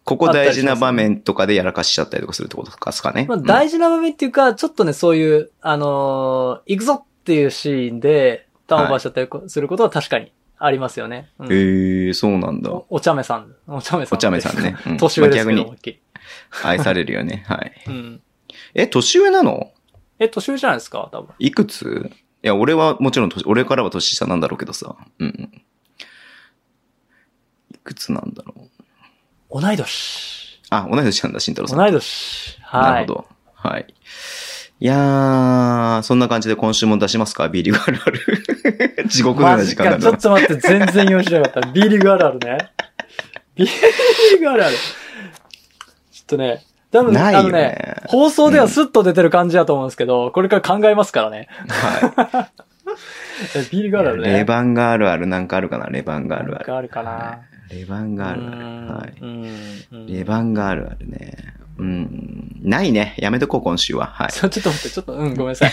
Speaker 2: ここ大事な場面とかでやらかしちゃったりとかするってことですかね。
Speaker 3: まあ、
Speaker 2: うん
Speaker 3: 大事な場面っていうか、ちょっとね、そういう、あのー行くぞっていうシーンで、ターンオーバーしちゃったりこすることは確かにありますよね。うん
Speaker 2: えー、そうなんだ。
Speaker 3: おお茶目さん。お茶目さん。
Speaker 2: お茶目さんねうん
Speaker 3: 年上ですけ
Speaker 2: まあ逆
Speaker 3: ど、
Speaker 2: に
Speaker 3: 思いっきり
Speaker 2: 愛されるよね。はい。
Speaker 3: うん。
Speaker 2: え、年上なの
Speaker 3: え、年上じゃないですか多分。
Speaker 2: いくついや、俺はもちろん年、俺からは年下なんだろうけどさ。うんうん。いくつなんだろう。
Speaker 3: 同い年。
Speaker 2: あ、同い年なんだ、慎太郎さん。
Speaker 3: 同い年。はい。
Speaker 2: なるほど。はい。いやー、そんな感じで今週も出しますかビリーグあるあ
Speaker 3: <laughs>
Speaker 2: る。地獄のような
Speaker 3: マジ
Speaker 2: 時間だ
Speaker 3: か、ちょ
Speaker 2: な
Speaker 3: っ。と待って、全然用意しなかった。B
Speaker 2: <laughs>
Speaker 3: リーグあるあるね。B リーグあるある。ちょっとね、多分、
Speaker 2: ない
Speaker 3: あ
Speaker 2: よ
Speaker 3: の
Speaker 2: ね
Speaker 3: ね、放送ではスッと出てる感じだと思うんですけど、これから考えますからね。
Speaker 2: は
Speaker 3: え B リーグあるあ
Speaker 2: い。
Speaker 3: るね。
Speaker 2: レバンがあるあるなんかあるかなレバンがある
Speaker 3: な
Speaker 2: あ
Speaker 3: んか
Speaker 2: る。
Speaker 3: あるかな。
Speaker 2: レバンがあるある。はい。
Speaker 3: うん。
Speaker 2: レバンがあるあるね。うん。ないね。やめとこう、今週は。はい。
Speaker 3: そう、ちょっと待って、ちょっと、うん、ごめん
Speaker 2: <laughs>
Speaker 3: なさい。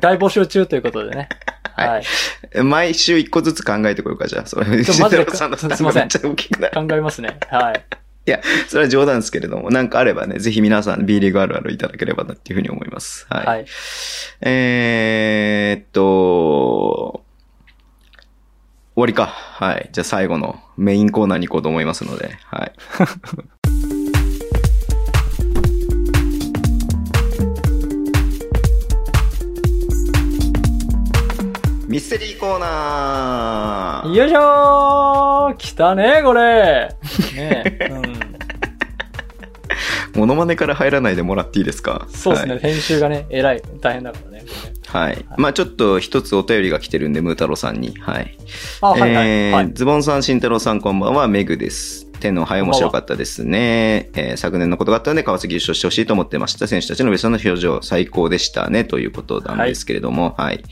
Speaker 3: 大募集中ということでね。
Speaker 2: はい
Speaker 3: はい。
Speaker 2: 毎週一個ずつ考えてこようか、じゃあ。それ、
Speaker 3: ちょマジ
Speaker 2: 慎
Speaker 3: で
Speaker 2: 太郎さんの負
Speaker 3: すい
Speaker 2: 担
Speaker 3: ま
Speaker 2: が
Speaker 3: せん
Speaker 2: めっちゃ大きくなる。
Speaker 3: 考えますね。はい。
Speaker 2: いや、それは冗談ですけれども、なんかあればね、ぜひ皆さん B リーグあるあるいただければなっていうふうに思います。はい。
Speaker 3: はい。
Speaker 2: えーっと、終わりか。はい。じゃあ最後のメインコーナーに行こうと思いますので、はい。
Speaker 3: <laughs>
Speaker 2: ミステリーコーナー
Speaker 3: よいしょー来たねこれねえ、うん。
Speaker 2: モノマネから入らないでもらっていいですか
Speaker 3: そうですね、
Speaker 2: はい
Speaker 3: 編集がね、えらい、大変だからね。これね
Speaker 2: はい。まあちょっと一つお便りが来てるんで、ムー太郎さんに。はい。
Speaker 3: あ、はいはい、
Speaker 2: えー
Speaker 3: はい。
Speaker 2: ズボンさん、慎太郎さん、こんばんは、メグです。天皇杯面白かったですね。えー昨年のことがあったので、川崎優勝してほしいと思ってました。選手たちのベストの表情、最高でしたね、ということなんですけれども、はい。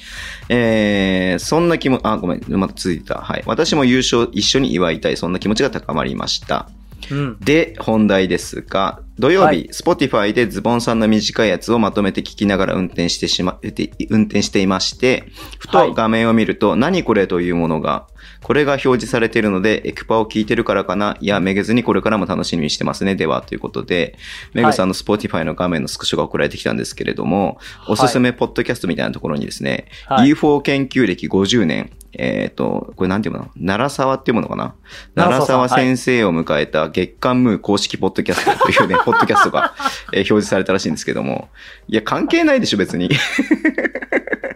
Speaker 2: えーそんな気も、あ、ごめん、また続いた。はい。私も優勝一緒に祝いたい、そんな気持ちが高まりました。
Speaker 3: うん。
Speaker 2: で、本題ですが、土曜
Speaker 3: は
Speaker 2: 日
Speaker 3: い、
Speaker 2: Spotify でズボンさんの短いやつをまとめて聞きながら運転してしま、て運転していまして、ふ
Speaker 3: は
Speaker 2: と
Speaker 3: い
Speaker 2: 画面を見ると、何これというものが、これが表示されているので、エクパを聞いてるからかな、いや、めげずにこれからも楽しみにしてますね、では、ということで、めぐさんの Spotify の画面のスクショが送られてきたんですけれども、おすすめポッドキャストみたいなところにですね、
Speaker 3: はい
Speaker 2: UFO 研究歴50年、えっ、と、これなんていうの奈良沢っていうものかな
Speaker 3: 奈
Speaker 2: 奈
Speaker 3: 良
Speaker 2: 良沢
Speaker 3: 沢さ
Speaker 2: 先
Speaker 3: ん <laughs>
Speaker 2: 生を迎えた月刊ムー公式ポッドキャストというね、ポッドキャストが、えー表示されたらしいんですけども。いや、関係ないでしょ、別に。 <laughs>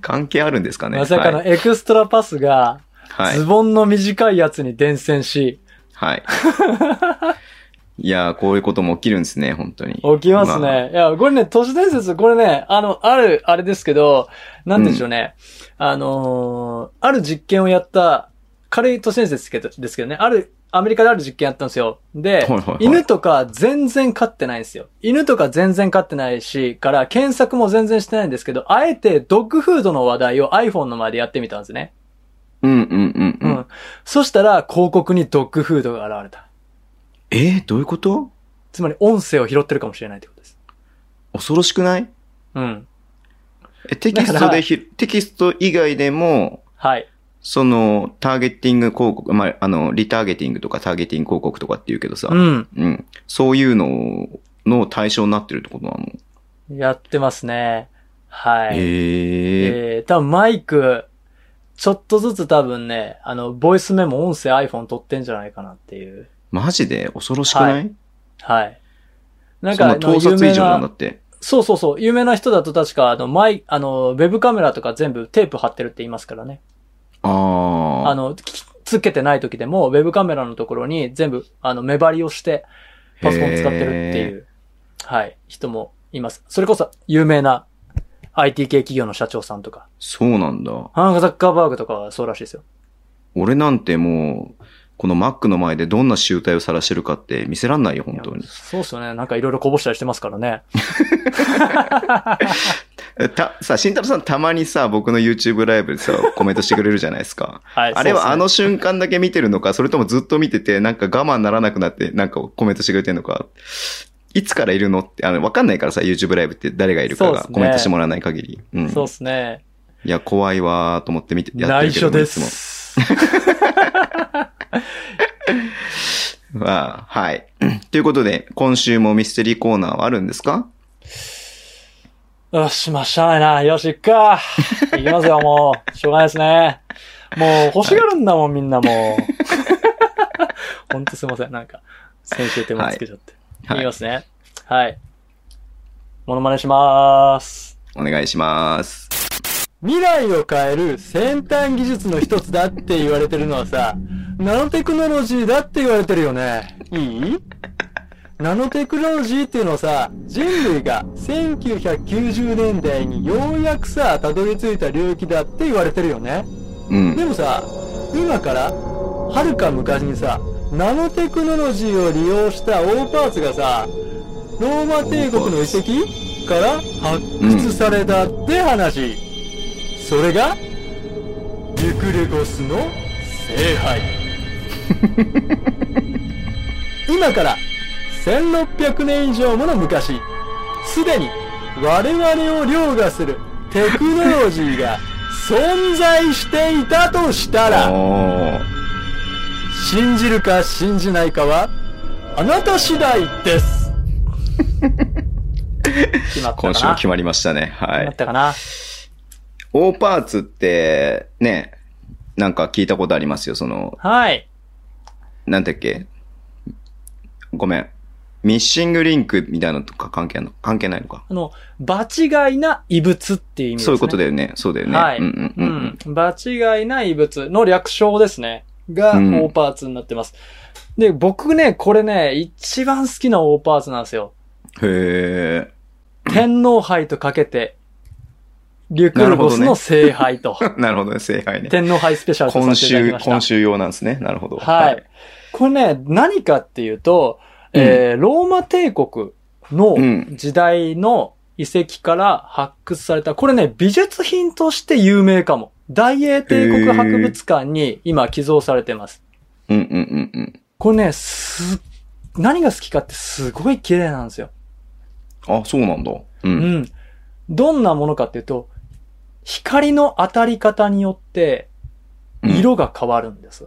Speaker 2: 関係あるんですかね。
Speaker 3: まさかの
Speaker 2: はい。
Speaker 3: エクストラパスが、
Speaker 2: はい
Speaker 3: ズ。ボンの短いやつに伝染し、
Speaker 2: はい、いやー、こういうことも起きるんですね、本当に。
Speaker 3: 起きます
Speaker 2: まあ
Speaker 3: ね。いや、これね、都市伝説、これね、あの、ある、あれですけど、なんでしょうね。あのーある実験をやった、軽い都市伝説ですけどですけどね、ある、アメリカである実験やったんですよ。
Speaker 2: は
Speaker 3: で、
Speaker 2: いはいはい
Speaker 3: 犬とか全然飼ってないんですよ。犬とか全然飼ってないし、から検索も全然してないんですけど、あえてドッグフードの話題を iPhone の前でやってみたんですね。
Speaker 2: うんうんうんう。
Speaker 3: うんん。そしたら、広告にドッグフードが現れた。
Speaker 2: えー、どういうこと
Speaker 3: つまり音声を拾ってるかもしれないということです。
Speaker 2: 恐ろしくない
Speaker 3: うん。
Speaker 2: えテキス
Speaker 3: だ
Speaker 2: ト
Speaker 3: から
Speaker 2: でひ、テキスト以外でも、
Speaker 3: はい。
Speaker 2: その、ターゲティング広告、まあ、あの、リターゲティングとかターゲティング広告とかって言うけどさ、
Speaker 3: うん。
Speaker 2: うん。そういうのの対象になってるってことなの、
Speaker 3: やってますね。はい。え
Speaker 2: へえ。
Speaker 3: ー、多分マイク、ちょっとずつ多分ね、あの、ボイスメモ、音声、iPhone 撮ってんじゃないかなっていう。
Speaker 2: マジで恐ろしくない、
Speaker 3: ははい。な
Speaker 2: そ
Speaker 3: ん
Speaker 2: ん
Speaker 3: か、
Speaker 2: な
Speaker 3: あの
Speaker 2: 盗
Speaker 3: 有
Speaker 2: 撮以
Speaker 3: 名
Speaker 2: 上じゃんだ
Speaker 3: な、
Speaker 2: って。
Speaker 3: そうそうそう、有名な人だと確か、あの、マイ、あの、ウェブカメラとか全部テープ貼ってるって言いますからね。
Speaker 2: ああ。
Speaker 3: あの、きつけてない時でも、ウェブカメラのところに全部、あの、目張りをして、パソコン使ってるって
Speaker 2: へ
Speaker 3: いう、はい、人もいます。それこそ、有名な IT 系企業の社長さんとか。
Speaker 2: そうなんだ。
Speaker 3: ハン・ザッカーバーグとかはそうらしいですよ。
Speaker 2: 俺なんてもう、この Mac の前でどんな集体を晒してるかって見せらんないよ、本当
Speaker 3: い
Speaker 2: に
Speaker 3: や。そうっすよね。なんかいろいろこぼしたりしてますからね。
Speaker 2: えた、さ、慎太郎さんたまにさ、僕の YouTube ライブでさ、コメントしてくれるじゃないですか。
Speaker 3: はい。
Speaker 2: あれはあ
Speaker 3: そうっ
Speaker 2: の瞬間だけ見てるのか、それともずっと見てて、なんか我慢ならなくなって、なんかコメントしてくれてるのか、いつからいるのって、あの、わかんないからさ、YouTube ライブって誰がいるか
Speaker 3: そうっ
Speaker 2: が
Speaker 3: すね
Speaker 2: コメントしてもらわない限り。う
Speaker 3: すね
Speaker 2: ん。
Speaker 3: そうっすね。
Speaker 2: いや、怖いわーと思って見て、やってるけ
Speaker 3: 内
Speaker 2: ども、
Speaker 3: 緒で
Speaker 2: いつも。
Speaker 3: す。
Speaker 2: まあ、はい。 <clears throat> ということで、今週もミステリーコーナーはあるんですか
Speaker 3: よし、まあ、しゃあないな。よし、行くか。行きますよ、もう。しょうがないですね。もう、欲しがるんだもん、みんなもう。ほんとすいません。なんか、先週手間つけちゃって。、
Speaker 2: はいい
Speaker 3: きますね。はい。モノマネしまーす。
Speaker 2: お願いします。
Speaker 3: 未来を変える先端技術の一つだって言われてるのはさ、ナノテクノロジーだって言われてるよね。いいナノテクノロジーっていうのはさ、人類が1990年代にようやくさ、たどり着いた領域だって言われてるよね。
Speaker 2: うん。
Speaker 3: でもさ、今から、はるか昔にさ、ナノテクノロジーを利用した大パーツがさ、ローマ帝国の遺跡から発掘されたって話。それが、ユクレゴスの聖杯。今から1600年以上もの昔、すでに我々を凌駕するテクノロジーが存在していたとしたら、
Speaker 2: おー
Speaker 3: 信じるか信じないかは、あなた次第
Speaker 2: <laughs>
Speaker 3: です。決まったかな
Speaker 2: 今週も決まりましたね。は
Speaker 3: 決
Speaker 2: い
Speaker 3: まっ。たかな
Speaker 2: 大パーツって、ね、なんか聞いたことありますよ。その、
Speaker 3: はい。
Speaker 2: なんだっけ。ごめん。ミッシングリンクみたいなのとか関係あんの関係ないのか。
Speaker 3: あの、場違いな異物っていう意味ですね。
Speaker 2: そういうことだよね。そうだよね。
Speaker 3: はい。
Speaker 2: うんうんうんうん。
Speaker 3: うん場違いな異物の略称ですね。が、
Speaker 2: うん
Speaker 3: 大パーツになってます。で、僕ね、これね、一番好きな大パーツなんで
Speaker 2: <laughs>
Speaker 3: すよ。
Speaker 2: へえ。
Speaker 3: 天皇杯とかけて、リュクルゴスの聖
Speaker 2: <laughs>
Speaker 3: 杯と。
Speaker 2: なるほどね。正解ね。
Speaker 3: 天皇杯スペシャルとさ
Speaker 2: 今
Speaker 3: せていただき
Speaker 2: 週、
Speaker 3: ました。
Speaker 2: 今週用なんですね。なるほど。
Speaker 3: はい。。これね、何かっていうと、えーローマ帝国の
Speaker 2: うん
Speaker 3: 時代の遺跡から発掘された、これね、美術品として有名かも。大英帝国博物館に今寄贈されてます。
Speaker 2: うんうんうんうん。
Speaker 3: これね、す、何が好きかってすごい綺麗なんですよ。
Speaker 2: あ、そうなんだ。う。
Speaker 3: うんん。どんなものかっていうと、光の当たり方によって、色が変わるんです。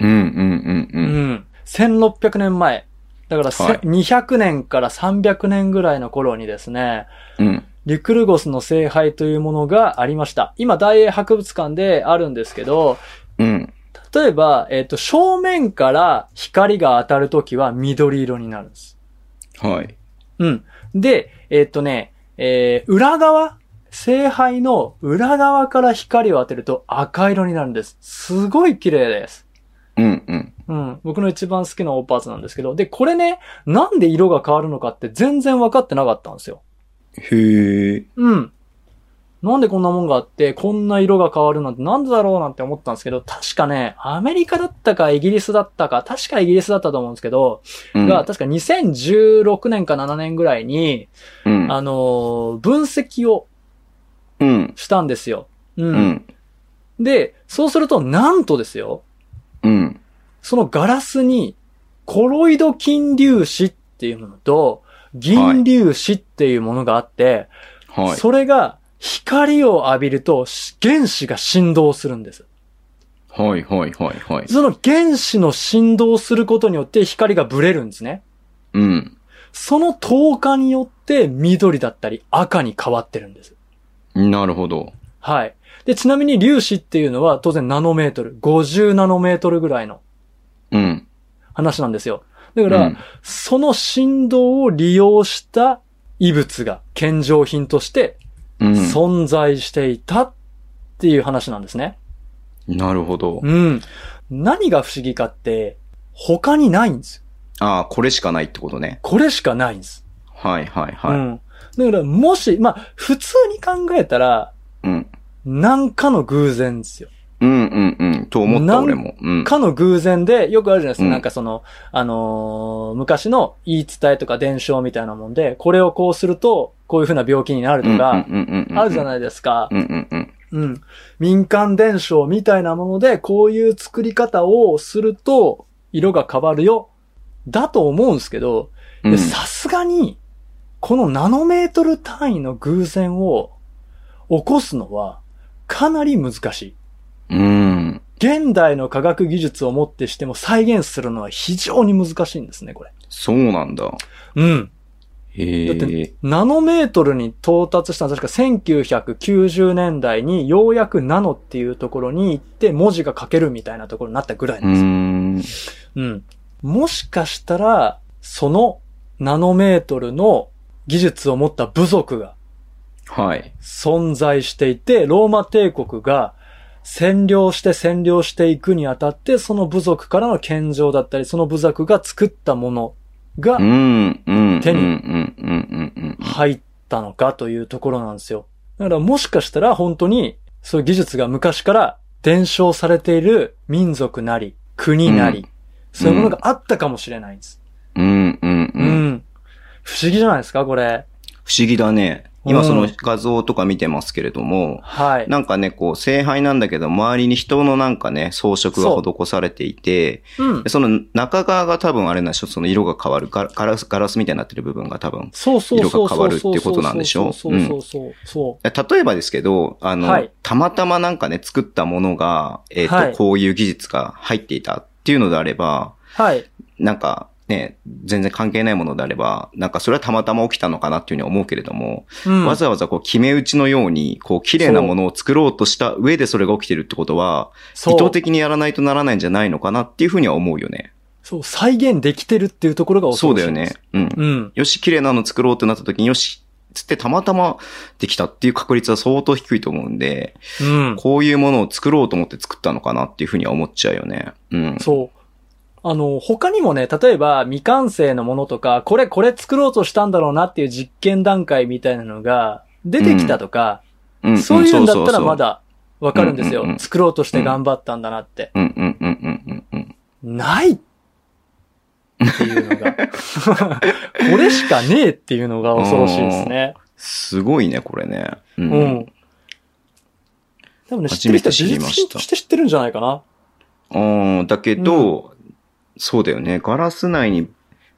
Speaker 2: うんうんうん
Speaker 3: う
Speaker 2: うん。
Speaker 3: ん。1600年前。だからせ、
Speaker 2: はい
Speaker 3: 200年から300年ぐらいの頃にですね、
Speaker 2: うん。
Speaker 3: リクルゴスの聖杯というものがありました。今、大英博物館であるんですけど、
Speaker 2: うん。
Speaker 3: 例えば、えっ、と、正面から光が当たるときは緑色になるんです。
Speaker 2: はい。
Speaker 3: うん。で、えっ、とね、えー、裏側聖杯の裏側から光を当てると赤色になるんです。すごい綺麗です。
Speaker 2: うんうん。
Speaker 3: うん。僕の一番好きなオーパーツなんですけど。で、これね、なんで色が変わるのかって全然分かってなかったんですよ。
Speaker 2: へえ。
Speaker 3: うん。なんでこんなもんがあって、こんな色が変わるなんてなんでだろうなんて思ったんですけど、確かね、アメリカだったかイギリスだったか、確かイギリスだったと思うんですけど、
Speaker 2: うん。
Speaker 3: が、確か2016年か7年ぐらいに、
Speaker 2: うん。
Speaker 3: あのー分析を
Speaker 2: うん。
Speaker 3: したんですよ。う。
Speaker 2: うんん。
Speaker 3: で、そうすると、なんとですよ、
Speaker 2: うん。
Speaker 3: そのガラスに、コロイド金粒子っていうものと、銀粒子っていうものがあって、
Speaker 2: はい。
Speaker 3: それが光を浴びるとし原子が振動するんです。
Speaker 2: はいはいはいはい。
Speaker 3: その原子の振動することによって光がブレるんですね。
Speaker 2: うん。
Speaker 3: その透過によって緑だったり赤に変わってるんです。
Speaker 2: なるほど。
Speaker 3: はい。で、ちなみに粒子っていうのは当然ナノメートル、50ナノメートルぐらいの
Speaker 2: うん。
Speaker 3: 話なんですよ。だ
Speaker 2: う
Speaker 3: から、
Speaker 2: ん。
Speaker 3: その振動を利用した異物が献上品として
Speaker 2: うん。
Speaker 3: 存在していたっていう話なんですね。
Speaker 2: なるほど。
Speaker 3: うん。何が不思議かって、他にないんですよ。
Speaker 2: ああ、これしかないってことね。
Speaker 3: これしかないんです。
Speaker 2: はいはいうは
Speaker 3: ん。だから、もし、まあ、普通に考えたら、
Speaker 2: い。うん。
Speaker 3: なんかの偶然ですよ。
Speaker 2: うんうんうん。と思っ
Speaker 3: な
Speaker 2: た
Speaker 3: ん
Speaker 2: 俺も。うん。
Speaker 3: かの偶然で、よくあるじゃないですか。
Speaker 2: うん
Speaker 3: なんかその、あのー昔の言い伝えとか伝承みたいなもんで、これをこうすると、こういう風な病気になるとか、あるじゃ
Speaker 2: い。
Speaker 3: ないですか。
Speaker 2: うんうんうん。
Speaker 3: うん。民間伝承みたいなもので、こういう作り方をすると、色が変わるよ。だと思うんですけど、
Speaker 2: う
Speaker 3: い
Speaker 2: ん
Speaker 3: やさすがに、このナノメートル単位の偶然を起こすのは、かなり難しい。
Speaker 2: うん。
Speaker 3: 現代の科学技術をもってしても再現するのは非常に難しいんですね、これ。
Speaker 2: そうなんだ。
Speaker 3: うん。
Speaker 2: へ
Speaker 3: だっ
Speaker 2: え。
Speaker 3: ナノメートルに到達したのは確か1990年代にようやくナノっていうところに行って文字が書けるみたいなところになったぐらいうなんですよ。
Speaker 2: ん。
Speaker 3: うん。もしかしたら、そのナノメートルの技術を持った部族が
Speaker 2: はい。
Speaker 3: 存在していて、ローマ帝国が占領して占領していくにあたって、その部族からの献上だったり、その部族が作ったものが
Speaker 2: うんうん。
Speaker 3: 手に
Speaker 2: うんうんうんうん
Speaker 3: 入ったのかというところなんですよ。だからもしかしたら本当に、そういう技術が昔から伝承されている民族なり、国なり、
Speaker 2: うん
Speaker 3: そういうものがあったかもしれないんです。
Speaker 2: うん。うんうん
Speaker 3: う。
Speaker 2: うんん。
Speaker 3: 不思議じゃないですか、これ。
Speaker 2: 不思議だね。今そうの
Speaker 3: ん
Speaker 2: 画像とか見てますけれども、
Speaker 3: はい。
Speaker 2: なんかね、こう、聖杯なんだけど、周りに人のなんかね、装飾が施されていて、
Speaker 3: うん
Speaker 2: で。その中側が多分あれなんでしょその色が変わる。ガラガラス、ガラスみたいになってる部分が多分。
Speaker 3: そうそうそうそう。
Speaker 2: 色が変わるっていうことなんでしょう
Speaker 3: そうそうそうそう。
Speaker 2: 例えばですけど、あの、
Speaker 3: はい
Speaker 2: たまたまなんかね、作ったものが、えっ、と、
Speaker 3: はい
Speaker 2: こういう技術が入っていたっていうのであれば、
Speaker 3: はい。
Speaker 2: なんかね、全然関係ないものであれば、なんかそれはたまたま起きたのかなっていうふうに思うけれども、
Speaker 3: うん
Speaker 2: わざわざこう決め打ちのように、こう綺麗なものを作ろうとした上でそれが起きてるってことは、
Speaker 3: そ
Speaker 2: 意
Speaker 3: う
Speaker 2: 図的にやらないとならないんじゃないのかなっていうふうには思うよね。
Speaker 3: そう、再現できてるっていうところが恐
Speaker 2: そう
Speaker 3: ろ
Speaker 2: だ
Speaker 3: しい
Speaker 2: よ
Speaker 3: んで
Speaker 2: ね
Speaker 3: す。
Speaker 2: うん。
Speaker 3: うん。
Speaker 2: よし、綺麗なの作ろうってなった時に、よし、つってたまたまできたっていう確率は相当低いと思うんで、
Speaker 3: うん。
Speaker 2: こういうものを作ろうと思って作ったのかなっていうふうには思っちゃうよね。うん。
Speaker 3: そう。あの、他にもね、例えば未完成のものとか、これ、これ作ろうとしたんだろうなっていう実験段階みたいなのが出てきたとか、
Speaker 2: うんん
Speaker 3: そういうんだ
Speaker 2: そ
Speaker 3: っ
Speaker 2: そそ
Speaker 3: たら
Speaker 2: う
Speaker 3: まだわかるんですよ、
Speaker 2: うんうんうん
Speaker 3: 作ろうとして頑張ったんだなって。
Speaker 2: うんうんうんうんうん
Speaker 3: ないってい
Speaker 2: <laughs>
Speaker 3: うのが。これしかねえっていうのが恐ろしいですね。
Speaker 2: すごいね、これね。う
Speaker 3: う。ん。多分ね、知ってる人は
Speaker 2: 初
Speaker 3: 技
Speaker 2: めて知りま
Speaker 3: 術品
Speaker 2: した
Speaker 3: として知ってるんじゃないかな。
Speaker 2: ああ、だけど、そうだよね。ガラス内に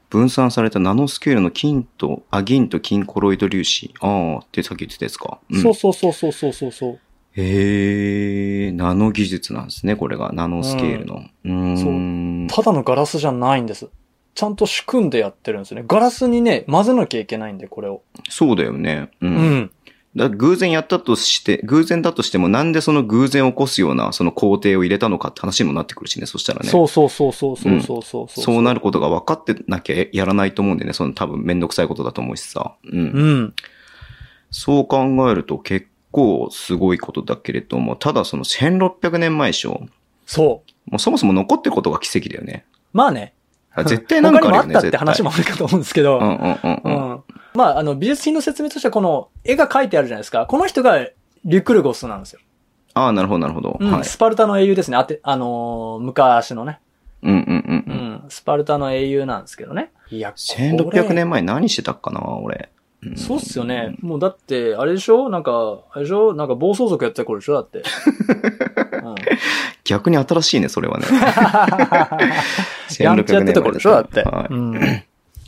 Speaker 2: 分散されたナノスケールの金と、あ、銀と金コロイド粒子。ああ、ってさっき言ってたやつか。ん
Speaker 3: そうそうそうそうそうそうそう。
Speaker 2: へえ、ナノ技術なんですね、これが。ナノスケールの。うーん。
Speaker 3: ただのガラスじゃないんです。ちゃんと仕組んでやってるんですね。ガラスにね、混ぜなきゃいけないんで、これを。
Speaker 2: そうだよね。う。
Speaker 3: うんん。
Speaker 2: だから偶然やったとして、偶然だとしても、なんでその偶然起こすような、その工程を入れたのかって話にもなってくるしね、そしたらね。
Speaker 3: そうそうそうそうそうそうそう
Speaker 2: そうなることが分かってなきゃやらないと思うんでね、その多分めんどくさいことだと思うしさ。うん
Speaker 3: うん。
Speaker 2: そう考えると結構すごいことだけれども、ただその1600年前でしょ
Speaker 3: そう。
Speaker 2: もうそもそも残ってることが奇跡だよね。
Speaker 3: まあね。
Speaker 2: あ絶対なんかあるよ
Speaker 3: 他に
Speaker 2: ね。
Speaker 3: もあったって話
Speaker 2: も。
Speaker 3: もあるかと思うんですけど。
Speaker 2: うんうんうん
Speaker 3: う
Speaker 2: うん。
Speaker 3: ん。まあ、あの、美術品の説明としては、この絵が描いてあるじゃないですか。この人がリュクルゴスなんですよ。
Speaker 2: ああ、なるほどなるほど。
Speaker 3: うん
Speaker 2: はい。
Speaker 3: スパルタの英雄ですね。あて、あのー昔のね。
Speaker 2: うんうんうん
Speaker 3: う
Speaker 2: うん。
Speaker 3: ん。スパルタの英雄なんですけどね。いや、これ
Speaker 2: 1600年前何してたっかな、俺。ん
Speaker 3: そうっすよね。。もうだって、あれでしょなんか、あれでしょなんか暴走族やってた頃でしょだ
Speaker 2: <laughs>
Speaker 3: って。うん
Speaker 2: 逆に新しいね、それはね。
Speaker 3: <laughs> やんちゃやってた頃でしょだって、
Speaker 2: はい
Speaker 3: うん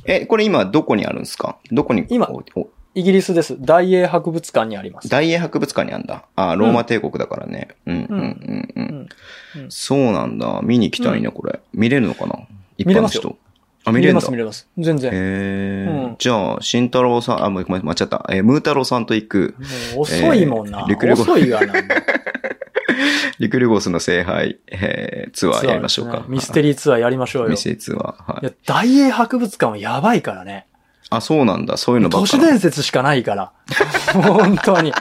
Speaker 2: え、これ今どこにあるんですかどこに
Speaker 3: 今
Speaker 2: おお
Speaker 3: イギリスです。大英博物館にあります。
Speaker 2: 大英博物館にあるんだ。ああ、ローマ帝国だからね。うん、うん、うん、うん。
Speaker 3: うんうん
Speaker 2: そうなんだ。見に行きたいね、これ。見れるのかな一
Speaker 3: 見れ
Speaker 2: 般の
Speaker 3: ますよ
Speaker 2: 人。あ、見れるん
Speaker 3: ま
Speaker 2: だ。
Speaker 3: す、見れます。全然。
Speaker 2: へえ、
Speaker 3: うん
Speaker 2: じゃあ、慎太郎さん、あ、もうごめん間違った。えームー太郎さんと行く、
Speaker 3: もう遅いもん
Speaker 2: え
Speaker 3: な。
Speaker 2: ーリュクルゴ
Speaker 3: 遅いわな。
Speaker 2: リクルゴスの聖杯、えーツアーやりましょうか。
Speaker 3: ミステ
Speaker 2: リ
Speaker 3: リーツアーやりましょうよ。
Speaker 2: ミ
Speaker 3: い
Speaker 2: ステリーツアー。はい。
Speaker 3: や、大英博物館はやばいからね。
Speaker 2: あ、そうなんだ。そういうのば
Speaker 3: 都
Speaker 2: っか
Speaker 3: 市
Speaker 2: な
Speaker 3: 伝説しかないから。 <laughs> 本当に。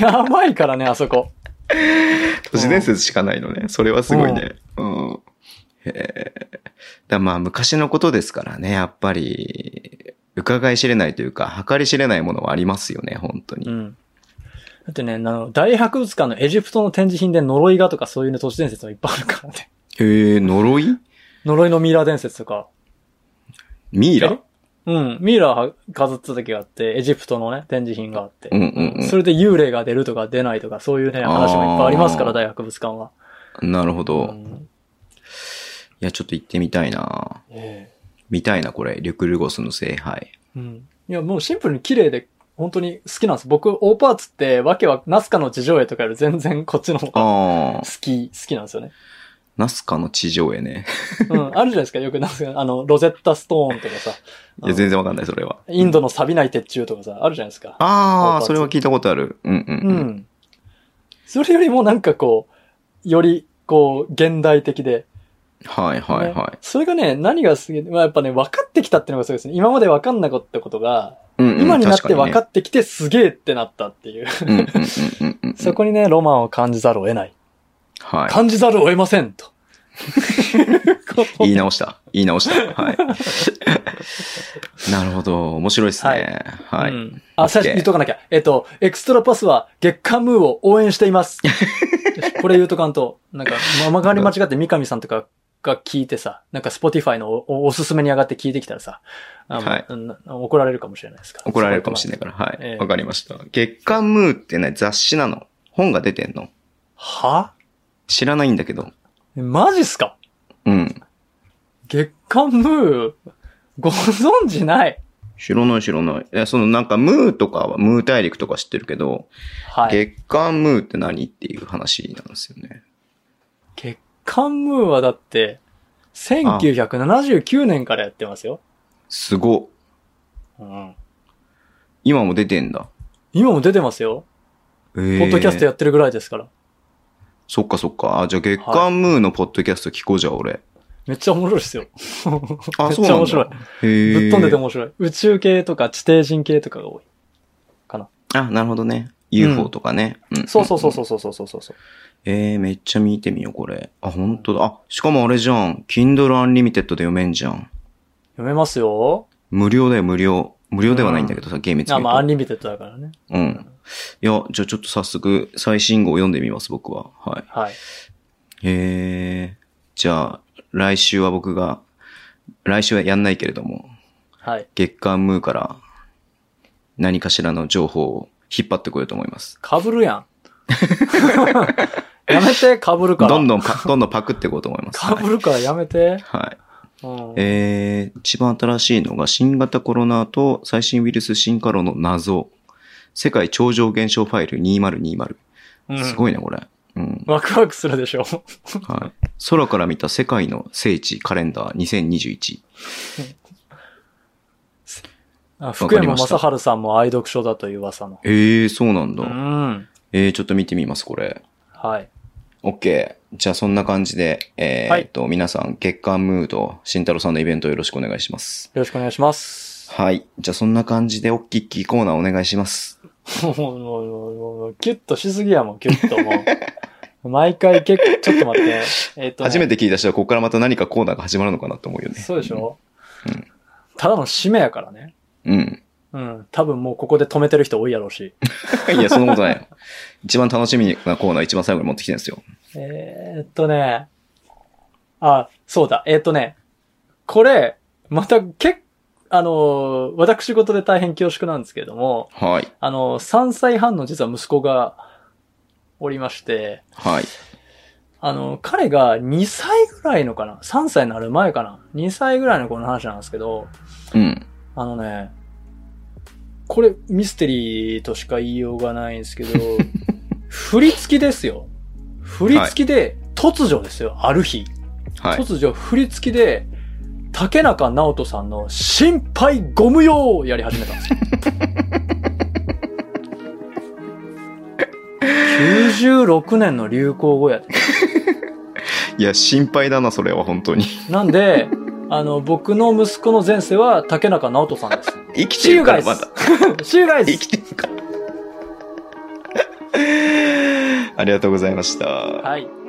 Speaker 3: やばいからね、あそこ。
Speaker 2: 都市伝説しかないのね。それはすごいね。うん。へえ。だまあ、昔のことですからね、やっぱり、伺い知れないというか、計り知れないものはありますよね、本当
Speaker 3: う
Speaker 2: に。
Speaker 3: ん。だってね、あの、大英博物館のエジプトの展示品で呪い画とかそういうね、都市伝説もいっぱいあるからね。 <laughs>
Speaker 2: へえ、呪い
Speaker 3: 呪いのミイラ伝説とか。
Speaker 2: ミイラ
Speaker 3: うん。ミイラは飾ってた時があって、エジプトのね、展示品があって。
Speaker 2: うんうん
Speaker 3: それで幽霊が出るとか出ないとか、そういうね、話もいっぱいありますから、
Speaker 2: あー
Speaker 3: 大博物館は。
Speaker 2: うん。なるほ
Speaker 3: う
Speaker 2: ど。い
Speaker 3: ん
Speaker 2: や、ちょっと行ってみたいな
Speaker 3: え
Speaker 2: 見たいな、これ。リュクルゴスの聖杯。
Speaker 3: えうん。いや、もうシンプルに綺麗で、本当に好きなんです。僕、オーパーツって、わけは、ナスカの地上絵とかより全然こっちの方が
Speaker 2: ああ
Speaker 3: 好、き、好きなんですよね。
Speaker 2: ナスカの地上絵ね。
Speaker 3: うん。あるじゃないですか、よくナスカ、あの、ロゼッタストーンとかさ。
Speaker 2: いや、全然わかんない、それは。
Speaker 3: インドの錆びない鉄柱とかさ、あるじゃないですか。
Speaker 2: あ
Speaker 3: オーパー
Speaker 2: あ、
Speaker 3: ツ
Speaker 2: それは聞いたことある。うんうん
Speaker 3: う
Speaker 2: うん。
Speaker 3: ん。それよりもなんかこう、より、こう、現代的で。
Speaker 2: はいはいは
Speaker 3: ね
Speaker 2: い。
Speaker 3: それがね、何がすげえ、まあやっぱね、分かってきたっていうのがすごいですね。今まで分かんなかったことが、
Speaker 2: うんうん
Speaker 3: 今になって分か
Speaker 2: っ
Speaker 3: ってきてすげえってなったっていう。
Speaker 2: た。うんうんうんうんうん。
Speaker 3: そこにね、ロマンを感じざるを得ない。
Speaker 2: はい。
Speaker 3: 感じざるを得ません、と。こと
Speaker 2: 言い直した。言い直した。はい。
Speaker 3: <laughs>
Speaker 2: なるほど。面白いですね。はい。
Speaker 3: うんあ、最初
Speaker 2: OK
Speaker 3: 言っとかなきゃ。えっと、エクストラパスは月刊ムーを応援して
Speaker 2: <laughs>
Speaker 3: います。これ言うとかんと、なんか、ままがり間違って三上さんとかが聞いてさ、なんか Spotify のおおおすすめに上がって聞いてきたらさ、あの
Speaker 2: はい
Speaker 3: うん怒られるかもしれないですから。
Speaker 2: 怒られるかもしれ
Speaker 3: ない。
Speaker 2: ないから。はい。わ、
Speaker 3: ええ
Speaker 2: かりました。月刊ムーってね、雑誌なの。本が出てんの。
Speaker 3: は
Speaker 2: 知らないんだけど。
Speaker 3: マジっすか
Speaker 2: うん。
Speaker 3: 月刊ムー、ご存知ない。
Speaker 2: 知らない知らない。いやそのなんかムーとかは、ムー大陸とか知ってるけど、
Speaker 3: はい。
Speaker 2: 月刊ムーって何っていう話なんですよね。
Speaker 3: 月刊ムーはだって、1979年からやってますよ。
Speaker 2: すご。
Speaker 3: うん、
Speaker 2: 今も出てんだ。
Speaker 3: 今も出てますよ。
Speaker 2: ポ
Speaker 3: ポッドキャストやってるぐらいですから。
Speaker 2: そっかそっか。あ、じゃあ月刊ムーのポッドキャスト聞こうじゃあ俺。
Speaker 3: めっちゃ面白いですよ。め
Speaker 2: あ、
Speaker 3: っ
Speaker 2: そうなん
Speaker 3: ちゃ
Speaker 2: だ。
Speaker 3: 面白い。
Speaker 2: へえ。
Speaker 3: ぶっ飛んでて面白い。宇宙系とか地底人系とかが多い。
Speaker 2: あ、なるほどね。UFO とかね。うん
Speaker 3: そうそうそうそうそうそうそうそう。
Speaker 2: ええめっちゃ見てみよう、これ。あ、本当だ。あ、しかもあれじゃん。Kindle Unlimited で読めんじゃん。
Speaker 3: 読めますよ。
Speaker 2: 無料だよ、無料。無料ではないんだけどさ、厳密に
Speaker 3: あ、
Speaker 2: 言うと。
Speaker 3: まあ、アンリミテッドだからね。
Speaker 2: うん。いや、じゃあちょっと早速、最新号を読んでみます、僕は。はい。
Speaker 3: はい。
Speaker 2: へえじゃあ、来週は僕が、来週はやんないけれども、
Speaker 3: はい。
Speaker 2: 月刊ムーから何かしらの情報を引っ張ってこようと思います。
Speaker 3: かぶるやん。やめて、かぶるから。
Speaker 2: どんどんパ、 <laughs> どんどんパクっていこうと思います。
Speaker 3: かぶるからやめて。
Speaker 2: はい。
Speaker 3: うん、
Speaker 2: えー、一番新しいのが新型コロナと最新ウイルス進化論の謎。世界超常現象ファイル2020。
Speaker 3: うん
Speaker 2: すごいね、これ。うん。
Speaker 3: ワクワクするでしょ。
Speaker 2: はい。空から見た世界の聖地カレンダー2021。
Speaker 3: あ福山雅治さんも愛読書だという噂の。
Speaker 2: ええー、そうなん
Speaker 3: う
Speaker 2: だ。
Speaker 3: ん。
Speaker 2: ええー、ちょっと見てみます、これ。
Speaker 3: はい。
Speaker 2: OK。じゃあそんな感じで、えーっと、皆さん、月間ムード、慎太郎さんのイベントよろしくお願いします。
Speaker 3: よろしくお願いします。
Speaker 2: はい。じゃあそんな感じで、おっきっきコーナーお願いします。
Speaker 3: もう、もうもうもう、キュッとしすぎやもん、キュッともう。毎回結構、ちょっと待って。えっ、とね、
Speaker 2: 初めて聞いた人は、ここからまた何かコーナーが始まるのかなと思うよね。
Speaker 3: そうでしょ、
Speaker 2: うん
Speaker 3: ただの締めやからね。
Speaker 2: うん。 <laughs>
Speaker 3: うん。多分もうここで止めてる人多いやろう <laughs> し。
Speaker 2: いや、そんなことないよ。一番楽しみなコーナー、一番最後に持ってきてるんですよ。
Speaker 3: えーっとね。あ、そうだ。えーっとね。これ、また、けあのー、私事で大変恐縮なんですけれども、
Speaker 2: はい。
Speaker 3: あのー、3歳半の実は息子がおりまして、
Speaker 2: はい。
Speaker 3: あのー、彼が2歳ぐらいのかな ?3 歳になる前かな ?2 歳ぐらいの子の話なんですけど、
Speaker 2: うん。
Speaker 3: あのね、これミステリーとしか言いようがないんです
Speaker 2: <laughs>
Speaker 3: けど、振り付きですよ。振り付きで、突如ですよ、ある日。
Speaker 2: はい。
Speaker 3: 突如、振り付きで、竹中直人さんの心配ご無用をやり始めたんですよ。96年の流行語やで。
Speaker 2: いや、心配だな、それは、本当
Speaker 3: <laughs>
Speaker 2: に。
Speaker 3: なんで、あの、僕の息子の前世は竹中直人さんです。
Speaker 2: 生き
Speaker 3: See
Speaker 2: て
Speaker 3: you
Speaker 2: るから
Speaker 3: guys!
Speaker 2: まだ。
Speaker 3: See
Speaker 2: <laughs>
Speaker 3: you
Speaker 2: 生
Speaker 3: guys!
Speaker 2: きてるから。ありがとうございました。 <laughs>
Speaker 3: はい。